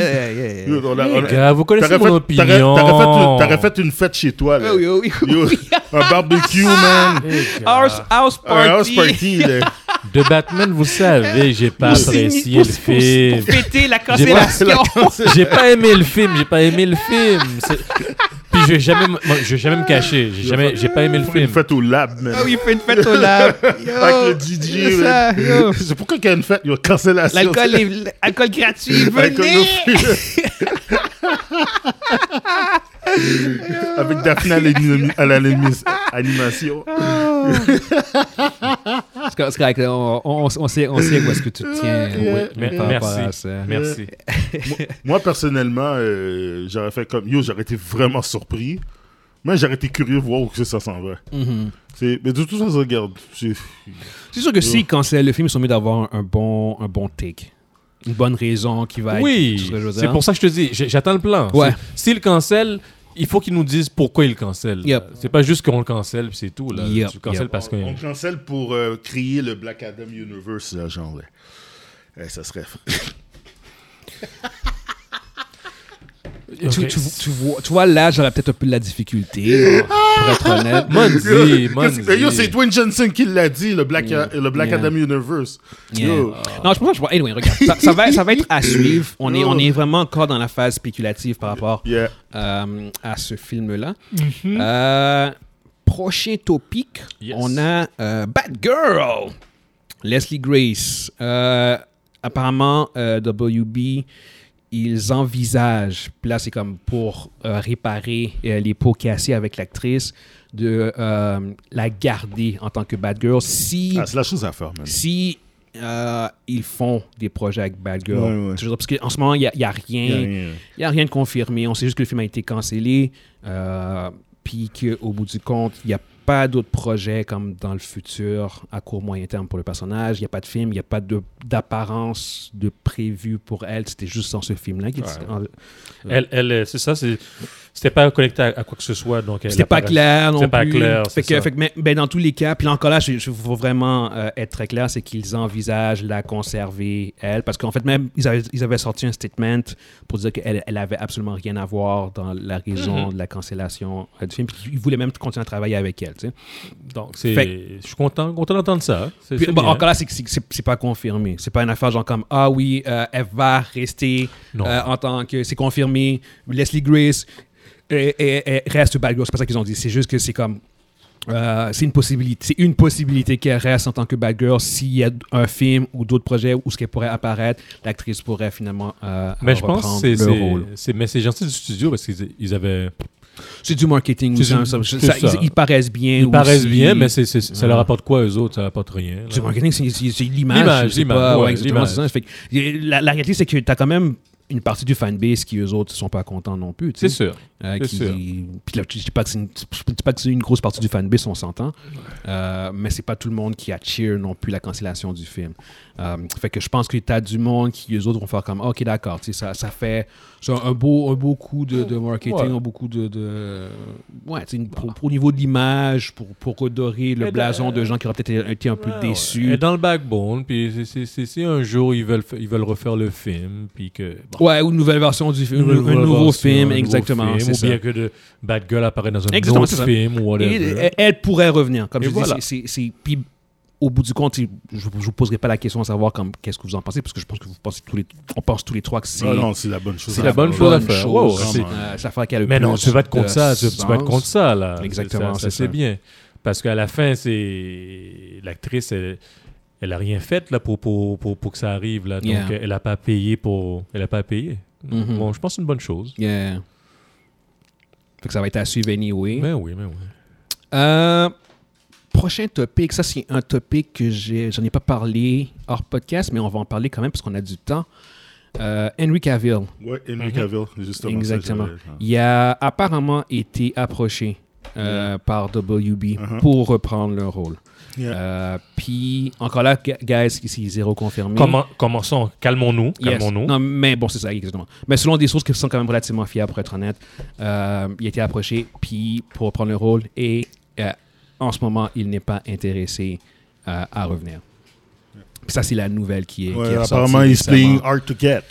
Speaker 1: Yo, on a- on a-
Speaker 3: Gars, vous connaissez
Speaker 1: T'aurais
Speaker 3: mon
Speaker 1: fait- t'aurais-
Speaker 3: opinion.
Speaker 1: T'aurais fait, une- t'aurais fait une fête chez toi.
Speaker 2: Oh,
Speaker 1: Là. Yo, un barbecue, man.
Speaker 2: House, house
Speaker 1: Un
Speaker 2: party.
Speaker 1: house party. là.
Speaker 3: De Batman, vous savez, j'ai pas
Speaker 2: Pour signer-
Speaker 3: apprécié
Speaker 2: pour-
Speaker 3: le
Speaker 2: pour-
Speaker 3: film.
Speaker 2: Pour fêter la cancellation.
Speaker 3: J'ai pas aimé le film, j'ai pas aimé le film. C'est- Puis je vais jamais, m- moi, je vais jamais me cacher. J'ai jamais, j'ai pas aimé le
Speaker 1: Une
Speaker 3: film.
Speaker 1: fête au lab, man.
Speaker 2: Ah oui, il fait une fête au lab. Yo,
Speaker 1: Avec le
Speaker 2: c'est
Speaker 1: DJ.
Speaker 2: ça, yo.
Speaker 1: man. C'est pourquoi qu'il y a une fête, il y a cancellation.
Speaker 2: L'alcool est- alcool gratuit,
Speaker 1: Avec
Speaker 2: venez.
Speaker 1: Avec Daphne à l'anim- à l'animation.
Speaker 2: C'est correct, c'est correct, on, on, on sait, on sait où est-ce que tu te tiens.
Speaker 1: Yeah.
Speaker 2: oui,
Speaker 3: Mais-
Speaker 2: par rapport à
Speaker 3: merci.
Speaker 2: ça.
Speaker 3: Merci.
Speaker 1: Moi, personnellement, euh, j'aurais fait comme yo, j'aurais été vraiment surpris. Mais j'aurais été curieux de voir où que ça s'en va.
Speaker 2: Mhm.
Speaker 1: C'est- Mais de toute façon, regarde. c'est-
Speaker 2: C'est sûr que si quand c'est le film, ils sont mieux d'avoir un bon, un bon take. Une bonne raison qui va être.
Speaker 3: Oui, c'est pour ça que je te dis, j'ai- j'attends le plan.
Speaker 2: Ouais.
Speaker 3: C'est- S'il cancelle, il faut qu'ils nous disent pourquoi il cancelle.
Speaker 2: Yep.
Speaker 3: C'est pas juste qu'on le cancelle, puis c'est tout. Là.
Speaker 2: Yep,
Speaker 3: Tu le cancelles
Speaker 2: yep.
Speaker 3: parce que.
Speaker 1: On cancelle pour euh, créer le Black Adam Universe, là, genre. là. Eh, ça serait.
Speaker 2: ça. Tu,
Speaker 3: Ok.
Speaker 2: tu, tu vois, tu vois, là, j'aurais peut-être un peu de la difficulté, pour être honnête.
Speaker 3: Monzi,
Speaker 1: Qu'est-ce que- ben, Yo, c'est
Speaker 3: Monzi.
Speaker 1: Dwayne Johnson qui l'a dit, le Black,
Speaker 2: Yeah.
Speaker 1: le Black
Speaker 2: Yeah.
Speaker 1: Adam Universe.
Speaker 2: Yeah.
Speaker 1: Yo.
Speaker 2: Non, je pense que je vois. Anyway, regarde, ça, ça va, ça va être à suivre. On est, on est vraiment encore dans la phase spéculative par rapport
Speaker 1: Yeah.
Speaker 2: euh, à ce film-là.
Speaker 1: Mhm.
Speaker 2: Euh, prochain topic,
Speaker 3: Yes.
Speaker 2: on a euh, Batgirl, Leslie Grace. Euh, apparemment, euh, WB, ils envisagent, puis là c'est comme pour euh, réparer euh, les pots cassés avec l'actrice, de euh, la garder en tant que Batgirl si
Speaker 1: Ah, c'est la chose à faire, man.
Speaker 2: si euh, ils font des projets avec Bad Girl.
Speaker 1: Ouais, ouais.
Speaker 2: Je veux dire, Parce qu'en ce moment, il n'y a, il y a
Speaker 1: Y a
Speaker 2: rien.
Speaker 1: rien.
Speaker 2: Il n'y a rien de confirmé. On sait juste que le film a été cancellé. euh, Puis qu'au bout du compte, il n'y a pas d'autres projets comme dans le futur à court moyen terme pour le personnage. Il n'y a pas de film. Il n'y a pas de- d'apparence de, prévu pour elle. C'était juste dans ce film-là. qu'il-
Speaker 1: Ouais.
Speaker 2: en-
Speaker 3: Elle, elle, euh, c'est ça, c'est- c'était pas connecté à, à quoi que ce soit. donc elle
Speaker 2: C'était pas
Speaker 3: apparaît.
Speaker 2: clair non
Speaker 3: C'était pas
Speaker 2: plus.
Speaker 3: clair,
Speaker 2: Fait
Speaker 3: c'est
Speaker 2: que,
Speaker 3: ça.
Speaker 2: fait que, mais, ben, dans tous les cas, puis là encore là, je, je veux vraiment euh, être très clair, c'est qu'ils envisagent la conserver, elle, parce qu'en fait, même, ils avaient, ils avaient sorti un statement pour dire qu'elle elle avait absolument rien à voir dans la raison de la cancellation euh, du film, puis ils voulaient même continuer à travailler avec elle, tu sais.
Speaker 3: Donc, c'est-
Speaker 2: Fait-
Speaker 3: je suis content, content d'entendre ça. hein. C'est-
Speaker 2: Puis,
Speaker 3: c'est
Speaker 2: bon,
Speaker 3: bien.
Speaker 2: encore là, c'est que c'est- c'est c'est pas confirmé. C'est pas une affaire genre comme Ah oui, euh, elle va rester
Speaker 3: Non.
Speaker 2: euh, en tant que. C'est confirmé. Leslie Grace et, reste bad girl. C'est pas ça qu'ils ont dit. C'est juste que c'est comme. euh, c'est une possibilité, c'est une possibilité qu'elle reste en tant que bad girl s'il y a un film ou d'autres projets où ce qu'elle pourrait apparaître, l'actrice pourrait finalement euh,
Speaker 3: Mais je pense
Speaker 2: reprendre
Speaker 3: que c'est-
Speaker 2: le rôle.
Speaker 3: c'est- c'est mais c'est gentil du studio parce qu'ils ils avaient
Speaker 2: C'est du marketing. ou
Speaker 3: C'est
Speaker 2: genre
Speaker 3: du-
Speaker 2: ça-
Speaker 3: c'est
Speaker 2: ça-
Speaker 3: ça.
Speaker 2: Ils, ils paraissent bien.
Speaker 3: Ils paraissent
Speaker 2: aussi. Ah.
Speaker 3: bien, mais c'est- c'est- ça
Speaker 2: Ouais.
Speaker 3: leur apporte quoi, eux autres Ça leur apporte rien. là.
Speaker 2: Du marketing, c'est- c'est c'est l'image.
Speaker 3: L'image,
Speaker 2: c'est
Speaker 3: l'image,
Speaker 2: pas-
Speaker 3: ouais,
Speaker 2: ouais, exactement,
Speaker 3: l'image.
Speaker 2: c'est ça. Fait que, y- la, la réalité, c'est que tu as quand même une partie du fanbase qui, eux autres, sont pas contents non plus. tu
Speaker 3: C'est
Speaker 2: sais.
Speaker 3: sûr.
Speaker 2: Euh,
Speaker 3: c'est
Speaker 2: qui-
Speaker 3: sûr.
Speaker 2: puis là, je dis pas que c'est une, je dis pas que c'est une grosse partie du fanbase, on s'entend. Euh, mais c'est pas tout le monde qui a cheer non plus la cancellation du film. Euh, fait que je pense que t'as du monde qui, eux autres, vont faire comme, ok, d'accord, tu sais, ça, ça fait c'est un, un beau, un beau coup de, de marketing,
Speaker 3: Ouais.
Speaker 2: un beau coup de. de- ouais, tu sais, pour, pour au niveau de l'image, pour, pour redorer le
Speaker 3: Et de-
Speaker 2: blason de gens qui auraient peut-être été un peu
Speaker 3: Ah,
Speaker 2: déçus.
Speaker 3: ouais. Et dans le backbone, puis c'est- c'est- c'est- si un jour ils veulent, fa- ils veulent refaire le film, puis que. bon,
Speaker 2: Ouais, ou une nouvelle version du film,
Speaker 3: une
Speaker 2: un,
Speaker 3: nouvelle
Speaker 2: un nouveau
Speaker 3: version, un
Speaker 2: film,
Speaker 3: nouveau
Speaker 2: exactement.
Speaker 3: film,
Speaker 2: c'est
Speaker 3: Ou
Speaker 2: ça.
Speaker 3: bien que de Bad Girl apparaît dans un
Speaker 2: Exactement, c'est
Speaker 3: autre
Speaker 2: ça.
Speaker 3: film ou
Speaker 2: Et- eh,
Speaker 3: whatever.
Speaker 2: et- elle pourrait revenir. Comme
Speaker 3: euh, Et
Speaker 2: je
Speaker 3: voilà.
Speaker 2: dis, c'est- c'est- c'est. Puis, au bout du compte, c'est- je ne vous poserai pas la question à savoir comme, qu'est-ce que vous en pensez, parce que je pense que vous pensez tous les, on pense tous les trois que c'est
Speaker 1: Ah non, c'est la bonne chose.
Speaker 2: c'est
Speaker 1: à
Speaker 3: la
Speaker 1: faire.
Speaker 3: bonne chose à
Speaker 2: bonne
Speaker 3: faire.
Speaker 2: chose,
Speaker 3: Wow,
Speaker 2: vraiment.
Speaker 3: c'est-
Speaker 2: Euh, c'est l'affaire qui a le
Speaker 3: Mais non,
Speaker 2: plus
Speaker 3: tu vas te contre
Speaker 2: de
Speaker 3: ça, tu, tu vas te
Speaker 2: sens.
Speaker 3: contre ça, là.
Speaker 2: Exactement,
Speaker 3: Ça, ça,
Speaker 2: c'est
Speaker 3: c'est
Speaker 2: ça.
Speaker 3: bien. Parce qu'à la fin, c'est l'actrice, elle, elle a rien fait là, pour, pour, pour, pour que ça arrive. Là. Donc,
Speaker 2: Yeah.
Speaker 3: elle n'a pas payé pour. Elle a pas payé.
Speaker 2: Mhm.
Speaker 3: Bon, je pense que c'est une bonne chose.
Speaker 2: Yeah. Fait que ça va être à suivre anyway.
Speaker 3: Mais oui, mais oui.
Speaker 2: Euh, prochain topic, ça c'est un topic que j'ai, j'en ai pas parlé hors podcast, mais on va en parler quand même parce qu'on a du temps. Euh, Henry Cavill.
Speaker 1: Ouais, Henry Cavill, justement. ça,
Speaker 2: Mhm. Exactement.
Speaker 1: j'allais- ah.
Speaker 2: Il a apparemment été approché euh, par WB pour reprendre le rôle.
Speaker 1: Uh-huh. Yeah.
Speaker 2: Euh, Puis, encore là, gu- guys, c'est zéro confirmé.
Speaker 3: Comment- commençons, calmons-nous.
Speaker 2: Yes.
Speaker 3: Calmons-nous.
Speaker 2: Non, mais bon, c'est ça, exactement. Mais selon des sources qui sont quand même relativement fiables, pour être honnête, euh, il a été approché puis pour reprendre le rôle et euh, en ce moment, il n'est pas intéressé euh, à revenir. Puis ça, c'est la nouvelle qui est. qui
Speaker 1: Ouais,
Speaker 2: est ressortie
Speaker 1: apparemment, il se
Speaker 2: récemment.
Speaker 1: playing hard to get.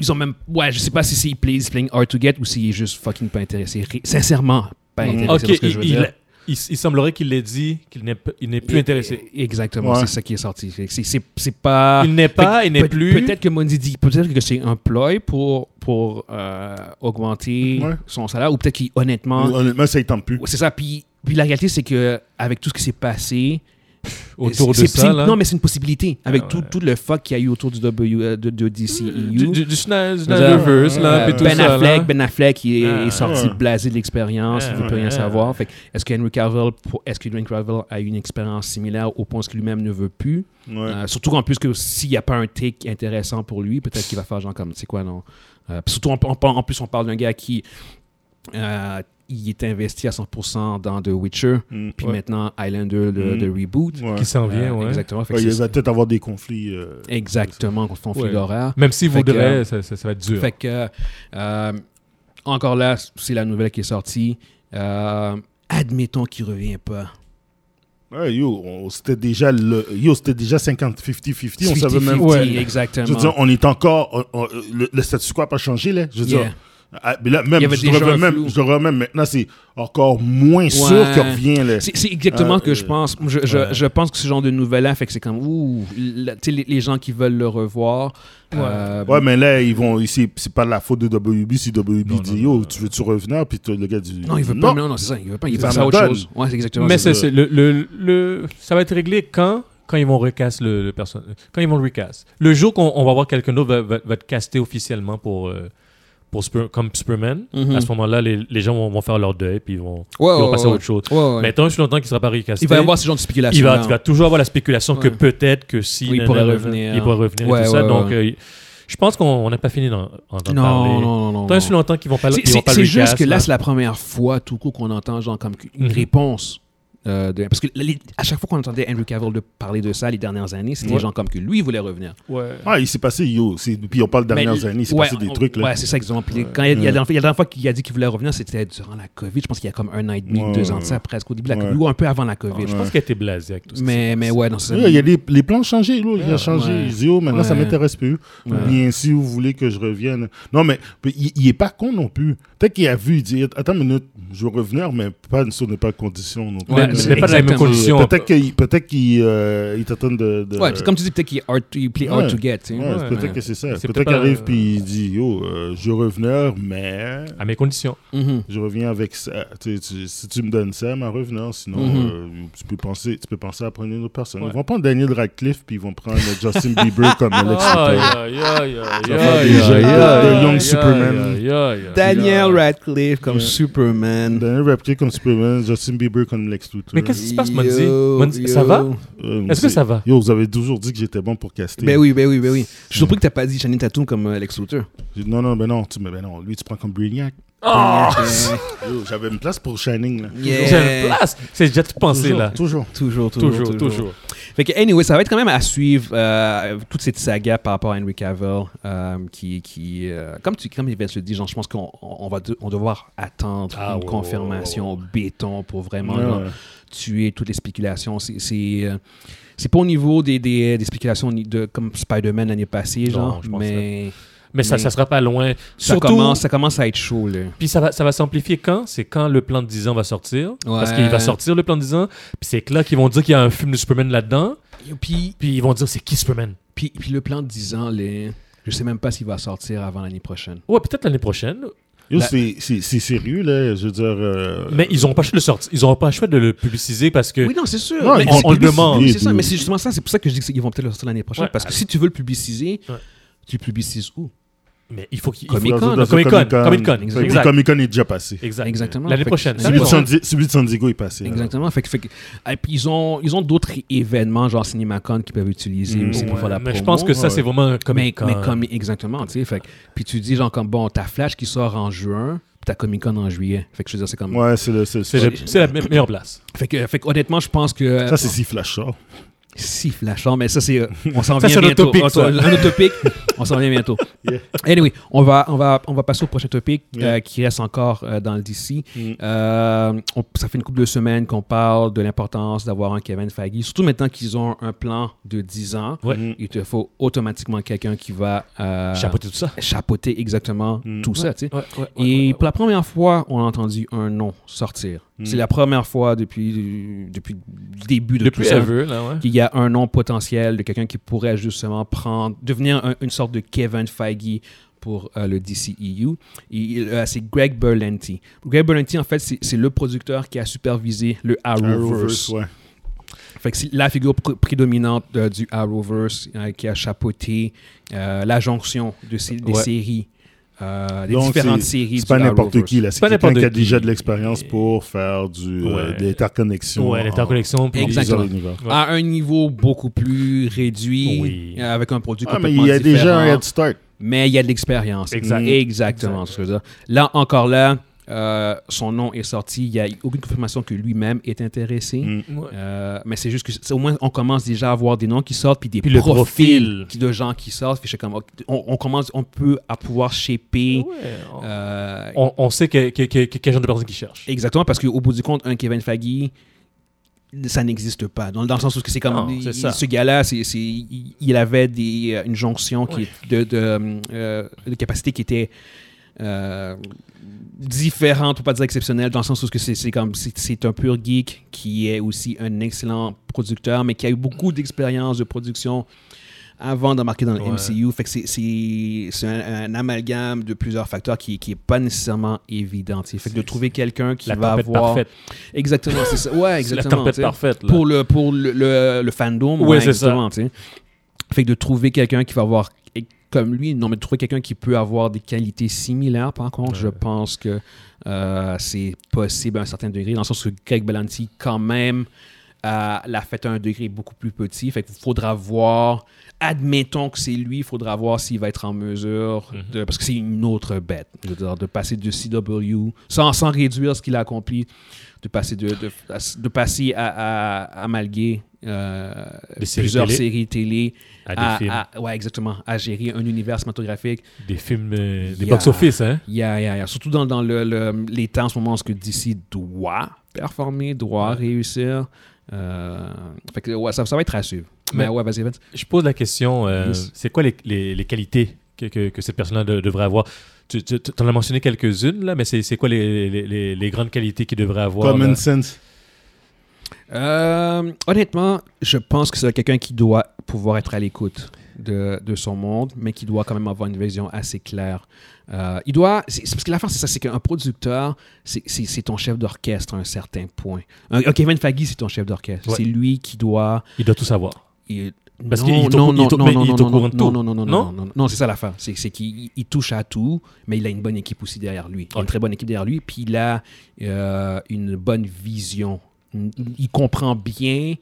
Speaker 2: Ils ont même. Ouais, je sais pas si c'est play, playing hard to get ou s'il est juste fucking pas intéressé. Ré- Sincèrement, pas
Speaker 1: Mhm.
Speaker 2: intéressé.
Speaker 3: Ok,
Speaker 2: c'est ce que je
Speaker 3: il,
Speaker 2: veux
Speaker 3: il,
Speaker 2: dire.
Speaker 3: il- il semblerait qu'il l'ait dit, qu'il n'est p- il n'est plus intéressé.
Speaker 2: Et- Exactement,
Speaker 1: Ouais.
Speaker 2: c'est ça qui est sorti. Fait que c'est- C'est c'est pas.
Speaker 3: Il n'est
Speaker 2: Fait
Speaker 3: pas,
Speaker 2: que
Speaker 3: il n'est
Speaker 2: Ah, peut-
Speaker 3: plus.
Speaker 2: Peut-être que Mondi dit, peut-être que c'est un ploy pour, pour euh, augmenter
Speaker 1: Ouais.
Speaker 2: son salaire, ou peut-être qu'il, honnêtement,
Speaker 1: Honnêtement, ça, il tente plus.
Speaker 2: c'est ça. Puis, puis la réalité, c'est que avec tout ce qui s'est passé,
Speaker 3: autour
Speaker 2: c'est- c'est-
Speaker 3: de
Speaker 2: c'est
Speaker 3: ça.
Speaker 2: une-
Speaker 3: là.
Speaker 2: Non, mais c'est une possibilité. Avec
Speaker 3: Ah
Speaker 2: tout,
Speaker 3: ouais.
Speaker 2: tout le fuck qu'il y a eu autour du w, euh, de, de DCEU.
Speaker 3: du, du, du Schna-
Speaker 2: Euh,
Speaker 3: Snyderverse, là, puis tout
Speaker 2: ben,
Speaker 3: ça.
Speaker 2: Affleck,
Speaker 3: là.
Speaker 2: ben Affleck, il est,
Speaker 3: Ah,
Speaker 2: est sorti
Speaker 1: ouais.
Speaker 2: blasé de l'expérience,
Speaker 3: Ah,
Speaker 2: il ne veut plus
Speaker 3: ouais,
Speaker 2: rien
Speaker 3: ah.
Speaker 2: savoir. Fait que est-ce que Henry Cavill, pour- est-ce que Henry Cavill a eu une expérience similaire au point où lui-même ne veut plus?
Speaker 1: Ouais.
Speaker 2: Euh, surtout qu'en plus que s'il n'y a pas un take intéressant pour lui, peut-être qu'il va faire genre comme, tu sais quoi, non. Euh, puis surtout, en, en- en plus, on parle d'un gars qui euh, il est investi à 100% dans The Witcher,
Speaker 1: Mm.
Speaker 2: puis
Speaker 3: Ouais.
Speaker 2: maintenant Highlander, le,
Speaker 1: Mhm.
Speaker 2: le reboot.
Speaker 1: Ouais.
Speaker 3: Qui s'en
Speaker 2: Euh,
Speaker 3: vient, ouais.
Speaker 2: Exactement. Fait que
Speaker 1: Ouais, il
Speaker 2: c'est-
Speaker 1: va peut-être avoir des conflits. euh,
Speaker 2: exactement, contre son
Speaker 3: Ouais.
Speaker 2: fil horaire.
Speaker 3: Même s'il
Speaker 2: Fait que, euh,
Speaker 3: voudrait, ça, ça, ça va être dur.
Speaker 2: Fait que, euh, encore là, c'est la nouvelle qui est sortie. Euh, admettons qu'il ne revient pas.
Speaker 1: Ouais, yo, on- c'était déjà le, yo, c'était déjà 50, 50, 50, on savait même
Speaker 2: 50-50,
Speaker 1: pas.
Speaker 2: Exactement.
Speaker 1: Je veux dire, on est encore, on- on- le, le statu quo n'a pas changé, là. Je veux
Speaker 2: Yeah.
Speaker 1: dire, ah, mais là,
Speaker 2: Il y
Speaker 1: même,
Speaker 2: avait
Speaker 1: je
Speaker 2: déjà
Speaker 1: devrais
Speaker 2: un
Speaker 1: même,
Speaker 2: flou.
Speaker 1: je devrais même, maintenant, c'est encore moins sûr
Speaker 2: Ouais.
Speaker 1: qu'il revient, là.
Speaker 2: C'est c'est exactement
Speaker 1: Euh,
Speaker 2: ce que je
Speaker 1: euh,
Speaker 2: pense. Je, je-
Speaker 3: ouais.
Speaker 2: je pense que ce genre de nouvelle-là fait que c'est comme, ouh, la- tu sais, les, les gens qui veulent le revoir. euh,
Speaker 1: Ouais, mais là, ils vont, c'est c'est pas de la faute de WB si WB
Speaker 3: Non,
Speaker 1: dit,
Speaker 3: non,
Speaker 1: yo,
Speaker 3: non.
Speaker 1: tu veux-tu revenir, puis toi, le gars dit,
Speaker 2: Non, il veut pas. Non, non, c'est ça. Il veut pas. Il
Speaker 1: Ils
Speaker 2: veut passer à autre
Speaker 1: abandonnent.
Speaker 2: chose. Ouais, c'est exactement
Speaker 3: Mais
Speaker 2: ça.
Speaker 3: c'est,
Speaker 1: ça.
Speaker 3: c'est le, le, le- ça va être réglé quand quand ils vont recast le, le personnage. Quand ils vont le recast. Le jour qu'on on va voir quelqu'un d'autre va, va, va te caster officiellement pour, euh, pour Spur- comme Superman,
Speaker 2: Mhm.
Speaker 3: à ce moment-là, les, les gens vont, vont faire leur deuil puis ils vont,
Speaker 2: Ouais,
Speaker 3: ils vont
Speaker 2: ouais,
Speaker 3: passer
Speaker 2: Oh, ouais.
Speaker 3: à autre chose.
Speaker 2: Ouais, ouais.
Speaker 3: Mais tant que longtemps qu'il ne sera pas recasté,
Speaker 2: il va y avoir ce genre de spéculation.
Speaker 3: il va, il va toujours avoir la spéculation que
Speaker 2: Ouais.
Speaker 3: peut-être que si
Speaker 2: Oui, il
Speaker 3: nanana,
Speaker 2: pourrait
Speaker 3: nanana,
Speaker 2: revenir.
Speaker 3: il pourrait revenir et
Speaker 2: Ouais,
Speaker 3: tout
Speaker 2: ouais,
Speaker 3: ça.
Speaker 2: ouais,
Speaker 3: Donc,
Speaker 2: ouais.
Speaker 3: euh, je pense qu'on on n'a pas fini d'en, d'en
Speaker 2: Non,
Speaker 3: parler.
Speaker 2: non, non, non.
Speaker 3: Tant
Speaker 2: non.
Speaker 3: que longtemps qu'ils vont pas,
Speaker 2: C'est-
Speaker 3: ils vont
Speaker 2: C'est
Speaker 3: pas
Speaker 2: c'est
Speaker 3: le
Speaker 2: juste
Speaker 3: recast,
Speaker 2: que là,
Speaker 3: là.
Speaker 2: c'est la première fois, tout court, qu'on entend genre comme une
Speaker 3: Mhm.
Speaker 2: réponse. euh, de- parce que les- à chaque fois qu'on entendait Andrew Cavill de parler de ça les dernières années, c'était
Speaker 3: Ouais.
Speaker 2: genre comme que lui il voulait revenir.
Speaker 1: Ah, il s'est passé, yo, c'est- puis on parle des dernières
Speaker 2: Mais-
Speaker 1: années, il s'est
Speaker 2: ouais,
Speaker 1: passé des
Speaker 2: on-
Speaker 1: trucs, là.
Speaker 2: Ouais, c'est ça, exemple. Puis Quand il, y a- il y a, la il y a la dernière fois qu'il a dit qu'il voulait revenir, c'était durant la COVID. Je pense qu'il y a comme un an et demi,
Speaker 1: Ouais.
Speaker 2: deux ans de ça, presque au début de la
Speaker 1: Ouais.
Speaker 2: COVID, ou un peu avant la COVID.
Speaker 3: Je pense qu'il a été blasé avec tout ça.
Speaker 2: Mais, mais ouais, non, c'est
Speaker 1: Ouais, Il y a des, les plans ont changé, là, il a changé.
Speaker 2: ouais.
Speaker 1: Il dit, oh, maintenant, ça
Speaker 2: Ouais.
Speaker 1: m'intéresse plus. Ou bien, si vous voulez que je revienne. Non, mais puis il, il est pas con non plus. Peut-être qu'il a vu, il dit, attends une minute, je veux revenir, mais pas sur n'est pas condition non plus.
Speaker 2: Ouais,
Speaker 3: Mais- mais pas dans les mêmes
Speaker 2: Exactement.
Speaker 3: conditions.
Speaker 1: Peut-être qu'il peut-être qu'il, euh, il t'attend de. de-
Speaker 2: Ouais, puis comme tu dis, peut-être qu'il est hard to- il play hard
Speaker 1: Ouais.
Speaker 2: to get. tu sais.
Speaker 1: Ouais,
Speaker 3: Ouais,
Speaker 1: peut-être
Speaker 3: ouais.
Speaker 1: que c'est ça.
Speaker 3: C'est
Speaker 1: Peut-être
Speaker 3: peut-être
Speaker 1: qu'il
Speaker 3: pas-
Speaker 1: arrive puis il dit Yo, euh, je revenais, mais
Speaker 3: À mes conditions.
Speaker 2: Mhm.
Speaker 1: je reviens avec ça. Tu sais, tu- si tu me donnes ça, ma revenant, sinon
Speaker 2: Mhm.
Speaker 1: euh, tu, peux penser, tu peux penser à prendre une autre personne.
Speaker 3: Ouais.
Speaker 1: Ils vont prendre Daniel Radcliffe puis ils vont prendre Justin Bieber comme Alex
Speaker 3: Ah,
Speaker 1: Luthor. aïe,
Speaker 2: aïe, aïe, aïe,
Speaker 3: Le
Speaker 2: aïe,
Speaker 1: aïe,
Speaker 2: Daniel Radcliffe comme
Speaker 1: Ouais.
Speaker 2: Superman.
Speaker 1: Daniel Radcliffe comme Superman, Justin Bieber comme Lex Luthor.
Speaker 3: Mais qu'est-ce qui se passe, Monzi?
Speaker 2: Yo,
Speaker 3: Monzi, ça
Speaker 2: yo.
Speaker 3: va?
Speaker 1: Euh,
Speaker 3: Est-ce que
Speaker 1: c'est-
Speaker 3: ça va?
Speaker 1: Yo, vous avez toujours dit que j'étais bon pour caster.
Speaker 2: Ben oui, ben oui, ben oui. Je suis surpris que t'as pas dit Channing Tatum comme euh, Lex Luthor.
Speaker 1: J'ai dit, non, non, ben non, tu, mais ben non, lui, tu prends comme Brainiac. Euh,
Speaker 3: Ah!
Speaker 1: Yo, j'avais une place pour Shining, là.
Speaker 2: Yeah.
Speaker 3: J'ai une place. C'est déjà tout pensé,
Speaker 1: Toujours,
Speaker 3: là.
Speaker 1: Toujours.
Speaker 2: Toujours, toujours,
Speaker 3: Toujours, toujours.
Speaker 2: Fait que, anyway, ça va être quand même à suivre euh, toute cette saga par rapport à Henry Cavill, euh, qui, qui euh, comme tu, comme Yvette le dit, genre, je pense qu'on on on va de- on devoir attendre
Speaker 3: Ah,
Speaker 2: une
Speaker 3: ouais,
Speaker 2: confirmation
Speaker 3: ouais,
Speaker 2: au béton pour vraiment
Speaker 1: Ouais,
Speaker 2: genre,
Speaker 1: ouais.
Speaker 2: tuer toutes les spéculations. C'est, c'est, euh, c'est pas au niveau des, des, des spéculations ni de, comme Spider-Man l'année passée,
Speaker 3: Non,
Speaker 2: genre,
Speaker 3: je pense
Speaker 2: mais
Speaker 3: Mais ça,
Speaker 2: Mais-
Speaker 3: ça sera pas loin.
Speaker 2: ça,
Speaker 3: Surtout-
Speaker 2: commence, ça commence à être chaud, là.
Speaker 3: Puis ça va, ça va s'amplifier quand C'est quand le plan de 10 ans va sortir. Parce
Speaker 2: Ouais.
Speaker 3: qu'il va sortir le plan de 10 ans. Puis c'est que là qu'ils vont dire qu'il y a un film de Superman là-dedans.
Speaker 2: Puis,
Speaker 3: Puis ils vont dire c'est qui Superman
Speaker 2: puis, puis le plan de 10 ans, là, je sais même pas s'il va sortir avant l'année prochaine.
Speaker 3: Ouais, peut-être l'année prochaine.
Speaker 1: Yo,
Speaker 2: La-
Speaker 1: c'est- c'est c'est sérieux, là. Je veux dire. euh,
Speaker 3: Mais ils ont pas le choix de le sortir. Ils ont pas le choix de le publiciser parce que.
Speaker 2: Oui, non, c'est sûr.
Speaker 1: Non,
Speaker 2: mais
Speaker 1: ils
Speaker 3: on-
Speaker 1: vont
Speaker 3: on le
Speaker 1: publiciser,
Speaker 3: demande.
Speaker 2: C'est ça,
Speaker 1: dude.
Speaker 2: mais c'est justement ça, c'est pour ça que je dis qu'ils vont peut-être le sortir l'année prochaine.
Speaker 3: Ouais.
Speaker 2: parce que si tu veux le publiciser,
Speaker 3: Ouais.
Speaker 2: tu le publicises où
Speaker 3: Mais il faut qu'il. il faut-
Speaker 2: Comic-
Speaker 1: Dans-
Speaker 2: Comic-Con,
Speaker 1: dans-
Speaker 3: Comic-Con, Comic-Con,
Speaker 1: Comic-Con.
Speaker 2: exactement.
Speaker 1: Le Comic-Con est déjà passé.
Speaker 3: Exact.
Speaker 2: Exactement.
Speaker 3: L'année
Speaker 2: Fait que-
Speaker 3: prochaine.
Speaker 2: Celui
Speaker 1: Celui
Speaker 3: l'année
Speaker 1: de,
Speaker 2: Exactement.
Speaker 1: San
Speaker 3: prochaine.
Speaker 1: Di- celui de San Diego est passé. alors.
Speaker 2: Exactement. Fait, que- fait que- et puis ils ont, ils ont d'autres événements, genre CinemaCon, qu'ils peuvent utiliser
Speaker 1: Mhm.
Speaker 2: aussi pour
Speaker 3: Ouais,
Speaker 2: faire la
Speaker 3: mais je
Speaker 2: promo.
Speaker 3: pense que ça,
Speaker 1: ouais.
Speaker 3: c'est vraiment un
Speaker 2: mais,
Speaker 3: Comic-Con.
Speaker 2: mais comme exactement, tu sais. Fait que- puis tu dis genre comme bon, t'as Flash qui sort en juin, puis t'as Comic Con en juillet. Fait que je veux dire, c'est comme.
Speaker 1: Ouais, c'est le. c'est-
Speaker 3: C'est le- c'est la me- meilleure place.
Speaker 2: Fait que, fait que honnêtement, je pense que
Speaker 1: Ça, c'est hein. si Flash sort.
Speaker 2: Si, flashant, mais ça, c'est. euh, On s'en vient
Speaker 3: Ça, c'est un
Speaker 2: bientôt.
Speaker 3: autre topic,
Speaker 2: On s'en-
Speaker 3: ça.
Speaker 2: un autre topic. on s'en vient bientôt.
Speaker 1: Yeah.
Speaker 2: Anyway, on va, on, va, on va passer au prochain topic euh,
Speaker 1: Yeah.
Speaker 2: qui reste encore euh, dans le DC.
Speaker 1: Mm.
Speaker 2: Euh, on- ça fait une couple de semaines qu'on parle de l'importance d'avoir un Kevin Feige, surtout maintenant qu'ils ont un plan de 10 ans.
Speaker 3: Ouais.
Speaker 1: Mm.
Speaker 2: Il te faut automatiquement quelqu'un qui va euh,
Speaker 3: Chapeauter tout ça.
Speaker 2: chapeauter exactement
Speaker 1: Mm.
Speaker 2: tout ça. tu sais.
Speaker 3: Ah. Ouais, ouais, ouais,
Speaker 2: Et
Speaker 3: ouais, ouais.
Speaker 2: pour la première fois, on a entendu un nom sortir.
Speaker 1: Mm.
Speaker 2: C'est la première fois depuis, depuis le début de
Speaker 3: Depuis
Speaker 2: tout ça
Speaker 3: ever, là, ouais.
Speaker 2: qu'il y a un nom potentiel de quelqu'un qui pourrait justement prendre, devenir un- une sorte de Kevin Feige pour euh, le DCEU. Et, euh, c'est Greg Berlanti. Greg Berlanti, en fait, c'est c'est le producteur qui a supervisé le Arrowverse.
Speaker 1: Arrowverse, ouais.
Speaker 2: Fait que c'est la figure pr- prédominante euh, du Arrowverse euh, qui a chapeauté euh, la jonction de ces, des
Speaker 3: Ouais.
Speaker 2: séries, euh, des
Speaker 1: Donc,
Speaker 2: différentes
Speaker 1: c'est-
Speaker 2: séries
Speaker 1: C'est pas
Speaker 2: du
Speaker 1: n'importe
Speaker 2: Arrowverse.
Speaker 1: qui, là. C'est
Speaker 3: pas
Speaker 1: quelqu'un
Speaker 3: n'importe
Speaker 1: qui a
Speaker 3: qui.
Speaker 1: déjà de l'expérience pour faire du, euh,
Speaker 3: Ouais.
Speaker 1: des interconnexions.
Speaker 3: Ouais,
Speaker 1: en-
Speaker 3: l'interconnexion. puis-
Speaker 1: en plusieurs
Speaker 2: Exactement.
Speaker 1: univers.
Speaker 3: Ouais.
Speaker 2: À un niveau beaucoup plus réduit,
Speaker 3: Oui.
Speaker 2: euh, avec un produit
Speaker 1: Ah, mais
Speaker 2: complètement
Speaker 1: il y a déjà
Speaker 2: différent.
Speaker 1: un
Speaker 3: hein.
Speaker 1: head start.
Speaker 2: mais il y a de l'expérience.
Speaker 3: Exact.
Speaker 2: Exactement. c'est ce que je veux dire. Là, encore là, euh, son nom est sorti. Il n'y a aucune confirmation que lui-même est intéressé.
Speaker 1: Mm.
Speaker 3: Ouais.
Speaker 2: Euh, mais c'est juste que c'est- au moins on commence déjà à avoir des noms qui sortent puis des
Speaker 3: Puis le
Speaker 2: profils
Speaker 3: profil.
Speaker 2: qui- de gens qui sortent. Puis je suis comme, ok, on, on commence, on peut à pouvoir shaper.
Speaker 3: Ouais, on-
Speaker 2: euh,
Speaker 3: On, on sait que- que- que- que- quel genre de personne qui cherche.
Speaker 2: Exactement, parce qu'au bout du compte, un Kevin Faggy, ça n'existe pas. Dans, dans le sens où c'est comme.
Speaker 3: Non,
Speaker 2: il-
Speaker 3: c'est ça.
Speaker 2: Ce gars-là, c'est- c'est- il il avait des, euh, une jonction qui, de, de, euh, euh, de capacité qui était. euh, différente, pour pas dire exceptionnelle, dans le sens où ce que c'est c'est comme c'est c'est un pur geek qui est aussi un excellent producteur, mais qui a eu beaucoup d'expérience de production avant d'embarquer dans le
Speaker 3: Ouais.
Speaker 2: MCU. Fait que c'est- c'est c'est un, un amalgame de plusieurs facteurs qui qui est pas nécessairement évident. tu sais. Fait que de trouver quelqu'un qui
Speaker 3: La
Speaker 2: va
Speaker 3: tempête
Speaker 2: avoir
Speaker 3: parfaite.
Speaker 2: exactement c'est ça ouais
Speaker 3: C'est la
Speaker 2: exactement tu
Speaker 3: tempête
Speaker 2: sais.
Speaker 3: parfaite. là.
Speaker 2: pour le pour le, le, le fandom
Speaker 3: Ouais, c'est
Speaker 2: exactement, tu sais. fait que de trouver quelqu'un qui va avoir et comme lui non mais de trouver quelqu'un qui peut avoir des qualités similaires par contre je pense que euh, c'est possible à un certain degré dans le sens que Greg Belanti quand même euh, l'a fait à un degré beaucoup plus petit fait qu'il faudra voir admettons que c'est lui il faudra voir s'il va être en mesure
Speaker 3: Mhm.
Speaker 2: de, parce que c'est une autre bête je veux dire, de passer de CW sans, sans réduire ce qu'il a accompli de passer de, de, de passer à, à amalguer euh,
Speaker 3: Des séries
Speaker 2: plusieurs
Speaker 3: télé.
Speaker 2: séries télé
Speaker 3: À des films.
Speaker 2: ouais exactement à gérer un univers cinématographique
Speaker 3: Des films, euh, des
Speaker 2: Yeah.
Speaker 3: box-office, hein?
Speaker 2: Yeah, yeah, yeah. surtout dans, dans le, le- les temps en ce moment où ce que DC doit performer doit réussir Euh, fait que, ouais, ça, ça va être à suivre mais,
Speaker 3: Mais-
Speaker 2: ouais vas-y Vince.
Speaker 3: Je pose la question, euh,
Speaker 2: Yes.
Speaker 3: c'est quoi les, les- les qualités que, que, que cette personne-là de- devrait avoir? Tu, tu en as mentionné quelques-unes, là, mais c'est c'est quoi les, les, les- les grandes qualités qu'il devrait avoir?
Speaker 1: Common
Speaker 3: là?
Speaker 1: sense.
Speaker 2: Euh, honnêtement, je pense que c'est quelqu'un qui doit pouvoir être à l'écoute de, de son monde, mais qui doit quand même avoir une vision assez claire. Euh, il doit, c'est, c'est parce que l'affaire, c'est ça, c'est qu'un producteur, c'est, c'est- c'est ton chef d'orchestre à un certain point. Un, un Kevin Faggy, c'est ton chef d'orchestre.
Speaker 3: Ouais.
Speaker 2: C'est lui qui doit...
Speaker 3: Il doit tout savoir.
Speaker 2: il-
Speaker 3: Parce
Speaker 2: non,
Speaker 3: qu'il est
Speaker 2: non,
Speaker 3: au- il est
Speaker 2: non,
Speaker 3: au-
Speaker 2: non,
Speaker 3: mais
Speaker 2: non,
Speaker 3: il est au
Speaker 2: non,
Speaker 3: courant de
Speaker 2: non,
Speaker 3: tout.
Speaker 2: non, non, non,
Speaker 3: Non?
Speaker 2: non, non, non, non, c'est ça l'affaire. C'est, c'est qu'il il- il touche à tout, mais il a une bonne équipe aussi derrière lui. Il a une
Speaker 3: Ok.
Speaker 2: très bonne équipe derrière lui, puis il a euh, une bonne vision. Il il comprend bien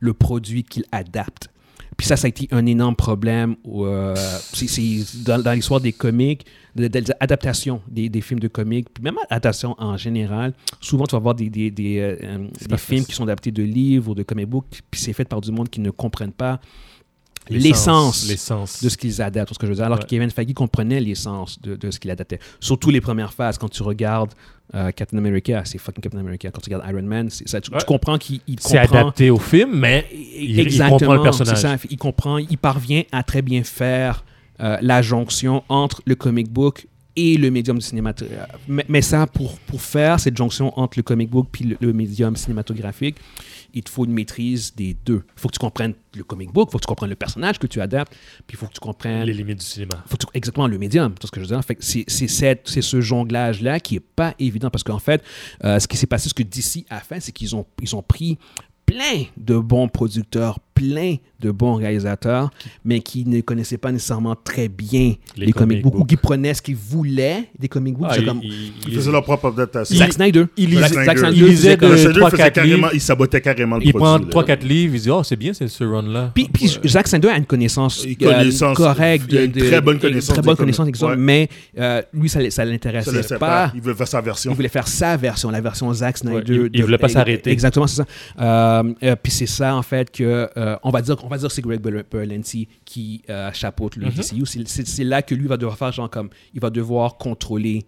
Speaker 2: le produit qu'il adapte. Puis ça, ça a été un énorme problème où, euh, c'est, c'est dans, dans l'histoire des comics, de- des adaptations des, des films de comics, puis même adaptations en général. Souvent, tu vas voir des, des, des, euh, euh, des
Speaker 3: pas
Speaker 2: films
Speaker 3: facile.
Speaker 2: qui sont adaptés de livres ou de comic books, puis c'est fait par du monde qui ne comprennent pas l'essence
Speaker 3: L'essence. L'essence.
Speaker 2: de ce qu'ils adaptent, ce que je veux dire. Alors
Speaker 3: Ouais.
Speaker 2: que Kevin Feige comprenait l'essence de, de ce qu'il adaptait. Surtout les premières phases, quand tu regardes euh, Captain America, c'est fucking Captain America. Quand tu regardes Iron Man, c'est ça, tu, tu
Speaker 3: Ouais.
Speaker 2: comprends qu'il il
Speaker 3: C'est
Speaker 2: comprend
Speaker 3: adapté au film, mais il, il comprend le personnage.
Speaker 2: c'est ça. Il comprend, il parvient à très bien faire euh, la jonction entre le comic book et le médium cinématographique. Mais, mais ça, pour, pour faire cette jonction entre le comic book puis le, le médium cinématographique, il te faut une maîtrise des deux. Il faut que tu comprennes le comic book, il faut que tu comprennes le personnage que tu adaptes, puis il faut que tu comprennes
Speaker 3: Les limites du cinéma.
Speaker 2: faut que tu- exactement le médium, tout ce que je veux dire. Fait que c'est, c'est, cette- c'est ce jonglage-là qui est pas évident parce qu'en fait, euh, ce qui s'est passé, ce que DC a fait, c'est qu'ils ont, ils ont pris plein de bons producteurs, plein de bons réalisateurs, mais qui ne connaissaient pas nécessairement très bien les,
Speaker 3: Les
Speaker 2: comic
Speaker 3: comic
Speaker 2: books ou
Speaker 3: books.
Speaker 2: qui prenaient ce qu'ils voulaient des comic books.
Speaker 3: Ah,
Speaker 2: C'est
Speaker 3: il-
Speaker 2: comme
Speaker 3: il-
Speaker 1: Ils
Speaker 3: il-
Speaker 1: faisaient leur propre adaptation.
Speaker 2: Zack Snyder.
Speaker 3: il
Speaker 2: Zack-
Speaker 3: lisait-
Speaker 2: Zack Snyder
Speaker 3: il
Speaker 2: faisait
Speaker 3: lisait
Speaker 2: comme-
Speaker 3: de-
Speaker 1: Zack Snyder
Speaker 3: trois,
Speaker 1: faisait
Speaker 3: quatre
Speaker 1: carrément,
Speaker 3: livres.
Speaker 1: il sabotait carrément le
Speaker 3: Il
Speaker 1: produit.
Speaker 3: prend
Speaker 1: là.
Speaker 3: 3-4 livres, il dit Oh, c'est bien c'est ce run-là.
Speaker 2: Puis, puis Zack Snyder a une connaissance,
Speaker 1: Une
Speaker 2: euh,
Speaker 1: connaissance.
Speaker 2: correcte.
Speaker 1: Il a une
Speaker 2: de- de-
Speaker 1: très bonne
Speaker 2: une
Speaker 1: connaissance
Speaker 2: Très
Speaker 1: des
Speaker 2: bonne
Speaker 1: comics.
Speaker 2: connaissance, exemple,
Speaker 1: Ouais.
Speaker 2: mais euh, lui, ça ne l'intéressait
Speaker 1: Ça le sait
Speaker 2: pas.
Speaker 1: pas. Il veut faire sa version.
Speaker 2: Il voulait faire sa version, la version Zack Snyder.
Speaker 3: Ouais, il- il
Speaker 2: de-
Speaker 3: voulait pas s'arrêter.
Speaker 2: Exactement, c'est ça. Euh, euh, Puis c'est ça, en fait, que euh, on va dire, on va dire que c'est Greg Ber- Berlanti qui euh, chapeaute
Speaker 3: Mm-hmm.
Speaker 2: le DCU. C'est- C'est c'est là que lui va devoir faire, genre, comme, il va devoir contrôler.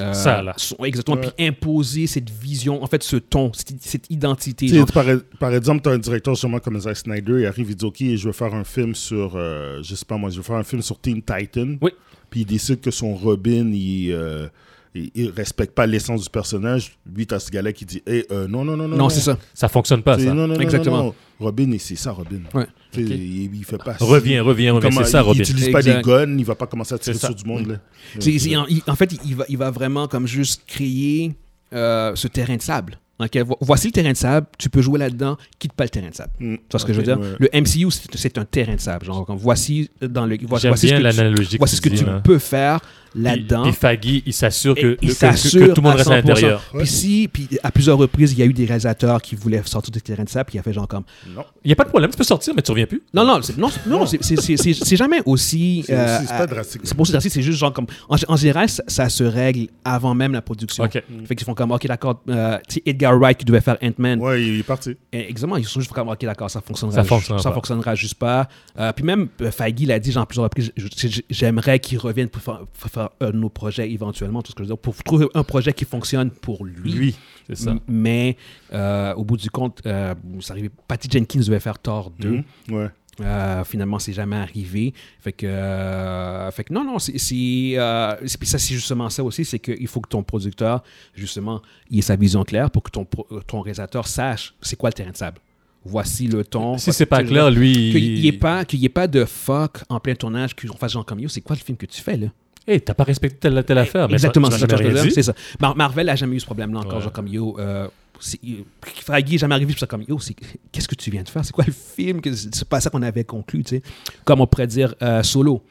Speaker 2: euh,
Speaker 3: Ça, là.
Speaker 2: son- exactement,
Speaker 1: Ouais.
Speaker 2: puis imposer cette vision, en fait, ce ton, cette, cette identité.
Speaker 1: Tu sais,
Speaker 2: genre.
Speaker 1: par, par exemple, tu as un directeur sûrement comme Zack Snyder, il arrive, il dit Ok, je veux faire un film sur, euh, je sais pas moi, je veux faire un film sur Teen Titan.
Speaker 3: Oui.
Speaker 1: Puis il décide que son Robin, il, euh, il, il respecte pas l'essence du personnage. Lui, t'as ce gars-là qui dit Hey, euh, non, non, non, non.
Speaker 2: non, c'est ça.
Speaker 3: Ça fonctionne pas,
Speaker 1: Tu sais,
Speaker 3: ça.
Speaker 1: non, non, non,
Speaker 2: Exactement.
Speaker 1: non, non. Robin, et c'est ça, Robin.
Speaker 2: Ouais.
Speaker 1: Tu sais,
Speaker 3: Ok.
Speaker 1: Il, il fait pas.
Speaker 3: Reviens, reviens, reviens.
Speaker 1: Comment-
Speaker 3: C'est ça,
Speaker 1: il-
Speaker 3: Robin.
Speaker 1: Il utilise pas
Speaker 2: Exact.
Speaker 1: des guns, il va pas commencer à tirer
Speaker 3: C'est ça.
Speaker 1: sur du monde. là.
Speaker 2: C'est- c'est- en, il- en fait, il- il va, il va vraiment comme juste créer euh, ce terrain de sable. Ok, vo- voici le terrain de sable, tu peux jouer là-dedans, quitte pas le terrain de sable.
Speaker 1: Mm.
Speaker 2: Tu vois ce que je veux
Speaker 1: Ok,
Speaker 2: dire?
Speaker 1: ouais.
Speaker 2: Le MCU, c'est c'est un terrain de sable. Genre, comme voici euh, dans le. Voici,
Speaker 3: J'aime
Speaker 2: voici
Speaker 3: bien
Speaker 2: ce que tu,
Speaker 3: l'analogie.
Speaker 2: voici ce que
Speaker 3: tu
Speaker 2: tu
Speaker 3: dis, là.
Speaker 2: peux faire
Speaker 3: Puis-
Speaker 2: là-dedans.
Speaker 3: Puis Faggy, il s'assure
Speaker 2: Et-
Speaker 3: que,
Speaker 2: il
Speaker 3: que- que-
Speaker 2: s'assure
Speaker 3: que tout le monde
Speaker 2: à
Speaker 3: reste à
Speaker 2: 100%.
Speaker 3: l'intérieur.
Speaker 2: Puis si, puis à plusieurs reprises, il y a eu des réalisateurs qui voulaient sortir du terrain de sable, puis il a fait genre comme.
Speaker 1: Non.
Speaker 3: Il n'y a pas de problème, tu peux sortir, mais tu reviens plus.
Speaker 2: Non, non, c'est- non, c'est- non, c'est- c'est- c'est c'est- c'est jamais aussi.
Speaker 1: C'est-
Speaker 2: euh,
Speaker 1: c'est pas drastique.
Speaker 2: C'est pas aussi drastique, c'est juste genre comme. En, en général, ça, ça se règle avant même la production.
Speaker 3: Ok.
Speaker 2: Fait qu'ils font comme, ok, d'accord, euh, tu sais, Edgar Wright qui devait faire Ant-Man,
Speaker 1: Ouais, il est parti.
Speaker 2: Eh, Exactement, ils sont juste comme, ok, d'accord, ça fonctionnera,
Speaker 3: Ça
Speaker 2: ju-
Speaker 3: fonctionnera
Speaker 2: ça
Speaker 3: pas.
Speaker 2: fonctionnera juste pas. Euh, puis même, euh, Faggy l'a dit, genre, plusieurs reprises, j- j- j'aimerais qu'il revienne pour faire, pour faire un de nos projets éventuellement, tout ce que je veux dire, pour trouver un projet qui fonctionne pour lui.
Speaker 3: Lui, c'est ça.
Speaker 2: M- Mais euh, au bout du compte, euh, ça arrivait. Patty Jenkins devait faire Thor 2.
Speaker 3: Mm-hmm.
Speaker 1: Mhm. Ouais.
Speaker 2: Euh, finalement, c'est jamais arrivé. Fait que, euh, fait que non, non, c'est. c'est, euh, c'est- puis ça, c'est justement ça aussi, c'est qu'il faut que ton producteur, justement, il ait sa vision claire pour que ton, pro- euh, ton réalisateur sache c'est quoi le terrain de sable. Voici le ton.
Speaker 3: Si c'est pas
Speaker 2: Tu sais,
Speaker 3: clair, lui.
Speaker 2: Qu'il n'y ait, pas- qu'il y ait pas de fuck en plein tournage, qu'on fasse genre comme yo, c'est quoi le film que tu fais là?
Speaker 3: Hey, t'as pas respecté telle, telle affaire. mais
Speaker 2: Eh, Exactement,
Speaker 3: tu
Speaker 2: c'est ça.
Speaker 3: m'as
Speaker 2: tu vois ce que je
Speaker 3: jamais
Speaker 2: veux
Speaker 3: rien
Speaker 2: dire?
Speaker 3: dit.
Speaker 2: C'est ça. Mar- Marvel n'a jamais eu ce problème-là encore,
Speaker 3: Ouais.
Speaker 2: genre comme yo. Euh, c'est- il- Fraggy est jamais arrivé, puis c'est comme yo, c'est- qu'est-ce que tu viens de faire C'est quoi le film que- C'est pas ça qu'on avait conclu, tu sais. Comme on pourrait dire euh, Solo.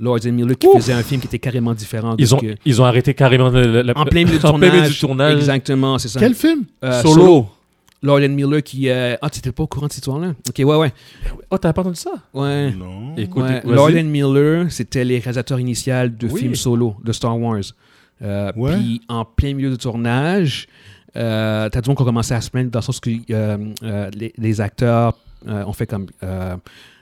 Speaker 2: Lords and Miller qui
Speaker 3: Ouf!
Speaker 2: faisait un film qui était carrément différent. de ce
Speaker 3: Ils ont,
Speaker 2: que-
Speaker 3: ils ont arrêté carrément le- le-
Speaker 2: En plein milieu du
Speaker 3: en
Speaker 2: tournage.
Speaker 3: du tournage.
Speaker 2: Exactement, c'est ça.
Speaker 1: Quel film
Speaker 2: Euh,
Speaker 3: Solo.
Speaker 2: Lord and Miller qui. euh, Ah, tu n'étais pas au courant de cette histoire-là Ok, ouais, ouais.
Speaker 3: Oh, t'as pas entendu ça?
Speaker 2: Ouais.
Speaker 1: Non.
Speaker 3: Écoute,
Speaker 2: Ouais,
Speaker 3: vas-y.
Speaker 2: Lord and Miller, c'était les réalisateurs initiaux de
Speaker 3: Oui.
Speaker 2: films solo de Star Wars. Euh,
Speaker 1: Ouais.
Speaker 2: Puis en plein milieu du tournage, euh, t'as du monde qui a commencé à se plaindre dans le sens que euh, euh, les, les acteurs euh, ont fait comme. euh,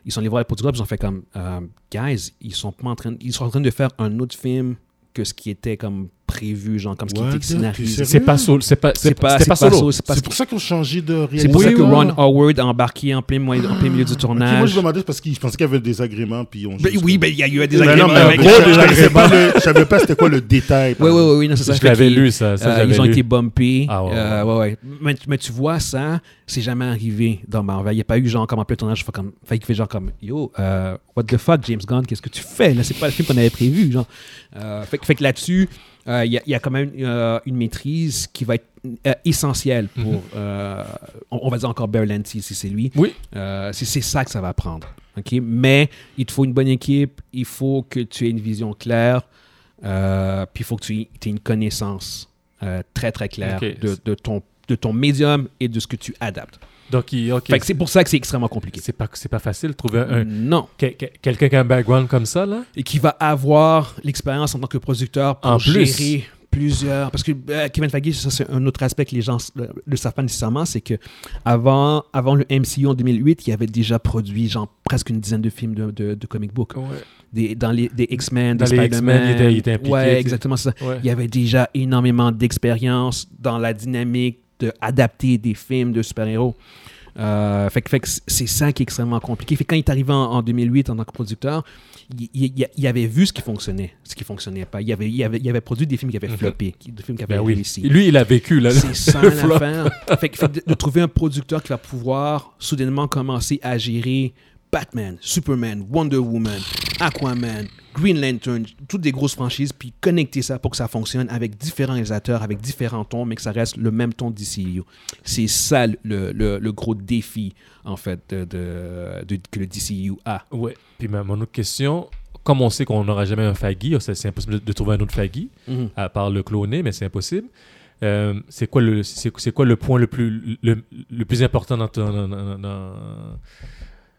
Speaker 2: ils sont allés voir les producteurs, puis ils ont fait comme. euh, guys, ils sont, pas en train, ils sont en train de faire un autre film que ce qui était comme prévu, genre comme ce qui
Speaker 1: What
Speaker 2: était
Speaker 1: the-
Speaker 2: scénarisé.
Speaker 1: C'est
Speaker 3: C'est pas solo. C'est pas,
Speaker 2: C'est
Speaker 3: c'est
Speaker 2: pas-
Speaker 3: pas,
Speaker 2: c'est
Speaker 3: c'était pas
Speaker 2: pas
Speaker 3: solo.
Speaker 2: solo, c'est pas-
Speaker 1: C'est pour ça qu'ils ont changé de
Speaker 2: C'est
Speaker 1: réalisation.
Speaker 2: pour ça que
Speaker 3: oui,
Speaker 2: Ron
Speaker 3: oui.
Speaker 2: Howard a embarqué en plein, moyen- en plein milieu du
Speaker 1: Ok, moi,
Speaker 2: tournage.
Speaker 1: je demandais parce que je pensais qu'il y avait des agréments. Puis on
Speaker 2: Ben oui, ben il y a eu des
Speaker 1: Ben
Speaker 2: agréments
Speaker 1: non, mais
Speaker 2: avec-
Speaker 1: gros,
Speaker 2: Oui,
Speaker 1: je connaissais pas le- je savais pas c'était quoi le détail. par
Speaker 2: oui,
Speaker 1: exemple.
Speaker 2: oui, oui, non, c'est ça.
Speaker 3: Je
Speaker 2: Fait
Speaker 3: l'avais
Speaker 2: qu'ils-
Speaker 3: lu, ça. ça
Speaker 2: euh,
Speaker 3: je l'avais
Speaker 2: ils ont
Speaker 3: lu.
Speaker 2: été bumpés.
Speaker 3: Ah, ouais,
Speaker 2: Euh, ouais, ouais. Mais, mais tu vois, ça, c'est jamais arrivé dans Marvel. Il n'y a pas eu genre comme en plein tournage, fait comme, fait qu'il fait genre comme Yo, euh, what the fuck, James Gunn, qu'est-ce que tu fais Là, c'est pas le film qu'on avait prévu. Genre. Euh, fait, que- fait que là-dessus, euh, il y, a- il y a quand même euh, une maîtrise qui va être euh, essentielle pour,
Speaker 3: Mm-hmm.
Speaker 2: euh, on, on va dire encore Berlanti si c'est lui.
Speaker 3: Oui.
Speaker 2: Euh, c'est c'est ça que ça va prendre. ok Mais il te faut une bonne équipe, il faut que tu aies une vision claire, euh, puis il faut que tu aies une connaissance euh, très très claire
Speaker 3: Ok.
Speaker 2: de, de ton, de ton médium et de ce que tu adaptes.
Speaker 3: Donc, il- ok.
Speaker 2: Fait que c'est pour ça que c'est extrêmement compliqué.
Speaker 3: C'est pas, c'est pas facile de trouver un,
Speaker 2: Non.
Speaker 3: quel- quel- quelqu'un qui a un background comme ça, là.
Speaker 2: Et qui va avoir l'expérience en tant que producteur pour
Speaker 3: En plus.
Speaker 2: gérer plusieurs. Parce que euh, Kevin Feige, ça c'est un autre aspect que les gens s- le- ne savent pas nécessairement, c'est que avant, avant le MCU en 2008, il avait déjà produit genre presque une dizaine de films de, de, de comic book. Des, dans les des X-Men, des
Speaker 3: Dans les
Speaker 2: Spider-Man.
Speaker 3: X-Men, il était- il était impliqué, tu
Speaker 2: Ouais,
Speaker 3: sais.
Speaker 2: exactement c'est ça.
Speaker 3: Ouais.
Speaker 2: Il y avait déjà énormément d'expérience dans la dynamique de adapter des films de super-héros. Euh, fait, que- fait que c'est ça qui est extrêmement compliqué. Fait que quand il est arrivé en, en 2008 en tant que producteur, il, il- il avait vu ce qui fonctionnait, ce qui fonctionnait pas. Il avait, il avait, il avait produit des films qui avaient floppé, qui- des films qui avaient
Speaker 3: Mhm. Ben oui.
Speaker 2: réussi.
Speaker 3: Lui, il a vécu, là.
Speaker 2: C'est ça
Speaker 3: le flop.
Speaker 2: l'affaire. fait, que- fait que de, de trouver un producteur qui va pouvoir soudainement commencer à gérer Batman, Superman, Wonder Woman, Aquaman, Green Lantern, toutes des grosses franchises, puis connecter ça pour que ça fonctionne avec différents réalisateurs, avec différents tons, mais que ça reste le même ton DCU. E C'est ça le, le- le gros défi, en fait, de, de- de- que le DCU a.
Speaker 3: Ouais. Puis ma, mon autre question, comme on sait qu'on n'aura jamais un Faggy, c'est c'est impossible de, de trouver un autre Faggy,
Speaker 2: Mhm.
Speaker 3: à part le cloner, mais c'est impossible. Euh, c'est quoi le c'est c'est quoi le point le plus le, le plus important dans ton- dans, dans- dans-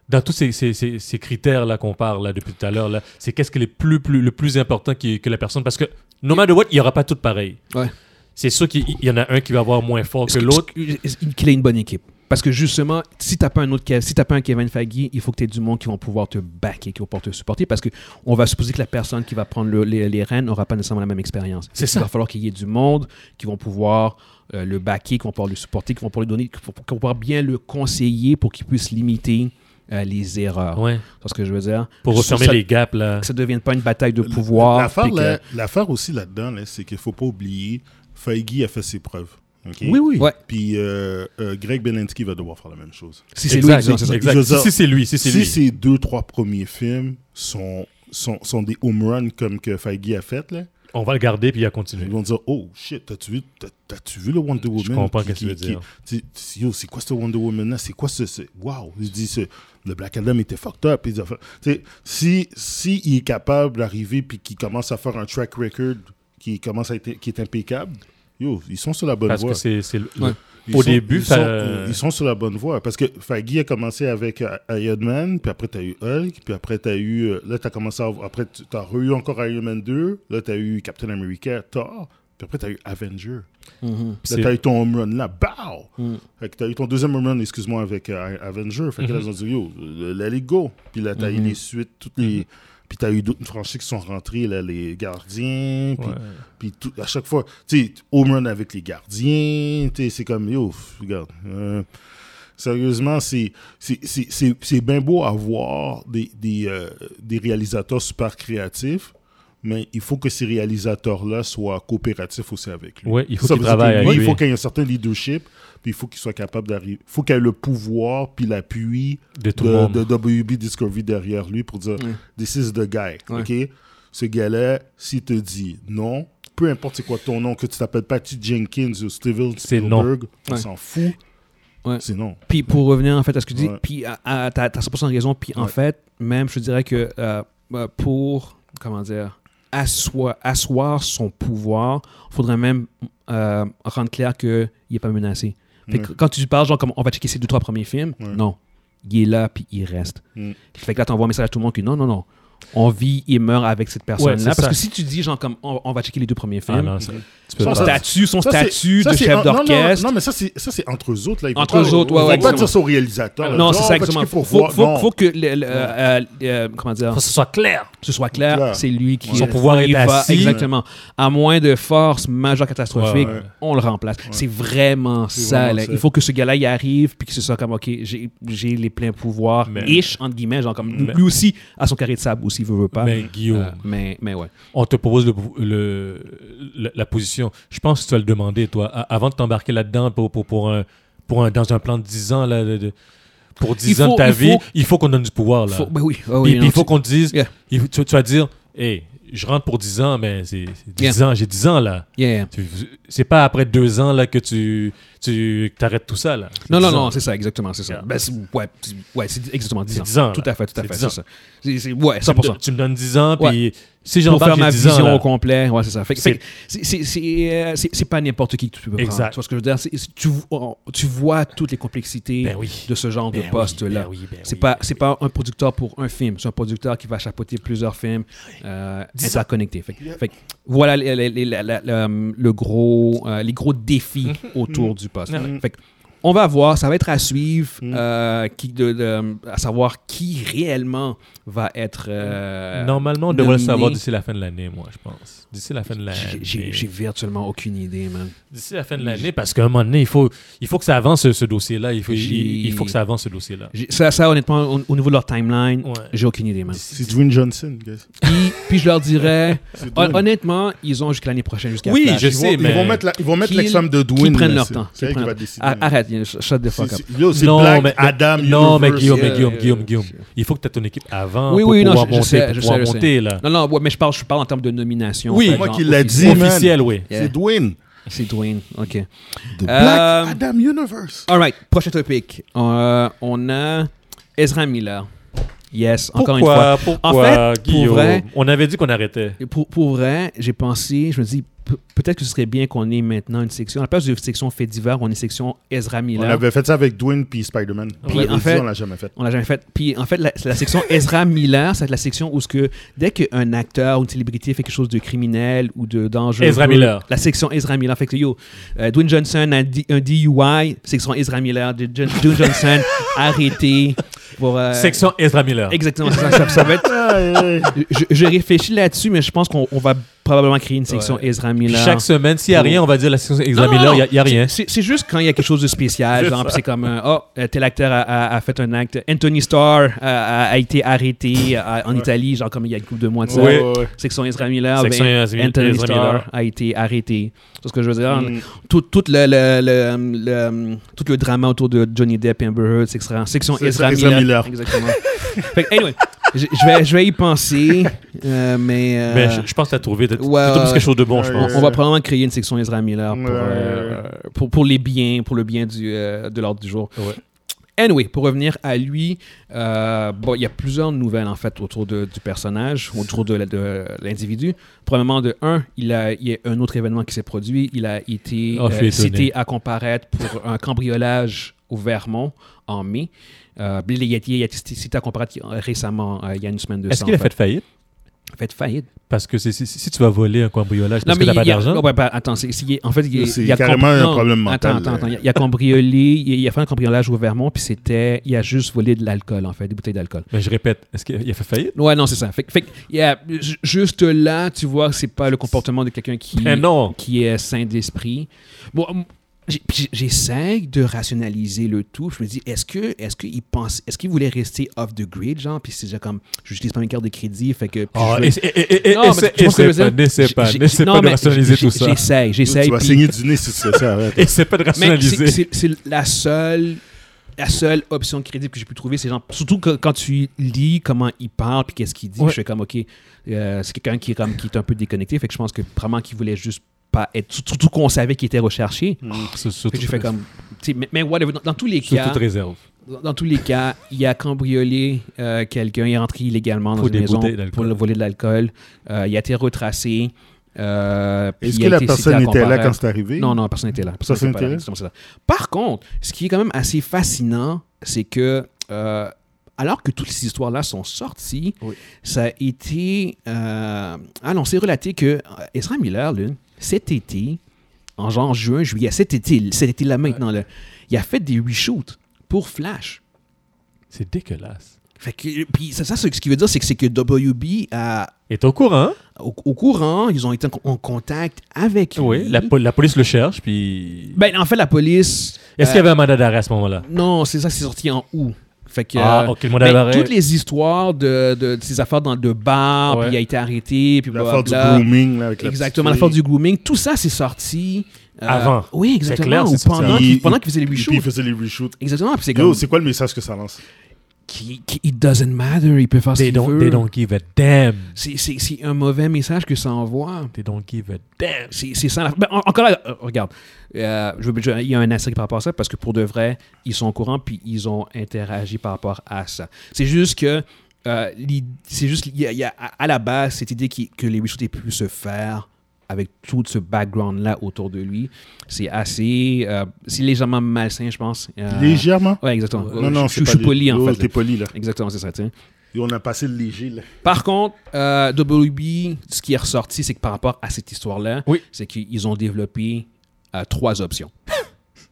Speaker 3: dans tous ces, ces, ces- ces critères là qu'on parle là, depuis tout à l'heure là c'est qu'est-ce qui est le plus, plus le plus important qui, que la personne parce que no matter what il y aura pas tout pareil
Speaker 2: Ouais.
Speaker 3: c'est sûr qu'il il y en a un qui va avoir moins fort que l'autre
Speaker 2: qu'il ait une bonne équipe. Parce que justement, si t'as pas un autre, Kev- si t'as pas un Kevin Faggy, il faut que tu aies du monde qui vont pouvoir te backer, qui vont pouvoir te supporter, parce que on va supposer que la personne qui va prendre le- les, les rênes n'aura pas nécessairement la même expérience.
Speaker 3: C'est
Speaker 2: Il
Speaker 3: ça.
Speaker 2: va falloir qu'il y ait du monde qui vont pouvoir euh, le backer, qui vont pouvoir le supporter, qui vont pouvoir lui donner, qui vont qui vont pouvoir bien le conseiller pour qu'il puisse limiter euh, les erreurs.
Speaker 3: ouais.
Speaker 2: C'est ce que je veux dire.
Speaker 3: pour
Speaker 2: Ça-
Speaker 3: refermer
Speaker 2: ça,
Speaker 3: les gaps là
Speaker 2: Que ça devienne pas une bataille de pouvoir.
Speaker 1: L'affaire,
Speaker 2: puis que-
Speaker 1: là- l'affaire aussi là-dedans, là, c'est qu'il ne faut pas oublier, Feige a fait ses preuves. ok?
Speaker 3: Oui, oui.
Speaker 2: Ouais.
Speaker 1: Puis euh, euh, Greg Belinsky va devoir faire la même chose.
Speaker 2: Si c'est lui,
Speaker 3: Exact,
Speaker 2: disons, c'est ça.
Speaker 3: exact.
Speaker 1: Je veux dire,
Speaker 3: si c'est lui si c'est
Speaker 1: Si
Speaker 3: lui
Speaker 1: ces deux, trois premiers films sont, sont, sont des home runs comme que Feige a fait, là,
Speaker 3: on va le garder puis il va
Speaker 1: ils
Speaker 3: continuer
Speaker 1: vont dire Oh shit, t'as-tu vu, t'as- t'as-tu vu le Wonder Woman
Speaker 3: comprends
Speaker 1: qui-
Speaker 3: qu'est-ce que tu veux
Speaker 1: qui-
Speaker 3: dire.
Speaker 1: qui- tu- Yo, c'est quoi ce Wonder Woman là C'est quoi ce. ce- Wow Je dis, ce- le Black Adam était fucked up. puis des affaires. Tu sais, si, si il est capable d'arriver puis qu'il commence à faire un track record qui, commence à être, qui est impeccable, yo, ils sont sur la bonne
Speaker 3: parce
Speaker 1: voie.
Speaker 3: que c'est c'est le-
Speaker 2: Ouais.
Speaker 1: Ils
Speaker 3: Au
Speaker 1: sont-
Speaker 3: début,
Speaker 1: ils,
Speaker 3: ça-
Speaker 1: sont, euh, ils sont sur la bonne voie. Parce que Faggy a commencé avec euh, Iron Man, puis après, tu as eu Hulk, puis après, tu as eu. euh, Là, tu as commencé à. Après, tu as eu encore Iron Man 2, là, tu as eu Captain America, Thor, puis après, tu as eu Avenger.
Speaker 2: Mhm.
Speaker 1: Là,
Speaker 3: C'est-
Speaker 1: tu as eu ton home run, là, bow!
Speaker 2: Mm.
Speaker 1: Fait que tu as eu ton deuxième home run, excuse-moi, avec euh, Avenger. Fait que
Speaker 3: Mm-hmm.
Speaker 1: là, ils ont dit, yo, euh, let it go. Puis là, tu as eu les suites, toutes les.
Speaker 3: Mm-hmm.
Speaker 1: Puis tu as eu d'autres franchises qui sont rentrées, là, les gardiens, puis
Speaker 3: Ouais.
Speaker 1: puis tout, à chaque fois, tu sais, home run avec les gardiens, tu sais, c'est comme, yo, pff, regarde. euh, sérieusement, c'est- c'est- c'est c'est- c'est bien beau avoir des, des, euh, des réalisateurs super créatifs, mais il faut que ces réalisateurs-là soient coopératifs aussi avec lui.
Speaker 3: Ouais, il faut
Speaker 1: Ça
Speaker 3: qu'il
Speaker 1: veut dire
Speaker 3: travaille
Speaker 1: que
Speaker 3: avec
Speaker 1: oui,
Speaker 3: lui.
Speaker 1: Il faut qu'il y ait un certain leadership, puis il faut qu'il soit capable d'arriver. Il faut qu'il ait le pouvoir, puis l'appui
Speaker 3: de tout le monde
Speaker 1: de, de WB Discovery derrière lui pour dire
Speaker 2: Ouais.
Speaker 1: This is the guy.
Speaker 2: Ouais.
Speaker 1: OK? Ce gars-là, s'il te dit non, peu importe c'est quoi ton nom, que tu t'appelles Patty Jenkins ou Steven
Speaker 3: C'est non.
Speaker 1: Spielberg, on
Speaker 2: Ouais.
Speaker 1: s'en fout.
Speaker 2: Ouais.
Speaker 1: C'est non.
Speaker 2: Puis pour revenir en fait à ce que tu dis,
Speaker 1: Ouais.
Speaker 2: puis à- à- t'as t'as 100% raison. Puis en
Speaker 1: Ouais.
Speaker 2: fait, même je te dirais que euh, euh, pour comment dire asseoir, asseoir son pouvoir, faudrait même euh, rendre clair que il est pas menacé. Fait que
Speaker 1: Ouais.
Speaker 2: quand tu parles genre comme on va checker ses deux trois premiers films,
Speaker 1: Ouais.
Speaker 2: non, il est là puis il reste.
Speaker 1: Mm.
Speaker 2: Fait que là t'envoies un message à tout le monde que non non non, on vit et meurt avec cette personne là.
Speaker 3: c'est
Speaker 2: Parce
Speaker 3: ça.
Speaker 2: que si tu dis genre comme on, on va checker les deux premiers
Speaker 3: Ah
Speaker 2: films,
Speaker 3: non, ça- tu peux
Speaker 2: son
Speaker 1: Ça,
Speaker 3: pas.
Speaker 2: statut, son
Speaker 1: Ça, c'est-
Speaker 2: statut
Speaker 1: ça,
Speaker 2: de
Speaker 1: c'est
Speaker 2: chef
Speaker 1: en- non, non,
Speaker 2: d'orchestre.
Speaker 1: Non, mais ça, c'est ça, c'est entre eux autres. Là. Ils vont
Speaker 2: Entre
Speaker 1: pas-
Speaker 2: eux autres, ouais,
Speaker 1: ils vont
Speaker 2: ouais,
Speaker 1: pas dire
Speaker 2: exactement.
Speaker 1: ça au réalisateur.
Speaker 2: Non, c'est ça exactement.
Speaker 1: Faut,
Speaker 2: Faut, faut, faut que le, le-
Speaker 1: Ouais.
Speaker 2: euh, euh, comment dire,
Speaker 3: Faut que ce soit clair
Speaker 2: ce soit clair,
Speaker 1: Clair.
Speaker 2: c'est lui qui
Speaker 1: Son
Speaker 3: pouvoir
Speaker 2: il
Speaker 3: est
Speaker 2: va-
Speaker 3: assis.
Speaker 2: Exactement. À moins de force majeure catastrophique,
Speaker 1: Ouais, ouais.
Speaker 2: on le remplace. C'est vraiment
Speaker 1: C'est
Speaker 2: ça.
Speaker 1: vraiment
Speaker 2: là.
Speaker 1: ça.
Speaker 2: Il faut que ce gars-là y arrive, puis que ce soit comme, OK, j'ai j'ai les pleins pouvoirs,
Speaker 3: Mais-
Speaker 2: ish, entre guillemets, genre comme
Speaker 3: Mais-
Speaker 2: lui aussi a son carré de sable, ou s'il veut, veut pas.
Speaker 3: Mais
Speaker 2: Euh,
Speaker 3: Guillaume,
Speaker 2: mais, mais ouais.
Speaker 3: on te propose le, le- le- la position. Je pense que tu vas le demander, toi, a- avant de t'embarquer là-dedans pour, pour, pour un, pour un- dans un plan de 10 ans, là, de- de- pour 10
Speaker 2: Il
Speaker 3: ans
Speaker 2: faut-
Speaker 3: de ta
Speaker 2: il
Speaker 3: vie,
Speaker 2: faut-
Speaker 3: il faut qu'on donne du pouvoir. Là.
Speaker 2: Faut- ben oui. Ah oui,
Speaker 3: Puis- puis
Speaker 2: non,
Speaker 3: il faut
Speaker 2: tu-
Speaker 3: qu'on te dise,
Speaker 2: Yeah.
Speaker 3: il faut- tu, tu vas dire, hey, je rentre pour 10 ans, mais c'est c'est 10 ans, j'ai 10 ans là.
Speaker 2: Yeah.
Speaker 3: Tu- C'est pas après 2 ans là que tu, tu arrêtes tout ça là. C'est
Speaker 2: Non,
Speaker 3: 10
Speaker 2: non,
Speaker 3: ans.
Speaker 2: non, c'est ça, exactement, c'est ça.
Speaker 3: Yeah.
Speaker 2: Ben, c'est- ouais, c'est- ouais, c'est exactement 10
Speaker 3: C'est
Speaker 2: ans.
Speaker 3: 10 ans,
Speaker 2: Tout
Speaker 3: là.
Speaker 2: à fait, tout à
Speaker 3: C'est
Speaker 2: fait,
Speaker 3: 10
Speaker 2: c'est
Speaker 3: ans.
Speaker 2: ça. C'est- c'est- ouais,
Speaker 3: Tu me
Speaker 2: 100%.
Speaker 3: don- Tu me donnes 10 ans,
Speaker 2: Ouais.
Speaker 3: puis si
Speaker 2: pour
Speaker 3: j'embarque,
Speaker 2: faire ma
Speaker 3: j'ai 10 ans.
Speaker 2: vision
Speaker 3: là.
Speaker 2: au complet. Ouais, c'est ça. Fait que-
Speaker 3: C'est-
Speaker 2: fait que c'est- c'est- c'est euh, c'est- c'est pas n'importe qui que tu peux prendre.
Speaker 3: Exact.
Speaker 2: Tu vois ce que je veux dire? C'est- c'est- tu, vois- tu vois toutes les complexités
Speaker 3: Ben oui.
Speaker 2: de ce genre
Speaker 3: Ben
Speaker 2: de
Speaker 3: oui,
Speaker 2: poste-là.
Speaker 3: ben oui, ben
Speaker 2: c'est
Speaker 3: oui,
Speaker 2: pas,
Speaker 3: ben
Speaker 2: c'est pas un producteur pour un film. C'est un producteur qui va chapeauter plusieurs films euh, interconnectés. Fait, que- fait que voilà les- les- les- la- la- la- le gros, euh, les gros défis autour du poste.
Speaker 3: Ah
Speaker 2: Fait que on va voir, ça va être à suivre,
Speaker 3: Mm.
Speaker 2: euh, qui de, de- à savoir qui réellement va être. euh,
Speaker 3: Normalement, on devrait le
Speaker 2: nominé.
Speaker 3: savoir d'ici la fin de l'année, moi, je pense. D'ici la fin de
Speaker 2: J'ai-
Speaker 3: l'année.
Speaker 2: J'ai j'ai virtuellement aucune idée, man.
Speaker 3: D'ici la fin de l'année, parce qu'à un moment donné, il faut, il faut que ça avance ce, ce dossier-là. Il faut,
Speaker 2: J'ai-
Speaker 3: il, il faut que ça avance ce dossier-là.
Speaker 2: J'ai- Ça, ça, honnêtement, au, au niveau de leur timeline,
Speaker 3: Ouais.
Speaker 2: j'ai aucune idée, man.
Speaker 3: D'ici-
Speaker 1: C'est Dwayne Johnson, guys.
Speaker 2: Puis, puis je leur dirais,
Speaker 1: C'est
Speaker 2: hon-
Speaker 1: Dwayne.
Speaker 2: honnêtement, ils ont jusqu'à l'année prochaine, jusqu'à
Speaker 3: Oui,
Speaker 2: Flash.
Speaker 3: je
Speaker 1: Ils vont-
Speaker 3: sais, mais-
Speaker 1: Ils vont mettre la- ils vont mettre
Speaker 2: Qu'ils-
Speaker 1: l'examen de Dwayne.
Speaker 2: Qu'ils prennent
Speaker 1: là,
Speaker 2: leur
Speaker 1: c'est-
Speaker 2: temps. Ah,
Speaker 1: C'est
Speaker 2: qu'ils
Speaker 1: elle qui
Speaker 2: prennent
Speaker 1: va
Speaker 2: leur-
Speaker 1: décider.
Speaker 2: Ar- Arrête, you know, sh- shut the
Speaker 1: C'est-
Speaker 2: fuck up.
Speaker 1: c'est- Yo, c'est Black Adam.
Speaker 3: non, mais
Speaker 1: Universe.
Speaker 3: Guillaume, mais
Speaker 2: Yeah,
Speaker 3: Guillaume,
Speaker 2: yeah,
Speaker 3: Guillaume,
Speaker 2: yeah.
Speaker 3: Guillaume, il faut que tu aies ton équipe avant
Speaker 2: euh, Oui,
Speaker 3: pour
Speaker 2: oui, non,
Speaker 3: pouvoir
Speaker 2: je- je
Speaker 3: monter,
Speaker 2: sais,
Speaker 3: pour
Speaker 2: je
Speaker 3: pouvoir
Speaker 2: sais, je
Speaker 3: monter là.
Speaker 2: Non, non, ouais, mais je parle, je parle en termes de nomination.
Speaker 3: Oui,
Speaker 2: fait,
Speaker 1: moi
Speaker 2: genre,
Speaker 1: qui l'a
Speaker 2: officiel.
Speaker 1: dit, man.
Speaker 3: Officiel, oui.
Speaker 2: Yeah.
Speaker 1: C'est Dwayne.
Speaker 2: C'est Dwayne, OK.
Speaker 1: The
Speaker 2: Euh,
Speaker 1: Black Adam Universe.
Speaker 2: All right, prochain topic. Euh, on a Ezra Miller. Yes, encore une fois.
Speaker 3: Pourquoi, pourquoi,
Speaker 2: En fait, pour
Speaker 3: Guillaume
Speaker 2: vrai-
Speaker 3: On avait dit qu'on arrêtait.
Speaker 2: Et Pour, pour vrai, j'ai pensé, je me dis, pe- peut-être que ce serait bien qu'on ait maintenant une section. À la place de section fait divers, on est section Ezra
Speaker 1: On
Speaker 2: Miller.
Speaker 1: avait fait ça avec Dwayne puis Spider-Man.
Speaker 2: Puis,
Speaker 1: On l'avait
Speaker 2: en
Speaker 1: dit,
Speaker 2: fait-
Speaker 1: on l'a jamais fait.
Speaker 2: On l'a jamais fait. Puis en fait, la, c'est la section Ezra Miller, c'est la section où ce que dès qu'un acteur ou une célébrité fait quelque chose de criminel ou de dangereux,
Speaker 3: Ezra Miller.
Speaker 2: la section Ezra Miller. Fait que yo, euh, Dwayne Johnson a di- un DUI, section Ezra Miller, Dwayne John- Dwayne Johnson arrêté pour euh,
Speaker 3: Section Ezra Miller.
Speaker 2: Exactement, c'est ça, ça, ça va être. Je, je réfléchis là-dessus, mais je pense qu'on on va probablement créer une section
Speaker 3: Ouais.
Speaker 2: Ezra
Speaker 3: Puis
Speaker 2: Miller.
Speaker 3: Chaque semaine, s'il n'y a rien, on va dire la section Ezra
Speaker 2: Non, non, non.
Speaker 3: Miller, il n'y a, rien.
Speaker 2: C'est c'est juste quand il y a quelque chose de spécial,
Speaker 3: C'est
Speaker 2: genre
Speaker 3: ça.
Speaker 2: pis c'est comme euh, oh euh, tel acteur a, a- a fait un acte, Anthony Starr a, a- a été arrêté à- en Italie, genre comme il y a une couple de mois de ça.
Speaker 3: Oui.
Speaker 2: Section Ezra Miller,
Speaker 3: Section
Speaker 2: ben,
Speaker 3: Ezra-
Speaker 2: Anthony
Speaker 3: Ezra
Speaker 2: Starr
Speaker 3: Miller.
Speaker 2: a été arrêté. C'est ce que je veux dire.
Speaker 1: Mm.
Speaker 2: Tout, tout le, le- le- le- tout le drama autour de Johnny Depp et Amber Heard, c'est que ce sera en section
Speaker 1: C'est
Speaker 2: Ezra,
Speaker 1: ça, Ezra
Speaker 2: Miller.
Speaker 1: Miller.
Speaker 2: Exactement. fait que, anyway, je je vais, je vais y penser, euh, mais, euh,
Speaker 3: Mais Ben, je, je pense que tu as trouvé. Tu as
Speaker 2: Ouais, ouais,
Speaker 3: quelque chose de bon,
Speaker 1: ouais.
Speaker 3: je
Speaker 2: on,
Speaker 3: pense.
Speaker 2: on va probablement créer une section Ezra Miller pour,
Speaker 1: Euh, Ouais.
Speaker 2: euh, pour, pour les biens, pour le bien du, euh, de l'ordre du jour.
Speaker 3: Ouais.
Speaker 2: Anyway, pour revenir à lui, euh, bon, il y a plusieurs nouvelles en fait autour de- du personnage, autour de, la- de l'individu. Premièrement, de un, il, a, il y a un autre événement qui s'est produit. Il a été
Speaker 3: Oh, je suis
Speaker 2: euh,
Speaker 3: étonné.
Speaker 2: cité à comparaître pour un cambriolage au Vermont en mai. Euh, il, a, il a été cité à comparaître récemment, euh, il y a une semaine de
Speaker 3: Est-ce
Speaker 2: ça,
Speaker 3: qu'il
Speaker 2: en
Speaker 3: a fait faillite
Speaker 2: fait faillite.
Speaker 3: Parce que c'est- si, si tu vas voler un cambriolage parce que tu
Speaker 2: mais
Speaker 3: n'as pas
Speaker 2: il y a-
Speaker 3: d'argent,
Speaker 2: non, ouais, bah, attends, c'est- c'est- en fait, il y a-
Speaker 1: C'est
Speaker 2: il y a
Speaker 1: carrément
Speaker 2: compri-
Speaker 1: un
Speaker 2: non,
Speaker 1: problème mental,
Speaker 2: Attends, attends,
Speaker 1: là.
Speaker 2: attends. Il y a- il y a cambriolé, il y a- il a fait un cambriolage au Vermont, puis c'était, il a juste volé de l'alcool, en fait, des bouteilles d'alcool.
Speaker 3: mais je répète, est-ce qu'il a fait faillite
Speaker 2: Ouais, non, c'est ça. Fait, que- fait que, yeah, ju- juste là, tu vois, c'est pas le comportement de quelqu'un qui,
Speaker 3: Mais Ben non.
Speaker 2: qui est sain d'esprit. Bon, hum, j'ai- puis j'essaie de rationaliser le tout. Je me dis, est-ce que, est-ce qu'il pense, est-ce qu'il voulait rester off the grid, genre, puis c'est déjà comme, j'utilise pas mes cartes de crédit, fait que. puis
Speaker 3: Oh,
Speaker 2: je veux-
Speaker 3: et- et- et- et-
Speaker 2: Non, mais
Speaker 3: essaie-
Speaker 2: tu vois ce que je veux
Speaker 3: essaie pas,
Speaker 2: dire?
Speaker 3: N'essaie
Speaker 2: J'ai-
Speaker 3: pas,
Speaker 2: j'ai-
Speaker 3: n'essaie
Speaker 2: non,
Speaker 3: pas de
Speaker 2: mais
Speaker 3: rationaliser
Speaker 2: j'ai-
Speaker 3: tout ça.
Speaker 2: J'essaie, j'essaie.
Speaker 1: Tu vas
Speaker 2: puis-
Speaker 1: saigner du nez si tu fais ça. arrête.
Speaker 3: Essaie pas de
Speaker 2: Mais c'est-
Speaker 3: rationaliser.
Speaker 2: c'est c'est la seule la seule option crédible que j'ai pu trouver, c'est genre, surtout que- quand tu lis comment il parle puis qu'est-ce qu'il dit,
Speaker 3: Ouais.
Speaker 2: je fais comme, OK, euh, c'est quelqu'un qui, est comme- qui est un peu déconnecté, fait que je pense que vraiment qu'il voulait juste pas être, surtout qu'on savait qu'il était recherché.
Speaker 3: Sous- sous-
Speaker 2: Fait que j'ai fait comme, tu sais, mais, mais whatever, dans, dans tous les
Speaker 3: sous
Speaker 2: cas,
Speaker 3: toute réserve.
Speaker 2: dans, dans tous les cas, il a cambriolé euh, quelqu'un, il est rentré illégalement dans
Speaker 3: Pour
Speaker 2: une
Speaker 3: des
Speaker 2: maison
Speaker 3: bouteilles d'alcool.
Speaker 2: pour le voler de l'alcool, Euh, il a été retracé. euh, puis
Speaker 1: Est-ce
Speaker 2: il
Speaker 1: que
Speaker 2: a
Speaker 1: la
Speaker 2: été cité
Speaker 1: personne
Speaker 2: à
Speaker 1: était là
Speaker 2: comparaître.
Speaker 1: quand c'est arrivé?
Speaker 2: Non, non, personne n'était là. Personne
Speaker 1: Personne
Speaker 2: n'était pas là,
Speaker 1: n'était là?
Speaker 2: justement, c'est ça. Par contre, ce qui est quand même assez fascinant, c'est que euh, alors que toutes ces histoires-là sont sorties,
Speaker 1: Oui.
Speaker 2: ça a été euh, annoncé, relaté que euh, Ezra Miller, là, cet été, en genre juin, juillet, cet été, cet été-là maintenant, là, il a fait des reshoots pour Flash.
Speaker 3: C'est dégueulasse.
Speaker 2: Fait que, puis ça, ça, ce qui veut dire, c'est que, c'est que WB a,
Speaker 3: Est au courant. hein?
Speaker 2: au, au courant, ils ont été en, en contact avec
Speaker 3: Oui,
Speaker 2: lui.
Speaker 3: la, po- la police le cherche, puis.
Speaker 2: Ben, en fait, la police.
Speaker 3: Est-ce
Speaker 2: euh,
Speaker 3: qu'il y avait un mandat d'arrêt à ce moment-là
Speaker 2: Non, c'est ça, c'est sorti en août. Fait que,
Speaker 3: Ah,
Speaker 2: euh,
Speaker 3: ok, le mandat
Speaker 2: ben,
Speaker 3: d'arrêt.
Speaker 2: toutes les histoires de, de, de ces affaires dans le bar,
Speaker 3: Ouais.
Speaker 2: puis il a été arrêté, puis
Speaker 1: L'affaire du
Speaker 2: blablabla.
Speaker 1: grooming, là, avec la
Speaker 2: Exactement,
Speaker 1: petite
Speaker 2: l'affaire
Speaker 1: fille.
Speaker 2: du grooming, tout ça, c'est sorti. euh,
Speaker 3: Avant.
Speaker 2: Oui,
Speaker 3: C'est
Speaker 2: exactement.
Speaker 3: clair,
Speaker 2: ou
Speaker 3: c'est sorti
Speaker 2: pendant
Speaker 3: avant.
Speaker 2: qu'il
Speaker 1: Il-
Speaker 2: pendant qu'il faisait les
Speaker 1: Puis il
Speaker 2: reshoots.
Speaker 1: faisait les reshoots.
Speaker 2: Exactement, puis c'est
Speaker 1: Yo,
Speaker 2: comme.
Speaker 1: c'est quoi le message que ça lance
Speaker 2: Qui, qui- it doesn't matter, il peut faire ce
Speaker 3: They
Speaker 2: qu'il
Speaker 3: don't,
Speaker 2: veut.
Speaker 3: they don't give a damn.
Speaker 2: C'est- C'est c'est un mauvais message que ça envoie.
Speaker 3: They don't give a damn.
Speaker 2: C'est c'est ça. la- Ben, en- encore là, euh, regarde, euh, je veux- je- il y a un asterisk par rapport à ça parce que pour de vrai, ils sont au courant puis ils ont interagi par rapport à ça. C'est juste que. euh, l'id- c'est juste il y a- il y a à à la base cette idée qui- que les Richards aient pu se faire avec tout ce background là autour de lui c'est assez euh, c'est légèrement malsain je pense Euh,
Speaker 1: Légèrement
Speaker 2: ouais exactement
Speaker 1: Non, non,
Speaker 2: je,
Speaker 1: c'est
Speaker 2: je
Speaker 1: pas
Speaker 2: suis
Speaker 1: lé-
Speaker 2: poli en
Speaker 1: Yo,
Speaker 2: fait
Speaker 1: T'es
Speaker 2: là.
Speaker 1: poli, là.
Speaker 2: exactement c'est ça tiens.
Speaker 1: Yo, on a passé le léger, là.
Speaker 2: Par contre, euh, WB, ce qui est ressorti, c'est que par rapport à cette histoire-là,
Speaker 3: Oui.
Speaker 2: c'est qu'ils ont développé euh, trois options.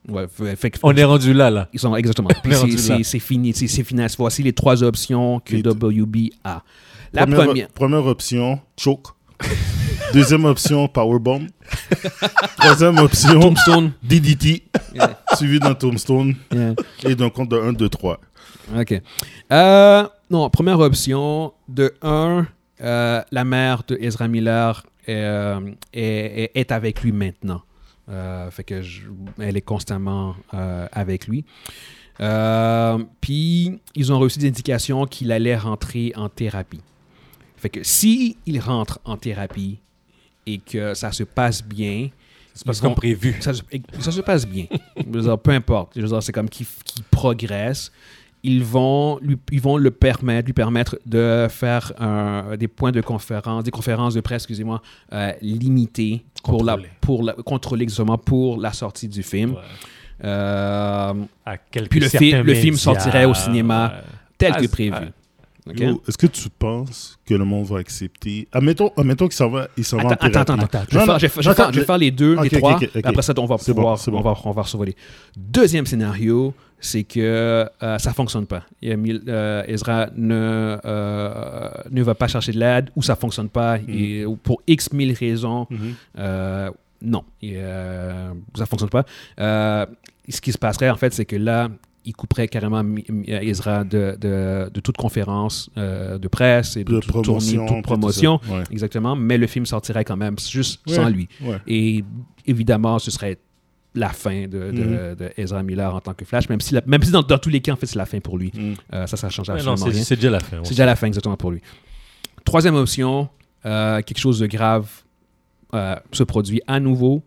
Speaker 2: ouais, fait, fait que-
Speaker 3: On est rendu là, là.
Speaker 2: ils sont exactement. Puis
Speaker 3: est
Speaker 2: c'est-
Speaker 3: rendu là.
Speaker 2: c'est c'est fini, c'est c'est fini. Voici les trois options que
Speaker 1: Les-
Speaker 2: WB a. La
Speaker 1: Première-
Speaker 2: première,
Speaker 1: Première option, choke. Deuxième option, powerbomb. Troisième option,
Speaker 2: Tombstone.
Speaker 1: DDT,
Speaker 2: Yeah.
Speaker 1: suivi d'un tombstone
Speaker 2: Yeah.
Speaker 1: et d'un compte de 1, 2, 3.
Speaker 2: OK. Euh, non, première option, de 1, la mère de Ezra Miller euh, est, est- est avec lui maintenant. Euh, fait que je- elle est constamment euh, avec lui. Euh, Puis ils ont reçu des indications qu'il allait rentrer en thérapie. Fait que si il rentre en thérapie et que ça se passe bien,
Speaker 3: C'est parce
Speaker 2: Ils ont-
Speaker 3: qu'on prévu.
Speaker 2: ça, se- ça se passe bien. Je veux dire, peu importe. Je veux dire, c'est comme qu'il qu'il progresse. Ils vont, lui, ils vont le permettre, lui permettre de faire un- des points de conférence, des conférences de presse, excusez-moi, euh, limitées pour la,
Speaker 3: Contrôlées.
Speaker 2: pour la, contrôlées exactement pour la sortie du film.
Speaker 3: Ouais.
Speaker 2: Euh,
Speaker 3: À quelques
Speaker 2: Puis le fi-
Speaker 3: certains
Speaker 2: le film
Speaker 3: médias,
Speaker 2: sortirait au cinéma.
Speaker 3: ouais.
Speaker 2: tel
Speaker 3: Ah,
Speaker 2: que
Speaker 3: c'est-
Speaker 2: prévu.
Speaker 3: ah.
Speaker 2: OK?
Speaker 1: Yo, Est-ce que tu penses que le monde va accepter Admettons, admettons qu'il s'en va, il s'en va en
Speaker 2: Attends,
Speaker 1: thérapie.
Speaker 2: attends, attends, attends. Je vais
Speaker 1: Non,
Speaker 2: faire-
Speaker 1: non,
Speaker 2: je vais faire- je
Speaker 1: non,
Speaker 2: vais faire-
Speaker 1: attends,
Speaker 2: je vais faire les deux,
Speaker 1: ok,
Speaker 2: les
Speaker 1: ok,
Speaker 2: trois.
Speaker 1: ok, ok.
Speaker 2: Après ça, on va
Speaker 1: C'est bon,
Speaker 2: pouvoir,
Speaker 1: c'est bon.
Speaker 2: on va, on va survoler. Deuxième scénario, c'est que euh, ça fonctionne pas. Il y a mille- euh, Ezra ne, euh, ne va pas chercher de l'aide ou ça fonctionne pas et, ou pour X mille raisons.
Speaker 1: Mhm.
Speaker 2: euh, non, Et, euh, ça fonctionne pas. Euh, ce qui se passerait, en fait, c'est que là, il couperait carrément Mi- Mi- Ezra de, de- de toute conférence euh, de presse et de,
Speaker 1: De
Speaker 2: toute tournée,
Speaker 1: promotion.
Speaker 2: toute
Speaker 1: tout ça.
Speaker 2: promotion.
Speaker 1: Ouais.
Speaker 2: Exactement, mais le film sortirait quand même juste
Speaker 1: Ouais.
Speaker 2: sans lui.
Speaker 1: Ouais.
Speaker 2: Et évidemment, ce serait la fin de, de-
Speaker 1: Mhm.
Speaker 2: de Ezra Miller en tant que Flash, même si, la- même si dans, dans tous les cas, en fait, c'est la fin pour lui.
Speaker 1: Mm.
Speaker 2: Euh, ça, ça change
Speaker 3: Ouais, non,
Speaker 2: absolument
Speaker 3: c'est
Speaker 2: rien.
Speaker 3: c'est déjà la fin. on
Speaker 2: C'est
Speaker 3: sait.
Speaker 2: déjà la fin, exactement, pour lui. Troisième option, euh, quelque chose de grave euh, se produit à nouveau,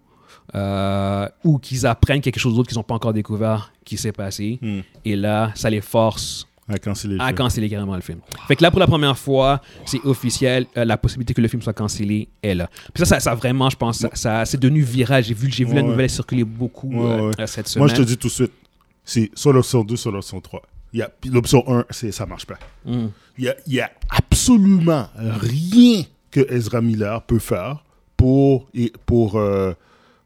Speaker 2: euh, ou qu'ils apprennent quelque chose d'autre qu'ils n'ont pas encore découvert qui s'est passé.
Speaker 1: Mm.
Speaker 2: Et là, ça les force
Speaker 1: À canceller le
Speaker 2: à
Speaker 1: film.
Speaker 2: canceller carrément le film. Fait que là, pour la première fois, c'est officiel, euh, la possibilité que le film soit cancellé est là. Puis ça, ça, ça vraiment, je pense, ça, ça- c'est devenu viral. J'ai vu, j'ai vu la
Speaker 1: Ouais,
Speaker 2: nouvelle circuler beaucoup
Speaker 1: Ouais,
Speaker 2: euh,
Speaker 1: ouais.
Speaker 2: cette semaine.
Speaker 1: Moi, je te dis tout de suite, c'est soit l'option 2, soit l'option 3. Il y a- puis L'option 1, c'est ça marche pas.
Speaker 2: Mm.
Speaker 1: Il y a, il y a absolument rien que Ezra Miller peut faire pour, et pour, euh,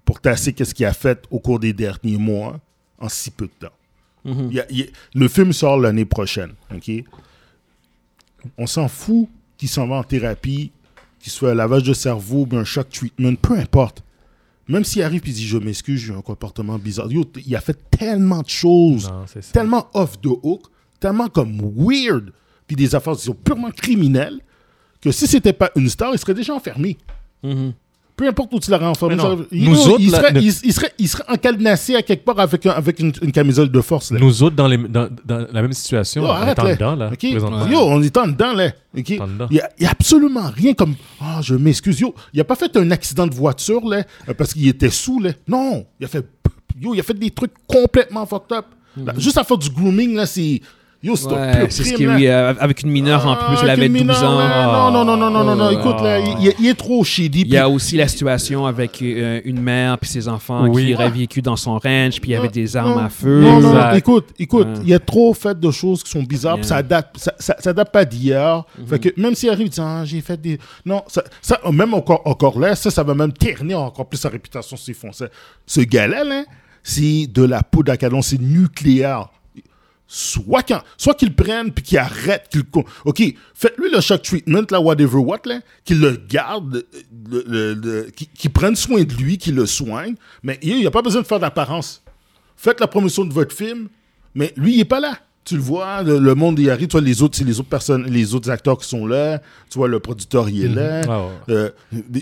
Speaker 1: pour tasser qu'est-ce qu'il a fait au cours des derniers mois en si peu de temps.
Speaker 2: Mhm.
Speaker 1: Il y a- il y a- le film sort l'année prochaine, OK? On s'en fout qu'il s'en va en thérapie, qu'il soit un lavage de cerveau, ben, un shock treatment, peu importe. Même s'il arrive et dit « Je m'excuse, j'ai eu un comportement bizarre », Yo, t- il a fait tellement de choses
Speaker 3: Non, c'est ça.
Speaker 1: tellement off the hook, tellement comme weird, puis des affaires qui sont purement criminelles, que si c'était pas une star, il serait déjà enfermé.
Speaker 2: Mhm.
Speaker 1: Peu importe où tu l'aurais enfermé,
Speaker 3: Mais
Speaker 1: ça
Speaker 3: non.
Speaker 1: aurait-
Speaker 3: Nous
Speaker 1: Yo,
Speaker 3: autres,
Speaker 1: il,
Speaker 3: là,
Speaker 1: serait,
Speaker 3: ne-
Speaker 1: il, il serait, il serait encalnassé à quelque part avec, un- avec une, une camisole de force. Là.
Speaker 3: Nous autres, dans, les, dans, dans la même situation,
Speaker 1: Yo,
Speaker 3: on est
Speaker 1: arrête,
Speaker 3: en
Speaker 1: là.
Speaker 3: dedans, là,
Speaker 1: Ok?
Speaker 3: présentement.
Speaker 1: Yo, on est en dedans, là. Ok?
Speaker 3: en dedans.
Speaker 1: Il n'y a, il y a absolument rien comme Ah, je m'excuse. Yo, il n'a pas fait un accident de voiture, là, euh, parce qu'il était sous, là. Non, il a fait. Yo, il a fait des trucs complètement fucked up. Là, juste à faire du grooming, là, c'est. Yo, c'est un
Speaker 2: Mhm. Ouais,
Speaker 1: pur
Speaker 2: c'est
Speaker 1: crime,
Speaker 2: scary,
Speaker 1: là.
Speaker 2: euh, avec une mineure en plus,
Speaker 1: Ah,
Speaker 2: elle avait
Speaker 1: quel
Speaker 2: 12
Speaker 1: mineur,
Speaker 2: ans.
Speaker 1: là. Non, non, non, non, non, non, non.
Speaker 2: Oh.
Speaker 1: Écoute, là, il- il, est- il est trop shady.
Speaker 2: Il y a aussi la situation avec euh, une mère puis ses enfants
Speaker 3: Oui.
Speaker 2: qui auraient vécu dans son ranch, puis il y avait des armes à feu.
Speaker 1: Euh, Ah.
Speaker 2: Ah.
Speaker 1: Non, non, non,
Speaker 3: Exact.
Speaker 1: écoute, écoute,
Speaker 2: Ouais.
Speaker 1: il y a trop fait de choses qui sont bizarres, puis
Speaker 2: Yeah.
Speaker 1: ça date, ça, ça, ça date pas d'hier.
Speaker 2: Mhm.
Speaker 1: Fait que même s'il arrive, il dit, ah, j'ai fait des. Non, ça, ça, même encore, encore là, ça, ça va même ternir encore plus sa réputation s'il font ça. Ce gars-là, là, c'est de la peau d'acadon, c'est nucléaire. soit quand- soit qu'ils prennent puis qu'ils arrêtent, qu'ils con- OK, faites-lui le shock treatment, là, whatever what, là, qu'ils le gardent, le- le- le- qu'ils qu'ils prennent soin de lui, qu'ils le soignent, mais il n'y a pas besoin de faire d'apparence. Faites la promotion de votre film, mais lui, il n'est pas là. Tu le vois, le, le monde y arrive, tu vois, les autres, c'est les autres personnes, les autres acteurs qui sont là, tu vois, le producteur, il est là.
Speaker 3: Ah ouais.
Speaker 1: Euh,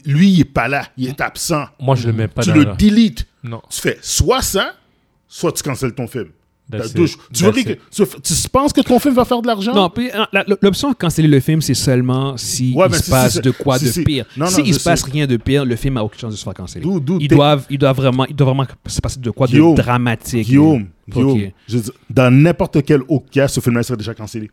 Speaker 1: lui, il n'est pas là, il est absent.
Speaker 3: Moi, je le mets pas
Speaker 1: tu
Speaker 3: dans
Speaker 1: le
Speaker 3: la-
Speaker 1: deletes.
Speaker 3: Non.
Speaker 1: Tu fais soit ça, soit tu cancelles ton film.
Speaker 3: That's
Speaker 1: T'as deux
Speaker 3: it.
Speaker 1: cho- Tu, veux
Speaker 3: That's
Speaker 1: que-
Speaker 3: it.
Speaker 1: tu, tu penses que ton film va faire de l'argent?
Speaker 2: Non, puis, euh, la- l'option de canceller le film, c'est seulement s'il
Speaker 1: Ouais,
Speaker 2: il
Speaker 1: mais
Speaker 2: se
Speaker 1: si-
Speaker 2: passe
Speaker 1: si-
Speaker 2: de quoi
Speaker 1: si-
Speaker 2: de
Speaker 1: si.
Speaker 2: pire.
Speaker 1: Non, non,
Speaker 2: S'il
Speaker 1: je
Speaker 2: se passe
Speaker 1: sais.
Speaker 2: rien de pire, le film a aucune chance de se faire canceller.
Speaker 1: D'où- d'où
Speaker 2: Ils
Speaker 1: t'es-
Speaker 2: doivent, ils doivent vraiment, ils doivent vraiment se passer de quoi
Speaker 1: Guillaume,
Speaker 2: de dramatique.
Speaker 1: Guillaume,
Speaker 2: Ok.
Speaker 1: Guillaume, je veux dire, dans n'importe quel autre cas, ce film-là serait déjà cancellé.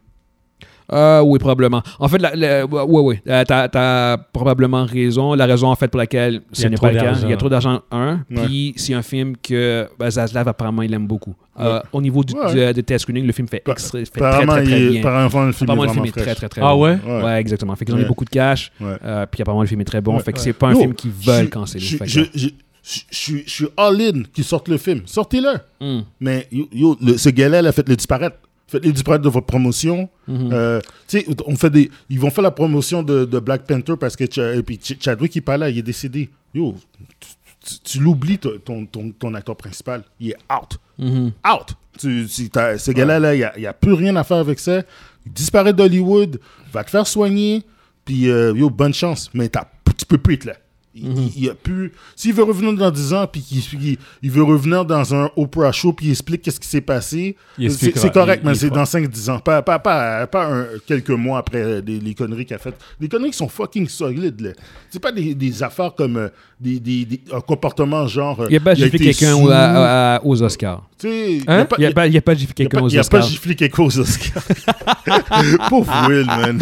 Speaker 2: Euh, oui, probablement. En fait, la, la- ouais, ouais, ouais. Euh, t'as, t'as probablement raison. La raison en fait pour laquelle
Speaker 3: Il y
Speaker 2: ce
Speaker 3: a
Speaker 2: n'est
Speaker 3: trop
Speaker 2: pas le cas,
Speaker 3: d'argent.
Speaker 2: il y a trop d'argent. Un,
Speaker 1: Ouais.
Speaker 2: puis c'est un film que ben, Zaslav apparemment il aime beaucoup. Euh, Au niveau du,
Speaker 1: Ouais.
Speaker 2: du- euh, de test screening, le film fait, extra- fait très, très
Speaker 1: Apparemment,
Speaker 2: très
Speaker 1: il est-
Speaker 2: bien.
Speaker 1: apparemment, le film
Speaker 2: Apparemment,
Speaker 1: est
Speaker 2: le film
Speaker 1: vraiment
Speaker 2: est très
Speaker 1: fraîche.
Speaker 2: très très
Speaker 3: Ah
Speaker 2: bon.
Speaker 3: ouais?
Speaker 1: Ouais.
Speaker 2: Ouais, exactement. Fait qu'ils ont
Speaker 1: Ouais.
Speaker 2: eu beaucoup de cash.
Speaker 1: Ouais.
Speaker 2: euh, puis apparemment, le film est très bon.
Speaker 1: Ouais. Oh!
Speaker 2: Fait que c'est pas un
Speaker 1: Yo,
Speaker 2: film qu'ils
Speaker 1: je
Speaker 2: veulent
Speaker 1: suis-
Speaker 2: canceller.
Speaker 1: Je
Speaker 2: Fait que-
Speaker 1: je- je- je- je suis je suis all-in qu'ils sortent le film. Sortez-le.
Speaker 2: Hmm.
Speaker 1: Mais yo, yo, le- ce gars-là, là, faites-le disparaître. Faites-le disparaître de votre promotion.
Speaker 2: Mhm.
Speaker 1: Euh, tu sais, on fait des, ils vont faire la promotion de, de Black Panther parce que Ch- et puis Ch- Chadwick, il n'est pas là, il est décédé. Yo, tu, tu- tu l'oublies, ton, ton, ton- ton acteur principal. Il est out.
Speaker 3: Mm-hmm.
Speaker 1: Out. Tu, tu- t'as- ce gars-là, là, il n'y a, plus rien à faire avec ça. Il disparaît d'Hollywood, va te faire soigner, puis euh, yo, bonne chance. Mais t'as- tu peux plus être là. Il,
Speaker 3: Mm-hmm.
Speaker 1: il- il a plus. S'il veut revenir dans 10 ans, puis qu'il il, il veut revenir dans un Oprah show, puis il explique qu'est-ce qui s'est passé,
Speaker 3: Il
Speaker 1: c'est-
Speaker 3: expliquera.
Speaker 1: c'est correct,
Speaker 3: Il-
Speaker 1: mais
Speaker 3: il
Speaker 1: c'est
Speaker 3: fera.
Speaker 1: dans 5-10 ans. Pas, pas, pas, pas un- quelques mois après euh, les, les conneries qu'il a faites. Les conneries qui sont fucking solides. là. C'est pas des, des affaires comme euh, des, des- des- un comportement genre. euh,
Speaker 2: Il a pas
Speaker 1: a
Speaker 2: giflé
Speaker 1: été
Speaker 2: quelqu'un
Speaker 1: sous,
Speaker 2: au- à- à- aux Oscars.
Speaker 1: tu sais, il
Speaker 3: Hein?
Speaker 1: a pas-
Speaker 2: Il a pas- il a pas giflé
Speaker 1: il a pas-
Speaker 2: quelqu'un aux
Speaker 1: il a pas
Speaker 2: Oscars.
Speaker 1: giflé quelque chose, Oscar. Pauvre Will, man.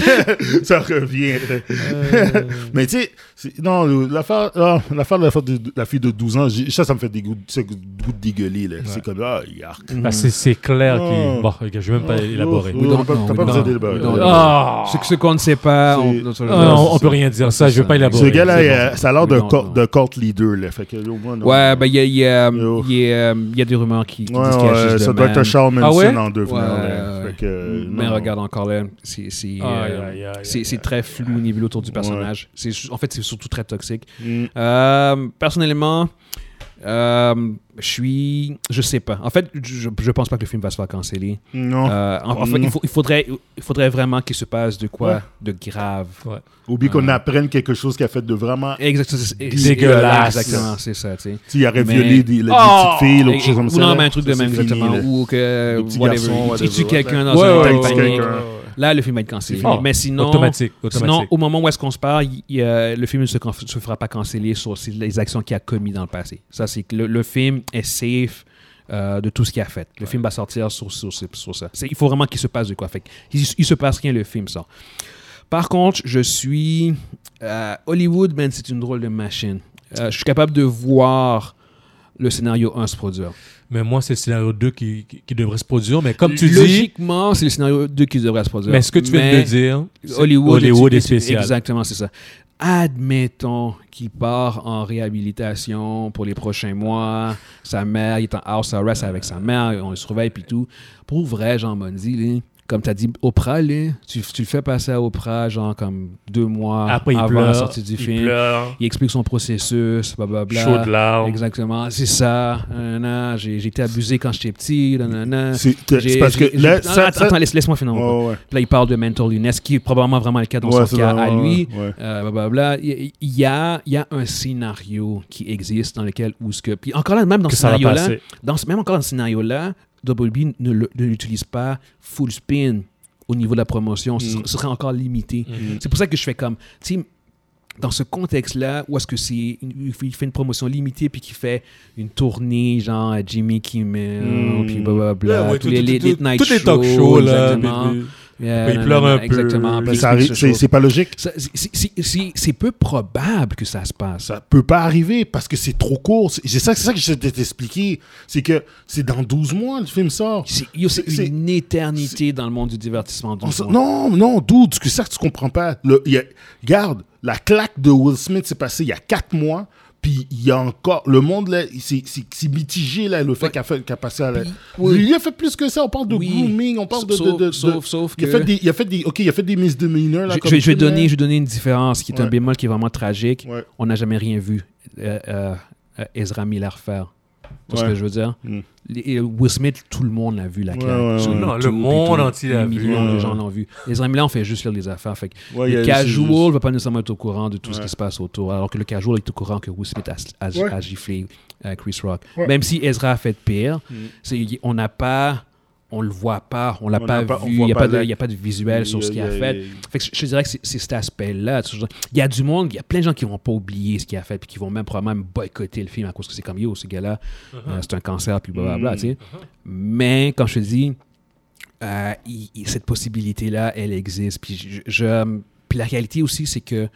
Speaker 1: ça revient.
Speaker 2: Euh.
Speaker 1: Mais tu sais, c'est- non, le- l'affaire ah, l'affaire de la, faute de de la fille de 12 ans, j'ai- ça, ça me fait des goûts, ça, goût de dégueuler. là. C'est comme, ah, yark.
Speaker 3: Ah, c'est- c'est clair
Speaker 1: Non.
Speaker 2: Oh.
Speaker 3: qu'il. Bon, ok, je vais même pas élaborer.
Speaker 1: Oui,
Speaker 2: don't
Speaker 1: t'as pas-
Speaker 2: know, we
Speaker 1: t'as pas
Speaker 2: don't
Speaker 1: besoin
Speaker 2: know.
Speaker 1: d'élaborer.
Speaker 2: We don't know.
Speaker 3: Ah!
Speaker 2: Ce, ce qu'on ne sait pas, on,
Speaker 1: C'est-
Speaker 2: on-
Speaker 3: Ah, on, on peut rien dire. Ça, je vais pas élaborer.
Speaker 1: Ce gars-là,
Speaker 3: C'est
Speaker 1: il- ça a l'air
Speaker 2: Oui,
Speaker 1: d'un
Speaker 2: non,
Speaker 1: cor-
Speaker 2: non.
Speaker 1: d'un cult leader. Là. Fait que, au moins, non.
Speaker 2: Ouais, ben il y a, il y a,
Speaker 1: Yo.
Speaker 2: il y a, il y a des rumeurs qui, qui
Speaker 1: Ouais,
Speaker 2: disent qu'il
Speaker 1: ouais,
Speaker 2: agisse
Speaker 1: ça
Speaker 2: de
Speaker 1: doit être un
Speaker 2: même.
Speaker 1: Charles Manson
Speaker 3: Ah ouais?
Speaker 1: en devenir.
Speaker 2: Ouais,
Speaker 1: là.
Speaker 2: ouais, Mm,
Speaker 1: Fait que, euh,
Speaker 2: Mais
Speaker 1: non.
Speaker 2: regarde encore là, c'est c'est,
Speaker 3: Aïe,
Speaker 2: euh,
Speaker 3: aïe, aïe,
Speaker 2: c'est-
Speaker 3: aïe,
Speaker 2: c'est
Speaker 3: aïe,
Speaker 2: très flou au niveau autour du personnage. C'est su- en fait c'est surtout très toxique.
Speaker 1: Mm.
Speaker 2: Euh, personnellement, euh, je suis, je sais pas. En fait, je, je pense pas que le film va se faire canceller.
Speaker 1: Non.
Speaker 2: Euh, en, en fait, il, faut- il faudrait, il faudrait vraiment qu'il se passe de quoi
Speaker 1: Ouais.
Speaker 2: de grave.
Speaker 3: Ouais.
Speaker 1: Oublie
Speaker 2: euh,
Speaker 1: qu'on apprenne quelque chose qui a fait de vraiment.
Speaker 2: Exactement. c'est- c'est-
Speaker 3: Dégueulasse.
Speaker 2: Exactement, c'est ça. tu sais.
Speaker 1: S'il aurait
Speaker 2: Mais-
Speaker 1: violé des, la- des
Speaker 3: Oh!
Speaker 1: petites filles là, ou
Speaker 2: Et-
Speaker 1: quelque chose comme
Speaker 2: ou
Speaker 1: ça.
Speaker 2: non,
Speaker 1: là,
Speaker 2: mais un truc de
Speaker 1: ça,
Speaker 2: même,
Speaker 1: c'est fini,
Speaker 2: exactement.
Speaker 1: là.
Speaker 2: Ou que,
Speaker 1: Le petit
Speaker 2: whatever,
Speaker 1: garçon,
Speaker 2: il- il
Speaker 1: whatever,
Speaker 2: tue
Speaker 1: ouais.
Speaker 2: quelqu'un dans
Speaker 3: Ouais,
Speaker 2: un
Speaker 3: ouais,
Speaker 2: état de
Speaker 3: ouais,
Speaker 2: panique.
Speaker 1: ouais, ouais.
Speaker 2: Là, le film va être cancellé.
Speaker 3: Ah,
Speaker 2: mais sinon,
Speaker 3: Automatique.
Speaker 2: sinon,
Speaker 3: automatique.
Speaker 2: au moment où est-ce qu'on se parle, il- il, euh, le film ne se, conf- se fera pas canceller sur ses- les actions qu'il a commises dans le passé. Ça, c'est que le, le film est safe euh, de tout ce qu'il a fait. Le film va sortir sur, sur, sur- sur ça. C'est- il faut vraiment qu'il se passe de quoi. Fait que il, il se passe rien, le film sort. Par contre, je suis. euh, Hollywood, man, c'est une drôle de machine. Euh, je suis capable de voir le scénario 1 se produire.
Speaker 3: Mais moi, c'est le scénario 2 qui, qui, qui devrait se produire. Mais comme tu dis,
Speaker 2: Logiquement, c'est le scénario 2 qui devrait se produire.
Speaker 3: mais ce que tu viens
Speaker 2: Mais
Speaker 3: de dire, c'est-
Speaker 2: Hollywood,
Speaker 3: Hollywood
Speaker 2: est-
Speaker 3: est spécial.
Speaker 2: Exactement, c'est ça. Admettons qu'il part en réhabilitation pour les prochains mois. Sa mère, il est en house arrest avec sa mère, on le surveille puis tout. Pour vrai, Jean Mondi, là, comme tu as dit, Oprah, là, tu, tu le fais passer à Oprah, genre comme deux mois
Speaker 3: Après, il
Speaker 2: avant
Speaker 3: pleure.
Speaker 2: la sortie du
Speaker 3: il
Speaker 2: film.
Speaker 3: pleure.
Speaker 2: Il explique son processus, blablabla.
Speaker 3: Chaud de larmes.
Speaker 2: Exactement, c'est ça. nanana, J'ai j'ai été abusé quand j'étais petit. nanana.
Speaker 1: C'est c'est
Speaker 2: euh, J'ai-
Speaker 1: parce que
Speaker 2: j'ai-
Speaker 1: là,
Speaker 2: j'ai-
Speaker 1: ça- ça-
Speaker 2: Attends, attends, laisse- laisse-moi finir. mon point.
Speaker 1: Ouais, ouais.
Speaker 2: Puis Là, il parle de mental illness, qui est probablement vraiment le cas dans son
Speaker 1: Ouais, c'est
Speaker 2: cas à
Speaker 1: vraiment-
Speaker 2: lui.
Speaker 1: ouais.
Speaker 2: Euh, blablabla. Il il y a, il y a un scénario qui existe dans lequel où ce que. Puis encore là, même dans
Speaker 3: Que
Speaker 2: ce
Speaker 3: ça va
Speaker 2: scénario-là,
Speaker 3: passer.
Speaker 2: dans ce- même encore dans ce scénario-là, Double B ne le- ne l'utilise pas full spin au niveau de la promotion.
Speaker 3: Mm.
Speaker 2: Ce ce serait encore limité. C'est pour ça que je fais comme. tu sais, dans ce contexte-là, où est-ce que c'est. une- Il fait une promotion limitée, puis qu'il fait une tournée, genre à Jimmy Kimmel,
Speaker 1: Mm.
Speaker 2: puis blablabla.
Speaker 3: Ouais, ouais,
Speaker 2: tous
Speaker 3: tout-
Speaker 2: les
Speaker 3: tout-
Speaker 2: les
Speaker 3: tout-
Speaker 2: late night
Speaker 3: tous les talk
Speaker 2: shows,
Speaker 3: shows, là.
Speaker 2: exactement.
Speaker 3: mais- mais-
Speaker 2: Yeah,
Speaker 3: Puis il
Speaker 2: non,
Speaker 3: pleure
Speaker 2: non,
Speaker 3: un
Speaker 2: non,
Speaker 3: peu.
Speaker 2: Exactement.
Speaker 3: Mais
Speaker 1: Mais
Speaker 2: Puis
Speaker 1: ça
Speaker 2: il
Speaker 1: arrive-
Speaker 2: se
Speaker 1: C'est
Speaker 2: chauffe.
Speaker 1: c'est pas logique.
Speaker 2: Ça, c'est- c'est- c'est- C'est peu probable que ça se passe.
Speaker 1: Ça peut pas arriver parce que c'est trop court. C'est c'est ça, c'est ça que je t'ai expliqué. C'est que c'est dans 12 mois le film sort.
Speaker 2: C'est yo, c'est
Speaker 1: C'est-
Speaker 2: une éternité dans le monde du divertissement. du
Speaker 1: On se-
Speaker 2: soir.
Speaker 1: Non, non, dude, c'est que ça que tu comprends pas. Le- il y a- regarde, la claque de Will Smith s'est passée il y a quatre mois, Puis il y a encore. Le monde, là, c'est- c'est c'est mitigé, là, le fait qu'elle fait- qu'elle a passé à la.
Speaker 2: Puis- oui.
Speaker 1: Lui, il a fait plus que ça. On parle de
Speaker 2: Oui.
Speaker 1: grooming, on parle de. de-
Speaker 2: Sauf-
Speaker 1: de- de-
Speaker 2: sauf- sauf
Speaker 1: il a
Speaker 2: que-
Speaker 1: fait des, il a fait des. Ok, il a fait des misdemeanors, là.
Speaker 2: Je-
Speaker 1: comme
Speaker 2: je, je vais
Speaker 1: film, là.
Speaker 2: donner, je vais donner une différence qui est un
Speaker 1: Ouais.
Speaker 2: bémol qui est vraiment tragique.
Speaker 1: Ouais.
Speaker 2: On n'a jamais rien vu euh, euh, euh, Ezra Miller faire. Tu vois ce
Speaker 1: Ouais.
Speaker 2: que je veux dire?
Speaker 1: Mm.
Speaker 2: Les- et Will Smith, tout le monde l'a vu, la
Speaker 1: Ouais,
Speaker 2: claque.
Speaker 1: ouais,
Speaker 2: Sur
Speaker 1: ouais.
Speaker 3: Non, le
Speaker 2: YouTube et
Speaker 3: monde
Speaker 2: tout.
Speaker 3: entier
Speaker 2: Des
Speaker 3: l'a vu.
Speaker 2: millions de
Speaker 1: Ouais.
Speaker 2: gens l'ont vu. Ezra Miller, on fait juste lire les affaires. Fait que
Speaker 1: Ouais, il y
Speaker 2: le
Speaker 1: a-
Speaker 2: casual
Speaker 1: c'est juste-
Speaker 2: va pas nécessairement être au courant de tout ce
Speaker 1: Ouais.
Speaker 2: qui se passe autour, alors que le casual est au courant que Will Smith a, a-
Speaker 1: Ouais.
Speaker 2: a giflé euh, Chris Rock.
Speaker 1: Ouais. Hmm.
Speaker 2: Même si Ezra a fait pire, c'est- on n'a pas, on le voit pas, on l'a
Speaker 1: On
Speaker 2: pas,
Speaker 1: n'a pas- on
Speaker 2: vu, il
Speaker 1: voit
Speaker 2: n'y a,
Speaker 1: pas
Speaker 2: pas de-
Speaker 1: l'acte.
Speaker 2: y a pas de visuel
Speaker 1: Il
Speaker 2: sur
Speaker 1: y a-
Speaker 2: ce qu'il
Speaker 1: il
Speaker 2: a
Speaker 1: y a-
Speaker 2: fait.
Speaker 1: il y a-
Speaker 2: Fait que je, je te dirais que c'est c'est cet aspect-là. tu sais, je- Il y a du monde, il y a plein de gens qui vont pas oublier ce qu'il a fait, puis qui vont même probablement boycotter le film à cause que c'est comme yo, ce gars-là, euh, c'est un cancer, puis blablabla.
Speaker 1: Mhm.
Speaker 2: tu sais. Mais quand je te dis, euh, il- il- cette possibilité-là, elle existe. Puis, je, je- puis la réalité aussi, c'est que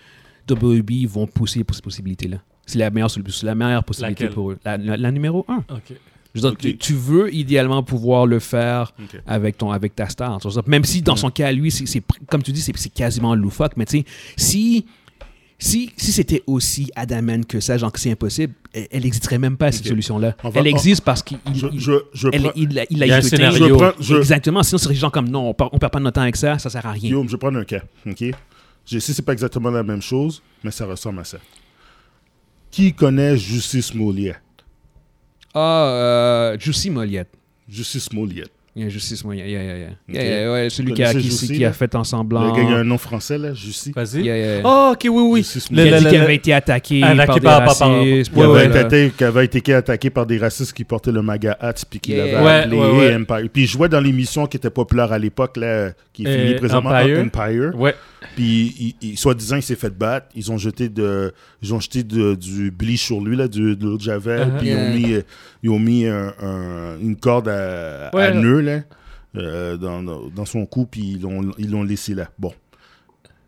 Speaker 2: WB vont pousser pour cette possibilité-là. C'est la meilleure, solu- c'est la meilleure possibilité
Speaker 3: Laquelle?
Speaker 2: pour eux. La, la- la numéro un.
Speaker 3: Ok.
Speaker 2: Je veux dire,
Speaker 1: Ok.
Speaker 2: tu, tu veux idéalement pouvoir le faire
Speaker 1: Ok.
Speaker 2: avec, ton, avec ta star. tu vois. Même si dans son cas, lui, c'est, c'est pr- comme tu dis, c'est, c'est quasiment loufoque. Mais tu sais, si, si, si c'était aussi adamant que ça, genre que c'est impossible, elle n'existerait même pas, cette
Speaker 1: Ok.
Speaker 2: solution-là.
Speaker 1: On va-
Speaker 2: elle
Speaker 1: on-
Speaker 2: existe parce qu'il il-
Speaker 1: Je,
Speaker 2: il-
Speaker 1: je, je
Speaker 2: elle-
Speaker 1: prends-
Speaker 2: il, l'a- il a
Speaker 3: Il y a un
Speaker 2: été-
Speaker 3: scénario.
Speaker 1: Je prends- je-
Speaker 2: Exactement. Sinon, c'est des gens comme non, on, par- on perd pas notre temps avec ça, ça sert à rien.
Speaker 1: Guillaume, je vais prendre un cas. OK? Je sais que c'est pas exactement la même chose, mais ça ressemble à ça. Qui connaît Justice Mouliette?
Speaker 2: Ah, euh, Jussie Moliette.
Speaker 1: Justice Mouliette.
Speaker 2: Il y a Jussie Moliette. Yeah, yeah, yeah. Yeah,
Speaker 1: Ok.
Speaker 2: yeah, ouais, celui
Speaker 1: Vous
Speaker 2: qui a,
Speaker 1: connaissez
Speaker 2: qui,
Speaker 1: Jussie,
Speaker 2: qui a
Speaker 1: là?
Speaker 2: fait en
Speaker 1: Le
Speaker 2: semblant.
Speaker 1: gars, il y a un nom français, là, Justice.
Speaker 3: Vas-y.
Speaker 2: Yeah, yeah, yeah.
Speaker 3: Ah, ok, oui, oui.
Speaker 1: Justice
Speaker 2: Il
Speaker 1: Le-
Speaker 2: a dit
Speaker 1: le-
Speaker 2: qu'il avait été attaqué
Speaker 3: Ah,
Speaker 2: par
Speaker 3: attaqué
Speaker 2: des
Speaker 3: par- par-
Speaker 2: racistes.
Speaker 3: par-
Speaker 1: Qui
Speaker 2: puis
Speaker 3: ouais,
Speaker 1: avait,
Speaker 2: voilà.
Speaker 1: été, qui avait été attaqué par des racistes qui portaient le MAGA hat puis qui
Speaker 2: Yeah,
Speaker 1: l'avaient
Speaker 2: yeah.
Speaker 1: appelé
Speaker 3: Ouais, ouais, ouais.
Speaker 1: Empire. Puis il jouait dans l'émission qui était populaire à l'époque, là, qui est
Speaker 3: Euh,
Speaker 1: finie présentement
Speaker 3: Empire.
Speaker 1: Empire. Empire.
Speaker 3: Ouais.
Speaker 1: Puis, il, il- soi-disant, il s'est fait battre. Ils ont jeté, de, ils ont jeté de- du bleach sur lui, là, du, de l'eau de Javel.
Speaker 3: Uh-huh.
Speaker 1: Puis, ils ont mis, euh, ils ont mis un- un- une corde à, à
Speaker 3: Ouais.
Speaker 1: nœud là, euh, dans, dans son cou, puis ils l'ont, ils l'ont laissé là. Bon.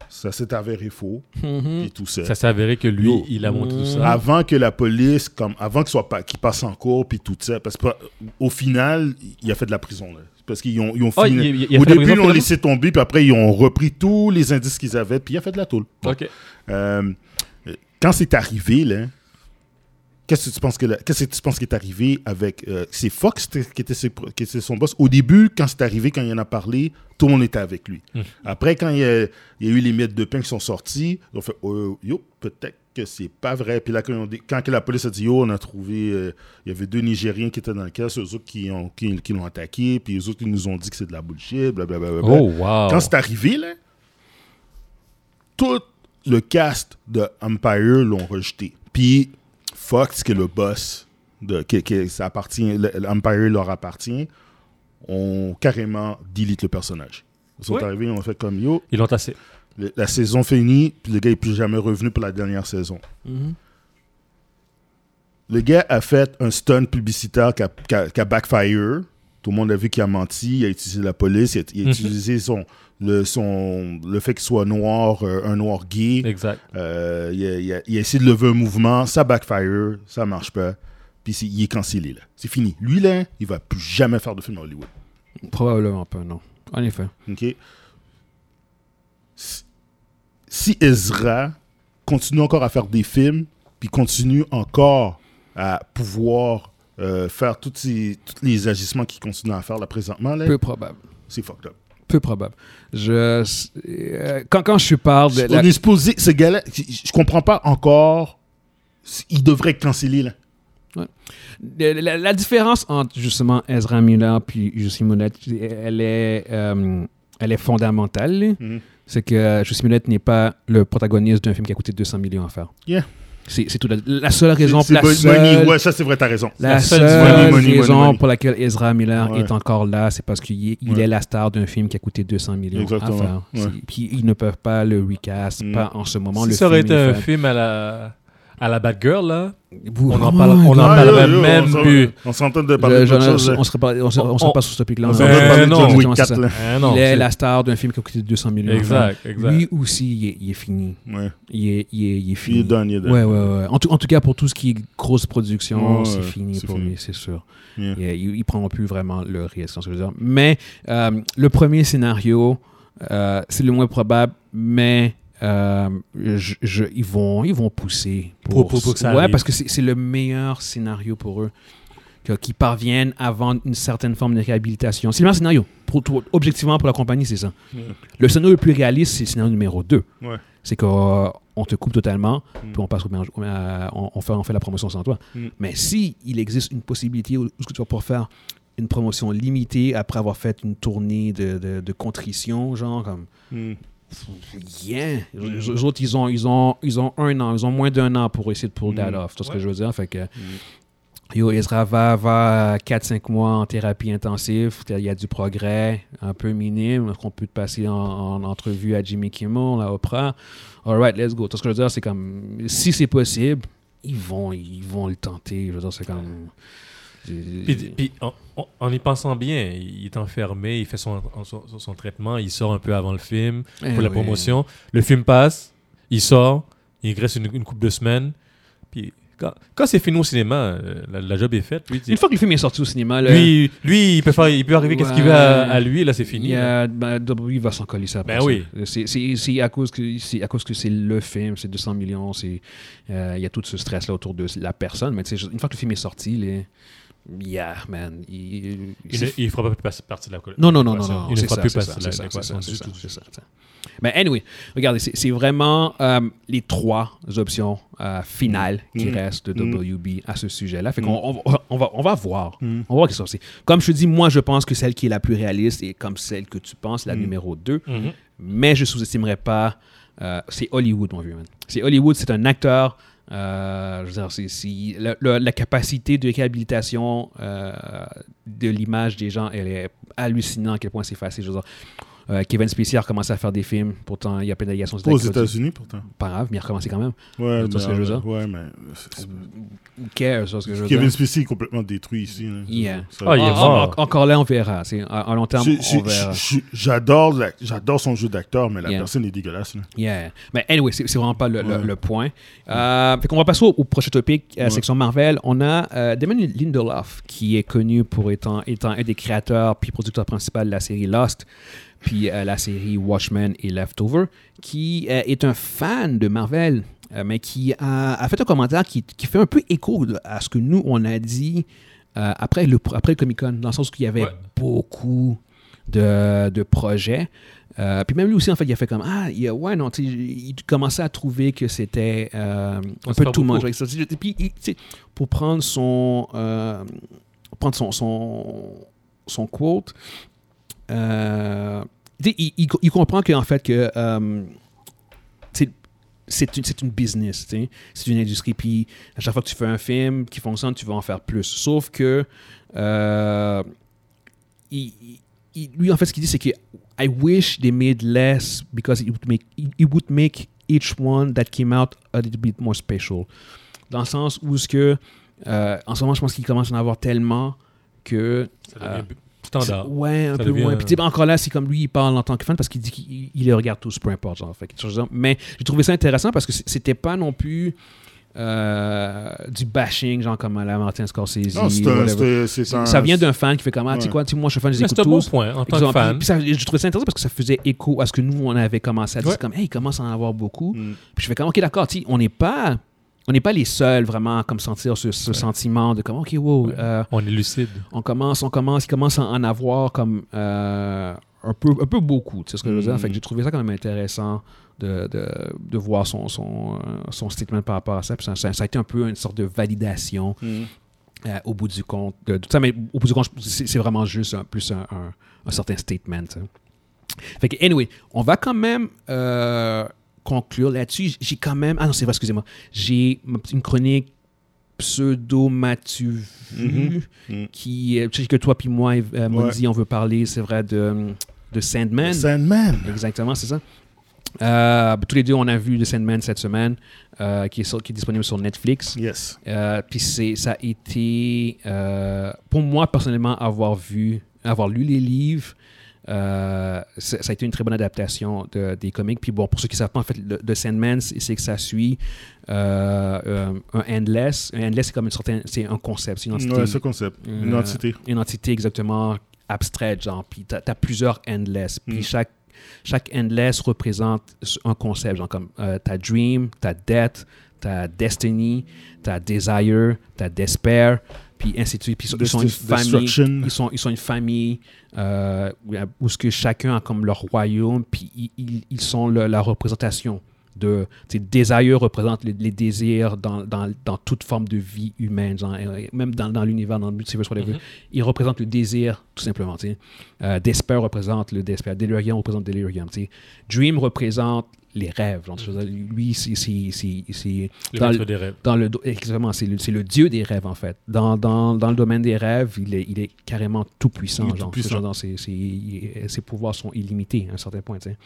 Speaker 1: Ça s'est avéré faux,
Speaker 2: Mhm.
Speaker 3: Mm-hmm.
Speaker 1: et tout ça.
Speaker 3: Ça s'est avéré que lui,
Speaker 1: Yo.
Speaker 3: il a monté tout
Speaker 2: Ah,
Speaker 3: ça.
Speaker 1: Avant que la police, comme, avant qu'il, soit pas, qu'il passe en cours, puis tout ça. Parce qu'au final, il a fait de la prison. Là, parce qu'ils ont, ils ont
Speaker 3: Ah,
Speaker 1: fini-
Speaker 3: il- il- il a
Speaker 1: Au
Speaker 3: fait
Speaker 1: début,
Speaker 3: de la prison,
Speaker 1: ils l'ont
Speaker 3: finalement?
Speaker 1: laissé tomber, puis après, ils ont repris tous les indices qu'ils avaient, puis il a fait de la tôle. Bon.
Speaker 3: Ok.
Speaker 1: Euh, quand c'est arrivé, là, qu'est-ce que tu penses que la- qu'est-ce que tu penses qui est arrivé avec euh, c'est Fox t- qui était, ses pro- qui était son boss. Au début, quand c'est arrivé, quand il en a parlé, tout le monde était avec lui. Après, quand il y a, il y a eu les miettes de pain qui sont sorties, ils ont fait Oh, yo, peut-être que c'est pas vrai. Puis là, quand, ils ont dit- quand que la police a dit yo, on a trouvé, euh, il y avait deux Nigériens qui étaient dans le cas, eux autres qui ont- qui- qui l'ont attaqué, puis eux autres ils nous ont dit que c'est de la bullshit, blablabla.
Speaker 3: Oh, wow.
Speaker 1: Quand c'est arrivé, là, tout le cast de Empire l'ont rejeté. Puis Fox, qui est le boss, de, qui, qui- ça appartient, le- l'Empire leur appartient, ont carrément delete le personnage. Ils sont
Speaker 3: Ouais.
Speaker 1: arrivés, ils ont fait comme yo,
Speaker 3: Ils l'ont tassé.
Speaker 1: le- la saison finie, puis le gars n'est plus jamais revenu pour la dernière saison.
Speaker 2: Mhm.
Speaker 1: Le gars a fait un stunt publicitaire qui a, qui a- qui a backfire. Tout le monde a vu qu'il a menti, il a utilisé la police, il a, il a
Speaker 3: Mhm.
Speaker 1: utilisé son, le, son, le fait qu'il soit noir, euh, un noir gay.
Speaker 3: Exact.
Speaker 1: Euh, il, a, il a- il a essayé de lever un mouvement, ça backfire, ça marche pas. Puis c'est- il est cancellé, là. C'est fini. Lui, là, il va plus jamais faire de film à Hollywood.
Speaker 2: Probablement pas, non. En effet.
Speaker 1: OK? Si- Si Ezra continue encore à faire des films, puis continue encore à pouvoir euh, faire tous ces- tous les agissements qu'il continue à faire là présentement, là,
Speaker 2: Peu probable.
Speaker 1: c'est fucked up.
Speaker 2: Peu probable. Je, euh, quand, quand je parle de. la-
Speaker 1: On est supposé, ce gars-là, je je comprends pas encore, il devrait être cancellé là.
Speaker 2: La, la- la différence entre justement Ezra Miller puis Jussie Mollett, elle est, euh, elle est fondamentale.
Speaker 1: Mhm.
Speaker 2: C'est que Jussie Mollett n'est pas le protagoniste d'un film qui a coûté 200 millions à faire.
Speaker 1: Yeah.
Speaker 2: C'est c'est tout. La, la seule raison,
Speaker 1: C'est- c'est
Speaker 2: la
Speaker 1: bon- money,
Speaker 2: seule,
Speaker 1: ouais, ça c'est vrai, t'as raison.
Speaker 2: la
Speaker 3: la seule-
Speaker 2: seule
Speaker 1: Money, money,
Speaker 2: raison
Speaker 1: money, money.
Speaker 2: pour laquelle Ezra Miller
Speaker 1: Ouais.
Speaker 2: est encore là, c'est parce qu'il est, il
Speaker 1: Ouais.
Speaker 2: est la star d'un film qui a coûté 200 millions
Speaker 1: Exactement.
Speaker 2: à faire.
Speaker 1: Ouais.
Speaker 2: C'est- Puis ils ne peuvent pas le recast,
Speaker 1: Mm.
Speaker 2: pas en ce moment.
Speaker 3: Si
Speaker 2: le
Speaker 3: ça aurait
Speaker 2: film
Speaker 3: été
Speaker 2: est
Speaker 3: un
Speaker 2: fait.
Speaker 3: film à la, à la Batgirl, là,
Speaker 2: Ouh,
Speaker 3: on en
Speaker 2: vraiment,
Speaker 3: parle- on en
Speaker 2: non.
Speaker 3: parle-
Speaker 1: Ah, yo,
Speaker 3: parlerait
Speaker 1: yo, on
Speaker 3: même
Speaker 1: s'en-
Speaker 3: plus.
Speaker 1: On s'entend de
Speaker 2: Je-
Speaker 1: parler
Speaker 2: je-
Speaker 1: d'autre chose.
Speaker 2: on serait pas, on serait, on serait
Speaker 3: On-
Speaker 2: pas sur ce topic-là.
Speaker 1: on
Speaker 2: en fait.
Speaker 1: s'entend de parler de
Speaker 3: non.
Speaker 1: John Wick
Speaker 2: Exactement, c'est
Speaker 1: 4,
Speaker 2: ça.
Speaker 1: là.
Speaker 3: hein, non,
Speaker 2: il est
Speaker 3: c'est-
Speaker 2: la star d'un film qui a coûté 200 millions.
Speaker 3: Exact, exact.
Speaker 2: Lui aussi, il est, il est fini.
Speaker 1: Ouais.
Speaker 2: Il est, il est, il est
Speaker 1: Il
Speaker 2: fini.
Speaker 1: est done, il est done.
Speaker 2: Ouais, ouais, ouais. En tout, en tout cas, pour tout ce qui est grosse production,
Speaker 1: Ouais,
Speaker 2: c'est
Speaker 1: ouais,
Speaker 2: fini
Speaker 1: c'est
Speaker 2: pour
Speaker 1: fini.
Speaker 2: lui, c'est sûr.
Speaker 1: Yeah.
Speaker 2: Il- euh, il- Ils ne prendront plus vraiment le risque. c'est ce que je veux dire. Mais euh, le premier scénario, euh, c'est le moins probable, mais euh, je- je- ils, vont, ils vont pousser.
Speaker 3: Pour- pour- pour que ça
Speaker 2: Ouais,
Speaker 3: arrive.
Speaker 2: parce que c'est c'est le meilleur scénario pour eux. que- Qu'ils parviennent à vendre une certaine forme de réhabilitation. C'est le meilleur scénario. Pour, toi, objectivement, pour la compagnie, c'est ça.
Speaker 1: Mm.
Speaker 2: Le scénario le plus réaliste, c'est le scénario numéro 2.
Speaker 1: Ouais.
Speaker 2: C'est qu'on te coupe totalement,
Speaker 1: Mm.
Speaker 2: puis on, passe au mélange- au- à- on, on fait, on fait la promotion sans toi.
Speaker 1: Mm.
Speaker 2: Mais si il existe une possibilité où, où est-ce que tu vas pouvoir faire une promotion limitée après avoir fait une tournée de, de, de contrition, genre comme
Speaker 1: Hmm.
Speaker 2: Yeah. Les les autres, ils ont, ils, ont, ils ont un an, ils ont moins d'un an pour essayer de pull that
Speaker 1: Mm.
Speaker 2: off. C'est ce que je veux dire. Fait que, yo, Ezra va, va 4-5 mois en thérapie intensive. Il y a du progrès, un peu minime, qu'on peut te passer en, en entrevue à Jimmy Kimmel, à Oprah. All right, let's go. Tout ce que je veux dire, c'est comme, si c'est possible, ils vont, ils vont le tenter. Je veux dire, c'est comme...
Speaker 3: Puis, puis en, en- en y pensant bien, il est enfermé, il fait son, son, son- son traitement, il sort un peu avant le film
Speaker 2: Eh
Speaker 3: pour la
Speaker 2: oui.
Speaker 3: promotion. Le film passe, il sort, il reste une, une couple de semaines. Puis quand, quand c'est fini au cinéma, euh, la, la job est faite. Lui, il-
Speaker 2: Une fois que le film est sorti au cinéma, là,
Speaker 3: lui, lui, il peut, faire, il peut arriver qu'est-ce qu'il veut à,
Speaker 2: Ouais.
Speaker 3: à lui, là c'est fini.
Speaker 2: Il y
Speaker 3: là.
Speaker 2: a- ben, WWE va s'en coller ça. après
Speaker 3: Ben
Speaker 2: ça.
Speaker 3: oui.
Speaker 2: C'est- C'est c'est à cause que c'est à cause que c'est le film, c'est 200 millions, c'est euh, il y a tout ce stress là autour de la personne. Mais tu sais, je- une fois que le film est sorti, les yeah man, il-
Speaker 3: Il,
Speaker 2: c'est-
Speaker 3: ne- il fera pas plus partie de la col-
Speaker 2: non, non, non, non,
Speaker 3: l'équation.
Speaker 2: non.
Speaker 3: Il ne
Speaker 2: c'est
Speaker 3: fera
Speaker 2: ça,
Speaker 3: plus
Speaker 2: c'est
Speaker 3: partie
Speaker 2: ça,
Speaker 3: de
Speaker 2: c'est ça, c'est ça,
Speaker 3: l'équation
Speaker 2: c'est
Speaker 3: du
Speaker 2: ça,
Speaker 3: tout.
Speaker 2: c'est ça, c'est ça. Mais anyway, regardez, c'est c'est vraiment euh, les trois options euh, finales qui
Speaker 1: Mm.
Speaker 2: restent de
Speaker 1: Mm.
Speaker 2: WB à ce sujet-là. Fait
Speaker 1: Mm.
Speaker 2: qu'on on va, on va, on va voir.
Speaker 1: Mm.
Speaker 2: On va voir qu'est-ce que c'est. Comme je te dis, moi, je pense que celle qui est la plus réaliste et comme celle que tu penses, la
Speaker 1: Mm.
Speaker 2: numéro 2.
Speaker 3: Mhm.
Speaker 2: Mais je sous-estimerais pas. euh, c'est Hollywood, mon vieux man. C'est Hollywood, c'est un acteur. euh, je veux dire, c'est- c'est- la, la- la capacité de réhabilitation euh, de l'image des gens, elle est hallucinante à quel point c'est facile. Je veux dire. Euh, Kevin Spacey a recommencé à faire des films, pourtant il y a plein d'allégations.
Speaker 1: Pas aux
Speaker 2: C'est
Speaker 1: États-Unis, pourtant.
Speaker 2: Pas grave, mais il a recommencé quand même.
Speaker 1: Ouais,
Speaker 2: Tu vois ce que je veux dire?
Speaker 1: Ouais, mais. c'est-
Speaker 2: Who cares, ça, ce que je veux
Speaker 1: Kevin
Speaker 2: dire.
Speaker 1: Spacey est complètement détruit ici. là.
Speaker 2: Yeah.
Speaker 1: Ça-
Speaker 3: Ah, il est
Speaker 2: En- en-
Speaker 3: mort.
Speaker 2: encore là, on verra. C'est- À, à long terme,
Speaker 1: Je- je-
Speaker 2: on verra.
Speaker 1: je- je- J'adore la- j'adore son jeu d'acteur, mais la
Speaker 2: Yeah.
Speaker 1: personne est dégueulasse. là.
Speaker 2: Yeah. Mais anyway, c'est c'est vraiment pas le, le-
Speaker 1: Ouais.
Speaker 2: le point. Euh, fait qu'on va passer au, au prochain topic, euh,
Speaker 1: Ouais.
Speaker 2: section Marvel. On a euh, Damon Lindelof, qui est connu pour étant, étant un des créateurs puis producteur principal de la série Lost, puis euh, la série Watchmen et Leftover, qui euh, est un fan de Marvel, euh, mais qui a, a fait un commentaire qui, qui fait un peu écho à ce que nous, on a dit euh, après le, après le Comic-Con, dans le sens qu'il y avait
Speaker 3: Ouais.
Speaker 2: beaucoup de, de projets. Euh, puis même lui aussi, en fait, il a fait comme Ah, il a- ouais, non, tu sais, il commençait à trouver que c'était euh, un
Speaker 3: se
Speaker 2: peu
Speaker 3: perd
Speaker 2: tout much.
Speaker 3: beaucoup.
Speaker 2: Ouais, ça, tu sais, Puis, il- tu sais, pour prendre son, euh, prendre son, son, son quote, euh, tu sais, il, il co- il comprend qu'en fait, que euh, tu sais, c'est une, c'est une business, tu sais. c'est une industrie. Puis à chaque fois que tu fais un film qui fonctionne, tu vas en faire plus. Sauf que euh, il- il- lui, en fait, ce qu'il dit, c'est que I wish they made less because it would make it would make each one that came out a little bit more special. Dans le sens où ce que euh, en ce moment, je pense qu'il commence à en avoir tellement que
Speaker 3: Ça
Speaker 2: Ah.
Speaker 3: devient bu- standard.
Speaker 2: c'est- Ouais, un
Speaker 3: Ça
Speaker 2: peu
Speaker 3: devient-
Speaker 2: moins. Puis tu sais, encore là, c'est comme lui, il parle en tant que fan parce qu'il dit qu'il il les regarde tous, peu importe. Genre, fait, que, tu vois, mais j'ai trouvé ça intéressant parce que c- c'était pas non plus euh, du bashing, genre comme à la Martin Scorsese.
Speaker 1: Non, Ah, c'est un-
Speaker 2: whatever.
Speaker 1: c'est- c'est un-
Speaker 2: ça vient d'un fan qui fait comment, tu sais
Speaker 1: Ouais.
Speaker 2: quoi, tu sais, moi je suis fan, je les
Speaker 3: Mais
Speaker 2: écoute
Speaker 3: C'est un bon
Speaker 2: tous.
Speaker 3: point hein, en tant
Speaker 2: Ils ont-
Speaker 3: que fan.
Speaker 2: Puis ça, j'ai trouvé ça intéressant parce que ça faisait écho à ce que nous, on avait commencé à dire,
Speaker 3: Ouais.
Speaker 2: comme, hey, il commence à en avoir beaucoup.
Speaker 1: Mm.
Speaker 2: Puis je fais comme, OK, d'accord, tu sais, on n'est pas... On n'est pas les seuls vraiment à comme sentir ce, ce sentiment de comme OK wow
Speaker 3: Ouais.
Speaker 2: euh,
Speaker 3: On est lucide.
Speaker 2: on commence, on commence, il commence à en avoir comme euh, un, peu, un peu beaucoup, tu sais ce que je veux dire.
Speaker 3: Mm.
Speaker 1: Mhm.
Speaker 2: Fait que j'ai trouvé ça quand même intéressant de, de, de voir son, son, euh, son statement par rapport à ça. Puis ça, ça- ça a été un peu une sorte de validation
Speaker 1: Mm.
Speaker 2: euh, au bout du compte. De, de tout ça, mais au bout du compte, je- c'est c'est vraiment juste un, plus un, un- un certain statement. tu sais. Fait que, anyway, on va quand même euh, conclure là-dessus. J'ai quand même. Ah non, c'est vrai, excusez-moi. J'ai ma petite- une chronique pseudo-matu Mm-hmm.
Speaker 1: Mhm. Mm.
Speaker 2: qui, euh, tu sais que toi puis moi, euh, Mondi, on veut parler, c'est vrai, de, de Sandman.
Speaker 1: Sandman.
Speaker 2: Exactement, c'est ça. Euh, tous les deux, on a vu The Sandman cette semaine, euh, qui, est sur- qui est disponible sur Netflix.
Speaker 1: Yes.
Speaker 2: Euh, puis c'est- ça a été, euh, pour moi personnellement, avoir vu, avoir lu les livres, euh, ça ça a été une très bonne adaptation de- des comics. Puis bon, pour ceux qui ne savent pas, en fait, le, The Sandman, c'est c'est que ça suit euh, euh, un Endless. Un Endless, c'est comme une certaine, c'est un concept, c'est une entité
Speaker 1: Ouais, ce concept. Une
Speaker 2: Euh,
Speaker 1: entité.
Speaker 2: une entité exactement abstraite, genre, puis t'as as plusieurs endless, puis
Speaker 1: Mm.
Speaker 2: chaque chaque endless représente un concept, genre comme euh, ta dream, ta dette, ta destiny, ta desire, ta despair, puis ainsi de suite. Puis ils sont- ils sont une
Speaker 1: Desti-
Speaker 2: famille.
Speaker 1: Destruction.
Speaker 2: Ils sont, ils sont une famille euh, où- où ce que chacun a comme leur royaume, puis ils, ils- ils sont le- la représentation de. tu sais, Desire représente les, les désirs dans, dans- dans toute forme de vie humaine, genre, euh, même dans, dans l'univers, dans le multiverse, whatever. Ils représentent le désir, tout simplement. tu sais. Euh, Despair représente le despair. Delirium représente Delirium. tu sais. Dream représente les rêves. genre, tu vois, lui, c'est- c'est- c'est- c'est
Speaker 3: Le
Speaker 2: Dans
Speaker 3: maître
Speaker 2: le-
Speaker 3: des rêves.
Speaker 2: dans le do- exactement, c'est le, c'est le dieu des rêves en fait. Dans, dans, dans le domaine des rêves, il est, il est carrément tout puissant.
Speaker 1: Il est
Speaker 2: genre.
Speaker 1: tout-puissant.
Speaker 2: Ce genre, dans ses, ses- il- ses pouvoirs sont illimités à un certain point. tu sais.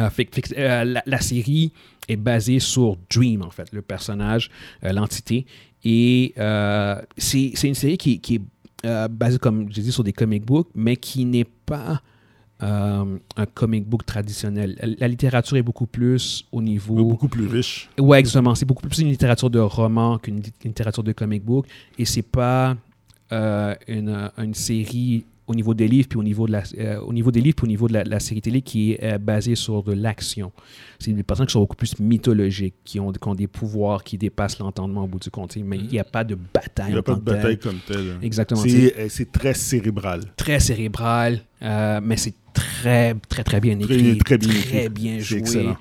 Speaker 2: Euh, fait que- fait que, euh, la, la série est basée sur Dream en fait, le personnage, euh, l'entité, et euh, c'est c'est une série qui, qui est euh, basée comme j'ai dit sur des comic books, mais qui n'est pas euh, un comic book traditionnel. La, la littérature est beaucoup plus au niveau
Speaker 1: Beaucoup plus riche.
Speaker 2: Ouais, exactement. C'est beaucoup plus une littérature de roman qu'une lit- littérature de comic book. Et c'est pas euh, une, euh, une série au niveau des livres, puis au niveau de la, euh, au niveau des livres, puis au niveau de la, la série télé qui est euh, basée sur de l'action. C'est des personnes qui sont beaucoup plus mythologiques, qui ont, qui ont des pouvoirs qui dépassent l'entendement au bout du compte. tu sais. Mais il n'y a pas de bataille.
Speaker 1: Il n'y
Speaker 2: en
Speaker 1: a pas
Speaker 2: Ah, tant que
Speaker 1: de
Speaker 2: telle.
Speaker 1: bataille comme telle.
Speaker 2: Exactement. tu sais
Speaker 1: C'est euh, c'est très cérébral.
Speaker 2: très cérébral, euh, mais c'est très, très, très bien
Speaker 1: Très-
Speaker 2: écrit,
Speaker 1: très bien écrit.
Speaker 2: bien
Speaker 1: C'est
Speaker 2: joué.
Speaker 1: excellent.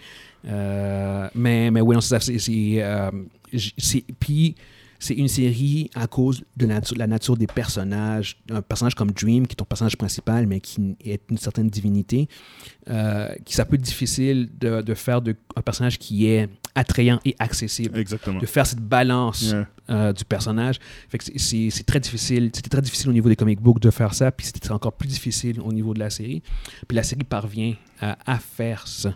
Speaker 2: Euh, mais, mais oui, non, c'est ça. c'est- c'est, euh, j- c'est- Puis, c'est une série à cause de la, natu- la nature des personnages. Un personnage comme Dream, qui est ton personnage principal, mais qui n- est une certaine divinité, euh, qui ça peut être difficile de, de faire de, un personnage qui est attrayant et accessible.
Speaker 1: Exactement.
Speaker 2: De faire cette balance
Speaker 1: Yeah.
Speaker 2: euh, du personnage. Fait que c'est- c'est c'est très difficile. C'était très difficile au niveau des comic books de faire ça, puis c'était encore plus difficile au niveau de la série. Puis la série parvient à, à faire ça,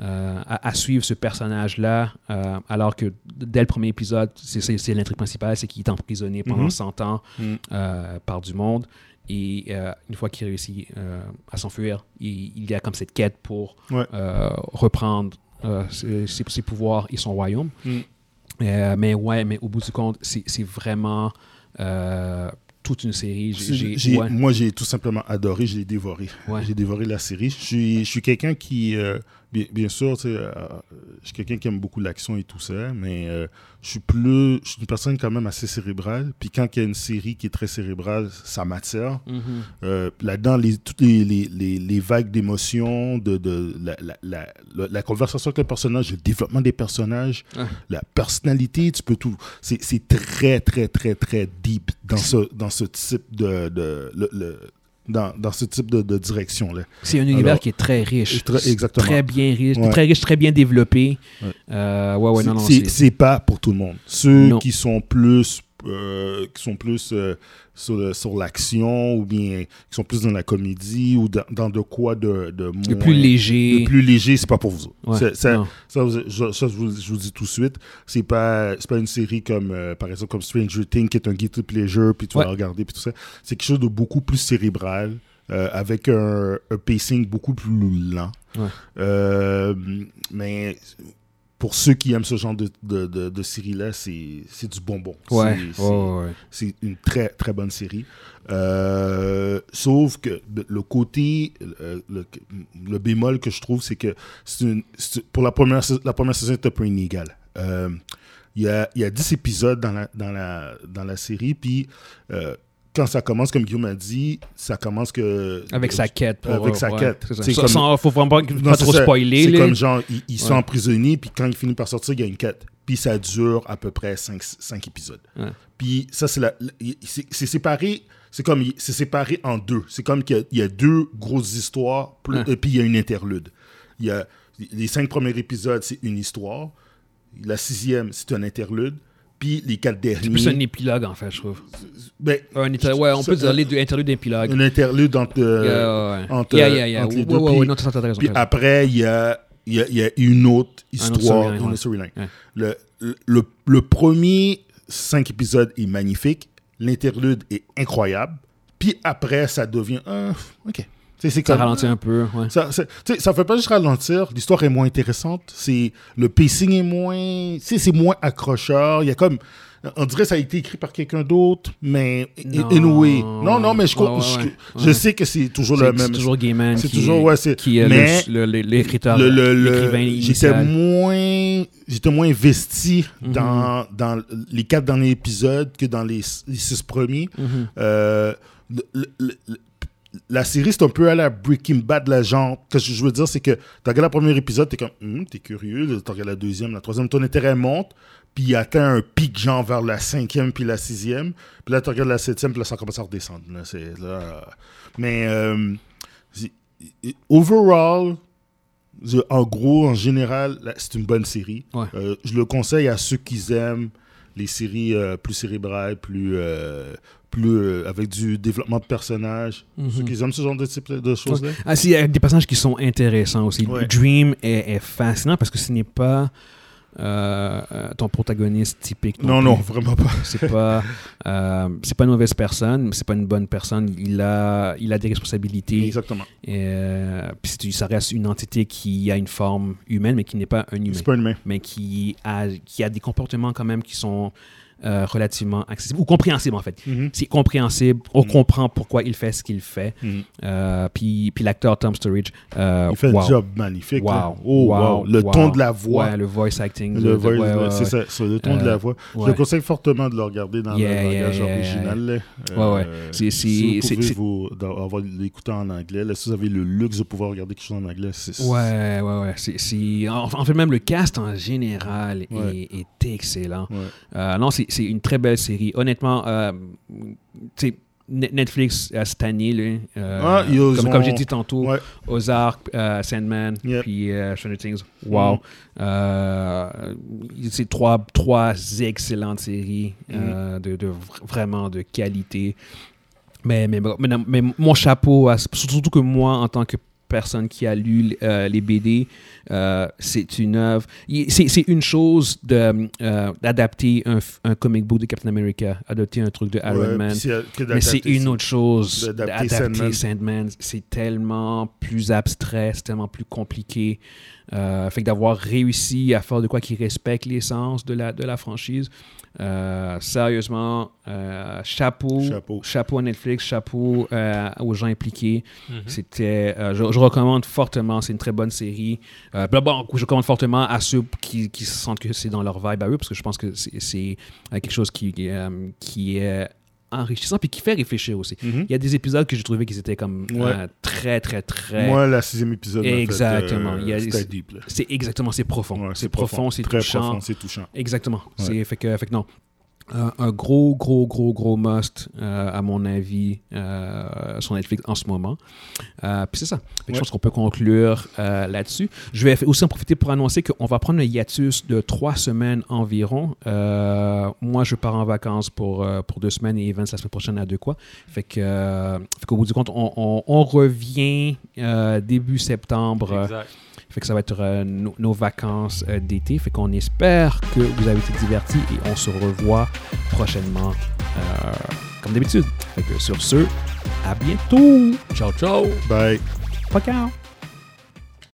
Speaker 2: euh, à, à suivre ce personnage-là, euh, alors que d- dès le premier épisode, c'est- c'est c'est l'intrigue principale, c'est qu'il est emprisonné pendant
Speaker 1: Mhm.
Speaker 2: 100 ans
Speaker 1: Mm.
Speaker 2: euh, par du monde. Et euh, une fois qu'il réussit euh, à s'enfuir, il, il y a comme cette quête pour
Speaker 1: Ouais.
Speaker 2: euh, reprendre euh, ses, ses- ses pouvoirs et son royaume.
Speaker 1: Mm.
Speaker 2: Euh, mais ouais, mais au bout du compte, c'est c'est vraiment euh, toute une série. J'ai-
Speaker 1: J'ai-
Speaker 2: J'ai ouais,
Speaker 1: Moi, j'ai tout simplement adoré, j'ai dévoré.
Speaker 2: Ouais.
Speaker 1: J'ai dévoré la série. Je suis, je suis quelqu'un qui, euh, bien, bien sûr, tu sais, euh, je suis quelqu'un qui aime beaucoup l'action et tout ça, mais euh, je suis plus, je suis une personne quand même assez cérébrale. Puis quand il y a une série qui est très cérébrale, ça m'attire.
Speaker 2: Mhm.
Speaker 1: Euh, Là-dedans, les, toutes les, les, les, les vagues d'émotions, de, de la, la, la, la- la conversation avec le personnage, le développement des personnages,
Speaker 2: Ah.
Speaker 1: la personnalité, tu peux tout. C'est c'est très, très, très, très deep dans ce, dans ce type de. de le- le- dans, dans ce type de, de direction-là.
Speaker 2: C'est un univers
Speaker 1: Alors,
Speaker 2: qui est très riche.
Speaker 1: très-
Speaker 2: C'est
Speaker 1: exactement.
Speaker 2: Très bien riche,
Speaker 1: Ouais.
Speaker 2: très riche, très bien développé.
Speaker 1: Ouais.
Speaker 2: Euh, ouais, ouais, non, non,
Speaker 1: C'est- c'est
Speaker 2: c'est-
Speaker 1: c'est pas pour tout le monde. Ceux
Speaker 2: Non.
Speaker 1: qui sont plus, euh, qui sont plus euh, sur, le- sur l'action ou bien qui sont plus dans la comédie ou dans, dans de quoi de, de
Speaker 2: le
Speaker 1: moins-
Speaker 2: plus léger.
Speaker 1: Le plus léger, c'est pas pour vous. autres.
Speaker 2: Ouais,
Speaker 1: C'est- ça-
Speaker 2: non.
Speaker 1: Ça, vous- je, ça, je vous, je vous dis tout de suite, c'est pas, c'est pas une série comme, euh, par exemple, comme Stranger Things, qui est un guilty pleasure, puis tu
Speaker 2: Ouais.
Speaker 1: vas la regarder, puis tout ça. C'est quelque chose de beaucoup plus cérébral, euh, avec un, un pacing beaucoup plus lent.
Speaker 2: Ouais.
Speaker 1: Euh, mais pour ceux qui aiment ce genre de, de, de- de série-là, c'est c'est du bonbon.
Speaker 2: Ouais,
Speaker 1: C'est- c'est-
Speaker 2: ouais, ouais.
Speaker 1: c'est une très, très bonne série. Euh, sauf que le- le côté, euh, le, le bémol que je trouve, c'est que c'est une- c'est- pour la première, sais- la première saison, c'était un peu inégal. Euh, Il y, a, il y a 10 épisodes dans la, dans la, dans la série, puis euh, quand ça commence, comme Guillaume a dit, ça commence que...
Speaker 2: Avec sa quête. pour-
Speaker 1: Avec sa
Speaker 2: ouais,
Speaker 1: quête.
Speaker 2: c'est ça.
Speaker 1: C'est
Speaker 2: Sans-
Speaker 1: comme-
Speaker 2: sans- faut vraiment pas, pas
Speaker 1: Non, c'est
Speaker 2: trop
Speaker 1: ça.
Speaker 2: spoiler.
Speaker 1: C'est
Speaker 2: là.
Speaker 1: comme genre, ils, ils sont
Speaker 2: Ouais.
Speaker 1: emprisonnés, puis quand ils finissent par sortir, il y a une quête. Puis ça dure à peu près 5, épisodes.
Speaker 2: Ouais.
Speaker 1: Puis ça, c'est la- la- il- c'est c'est séparé. C'est comme il- c'est séparé en deux. C'est comme qu'il y a- il y, a deux grosses histoires, plus-
Speaker 2: Ouais.
Speaker 1: et puis il y a une interlude. Il y a les cinq premiers épisodes, c'est une histoire. La sixième, c'est un interlude. Puis les quatre
Speaker 2: C'est plus un
Speaker 1: derniers,
Speaker 2: épilogue, en fait, je trouve.
Speaker 1: ben,
Speaker 2: Un épilogue, ouais, on
Speaker 1: c'est-
Speaker 2: peut dire les deux interludes d'épilogue.
Speaker 1: un interlude entre, euh,
Speaker 2: Yeah, ouais.
Speaker 1: entre-
Speaker 2: yeah, yeah, yeah.
Speaker 1: entre les
Speaker 2: Ouais,
Speaker 1: deux,
Speaker 2: ouais,
Speaker 1: puis-
Speaker 2: ouais, non, t'as- t'as- t'as raison,
Speaker 1: puis
Speaker 2: t'as raison.
Speaker 1: après, il y a, il y, a, il y a une autre
Speaker 2: autre
Speaker 1: histoire,
Speaker 2: storyline,
Speaker 1: une
Speaker 2: ouais.
Speaker 1: autre storyline.
Speaker 2: Ouais.
Speaker 1: Le, le, le premier cinq épisodes est magnifique. L'interlude est incroyable. Puis après, ça devient. ah, ok. Tu sais, C'est
Speaker 2: Ça
Speaker 1: comme-
Speaker 2: ralentit un peu, ouais.
Speaker 1: ça, ça, tu sais, ça fait pas juste ralentir, l'histoire est moins intéressante, c'est le pacing est moins, tu sais, c'est moins accrocheur, il y a comme On dirait que ça a été écrit par quelqu'un d'autre, mais
Speaker 2: Non.
Speaker 1: anyway. Non, non, mais je,
Speaker 2: Ouais, ouais,
Speaker 1: je-
Speaker 2: ouais.
Speaker 1: je sais que c'est toujours le
Speaker 2: C'est
Speaker 1: même.
Speaker 2: c'est toujours Gaiman
Speaker 1: C'est
Speaker 2: qui,
Speaker 1: toujours, ouais, c'est-
Speaker 2: qui est
Speaker 1: mais
Speaker 2: le- le- l'écriteur,
Speaker 1: le- le- le-
Speaker 2: l'écrivain
Speaker 1: j'étais
Speaker 2: initial. Mhm.
Speaker 1: moins j'étais moins investi dans, dans les quatre derniers épisodes que dans les, les six premiers
Speaker 2: Mhm.
Speaker 1: Euh, le- le- le- la série c'est un peu à la Breaking Bad la genre que je je veux dire c'est que t'as regardé le premier épisode t'es comme Hum, t'es curieux t'as regardé la deuxième la troisième ton intérêt monte puis il atteint un pic genre vers la cinquième puis la sixième puis là tu regardes la septième puis là ça commence à redescendre là, c'est- là. mais euh, j'ai- overall je- en gros, en général, là, c'est une bonne série.
Speaker 2: Ouais.
Speaker 1: Euh, je le conseille à ceux qui aiment les séries euh, plus cérébrales, plus, euh, plus euh, avec du développement de personnages.
Speaker 2: Mhm.
Speaker 1: Ceux qui aiment ce genre de type de choses-là.
Speaker 2: Ah, si, il y a des personnages qui sont intéressants aussi.
Speaker 1: Ouais.
Speaker 2: Dream est, est fascinant parce que ce n'est pas euh, euh, ton protagoniste typique.
Speaker 1: Non,
Speaker 2: plus.
Speaker 1: non, vraiment pas.
Speaker 2: C'est pas, euh, c'est pas une mauvaise personne, mais c'est pas une bonne personne. Il a, il a des responsabilités.
Speaker 1: Exactement.
Speaker 2: Euh, puis c'est- ça reste une entité qui a une forme humaine, mais qui n'est pas un humain.
Speaker 1: C'est pas une main.
Speaker 2: Mais qui a, qui a des comportements quand même qui sont euh, relativement accessibles ou compréhensibles en fait.
Speaker 1: Mhm.
Speaker 2: C'est compréhensible, on
Speaker 1: Mm.
Speaker 2: comprend pourquoi il fait ce qu'il fait.
Speaker 1: Mhm.
Speaker 2: Euh, puis puis l'acteur Tom Sturridge, euh,
Speaker 1: Il fait
Speaker 2: wow.
Speaker 1: un job magnifique.
Speaker 2: Wow.
Speaker 1: là. Oh,
Speaker 2: Wow.
Speaker 1: wow. Le
Speaker 2: Wow.
Speaker 1: ton de la voix.
Speaker 2: Ouais, le voice acting.
Speaker 1: Le
Speaker 2: de- de-
Speaker 1: voice,
Speaker 2: ouais,
Speaker 1: là,
Speaker 2: ouais,
Speaker 1: c'est
Speaker 2: ouais.
Speaker 1: ça, c'est le ton de
Speaker 2: Euh,
Speaker 1: la voix. Je
Speaker 2: Ouais.
Speaker 1: le conseille fortement de le regarder dans
Speaker 2: Yeah,
Speaker 1: le
Speaker 2: yeah,
Speaker 1: langage
Speaker 2: yeah,
Speaker 1: original. là.
Speaker 2: Ouais, ouais.
Speaker 1: Euh,
Speaker 2: C'est-
Speaker 1: si
Speaker 2: c'est-
Speaker 1: vous
Speaker 2: c'est-
Speaker 1: pouvez vous, d'avoir l'écouter en anglais, là, si vous avez le luxe de pouvoir regarder quelque chose en anglais, c'est
Speaker 2: Ouais, ouais, ouais. C'est, c'est- En, en fait, même le cast en général
Speaker 1: Ouais.
Speaker 2: est, est excellent.
Speaker 1: Ouais.
Speaker 2: Euh, non, c'est, c'est une très belle série. Honnêtement, euh, tu sais, Ne- Netflix euh, cette année, là, euh,
Speaker 1: Ah, ils
Speaker 2: comme,
Speaker 1: ont-
Speaker 2: comme j'ai dit tantôt,
Speaker 1: Ouais.
Speaker 2: Ozark, euh, Sandman,
Speaker 1: Yep.
Speaker 2: puis euh, Stranger Things. Wow.
Speaker 1: Mm.
Speaker 2: Euh, c'est trois, trois excellentes séries
Speaker 1: Mm.
Speaker 2: euh, de, de vr- vraiment de qualité. Mais, mais, bon, mais, non, mais mon chapeau, à- surtout que moi, en tant que personne qui a lu euh, les BD, euh, c'est une œuvre. il- C'est c'est une chose de, euh, d'adapter un, f- un comic book de Captain America, adopter un truc de Iron
Speaker 1: Ouais,
Speaker 2: Man.
Speaker 1: puis c'est- que
Speaker 2: Mais c'est
Speaker 1: d'adapter
Speaker 2: une
Speaker 1: ça.
Speaker 2: autre chose
Speaker 1: d'adapter
Speaker 2: d'adapter Sandman.
Speaker 1: Sandman.
Speaker 2: C'est tellement plus abstrait, c'est tellement plus compliqué. Euh, fait que d'avoir réussi à faire de quoi qui respecte l'essence de la, de la franchise, euh, sérieusement, euh, chapeau,
Speaker 1: Chapeau.
Speaker 2: à Netflix, chapeau euh, aux gens impliqués.
Speaker 3: Mhm.
Speaker 2: C'était, euh, je, je recommande fortement, c'est une très bonne série. Euh, puis là, bon, je recommande fortement à ceux qui, qui sentent que c'est dans leur vibe à eux, parce que je pense que c'est- c'est euh, quelque chose qui, euh, qui est enrichissant puis qui fait réfléchir aussi.
Speaker 1: Mhm.
Speaker 2: Il y a des épisodes que j'ai trouvé qu'ils étaient comme
Speaker 1: Ouais.
Speaker 2: euh, très, très, très.
Speaker 1: Moi, la sixième épisode, m'a fait,
Speaker 2: Exactement.
Speaker 1: euh,
Speaker 2: Il y a-
Speaker 1: c'était deep. là.
Speaker 2: C'est exactement, c'est profond.
Speaker 1: Ouais,
Speaker 2: c'est profond, c'est
Speaker 1: très
Speaker 2: touchant.
Speaker 1: profond, c'est touchant.
Speaker 2: Exactement.
Speaker 1: Ouais.
Speaker 2: C'est fait que, fait que non. Un- un gros, gros, gros, gros must, euh, à mon avis, euh, sur Netflix en ce moment. Euh, Puis c'est ça. Fait que Je
Speaker 1: Ouais.
Speaker 2: pense qu'on peut conclure euh, là-dessus. Je vais aussi en profiter pour annoncer qu'on va prendre un hiatus de trois semaines environ. Euh, moi, je pars en vacances pour, euh, pour deux semaines et Evans la semaine prochaine à deux quoi. Fait que, euh, fait qu'au bout du compte, on, on- on revient euh, début septembre. euh,
Speaker 3: Exact.
Speaker 2: fait que ça va être euh, nos, nos vacances euh, d'été. Fait qu'on espère que vous avez été divertis et on se revoit prochainement euh, comme d'habitude. Fait que sur ce, à bientôt.
Speaker 3: Ciao, ciao.
Speaker 1: Bye.
Speaker 2: Pas ciao.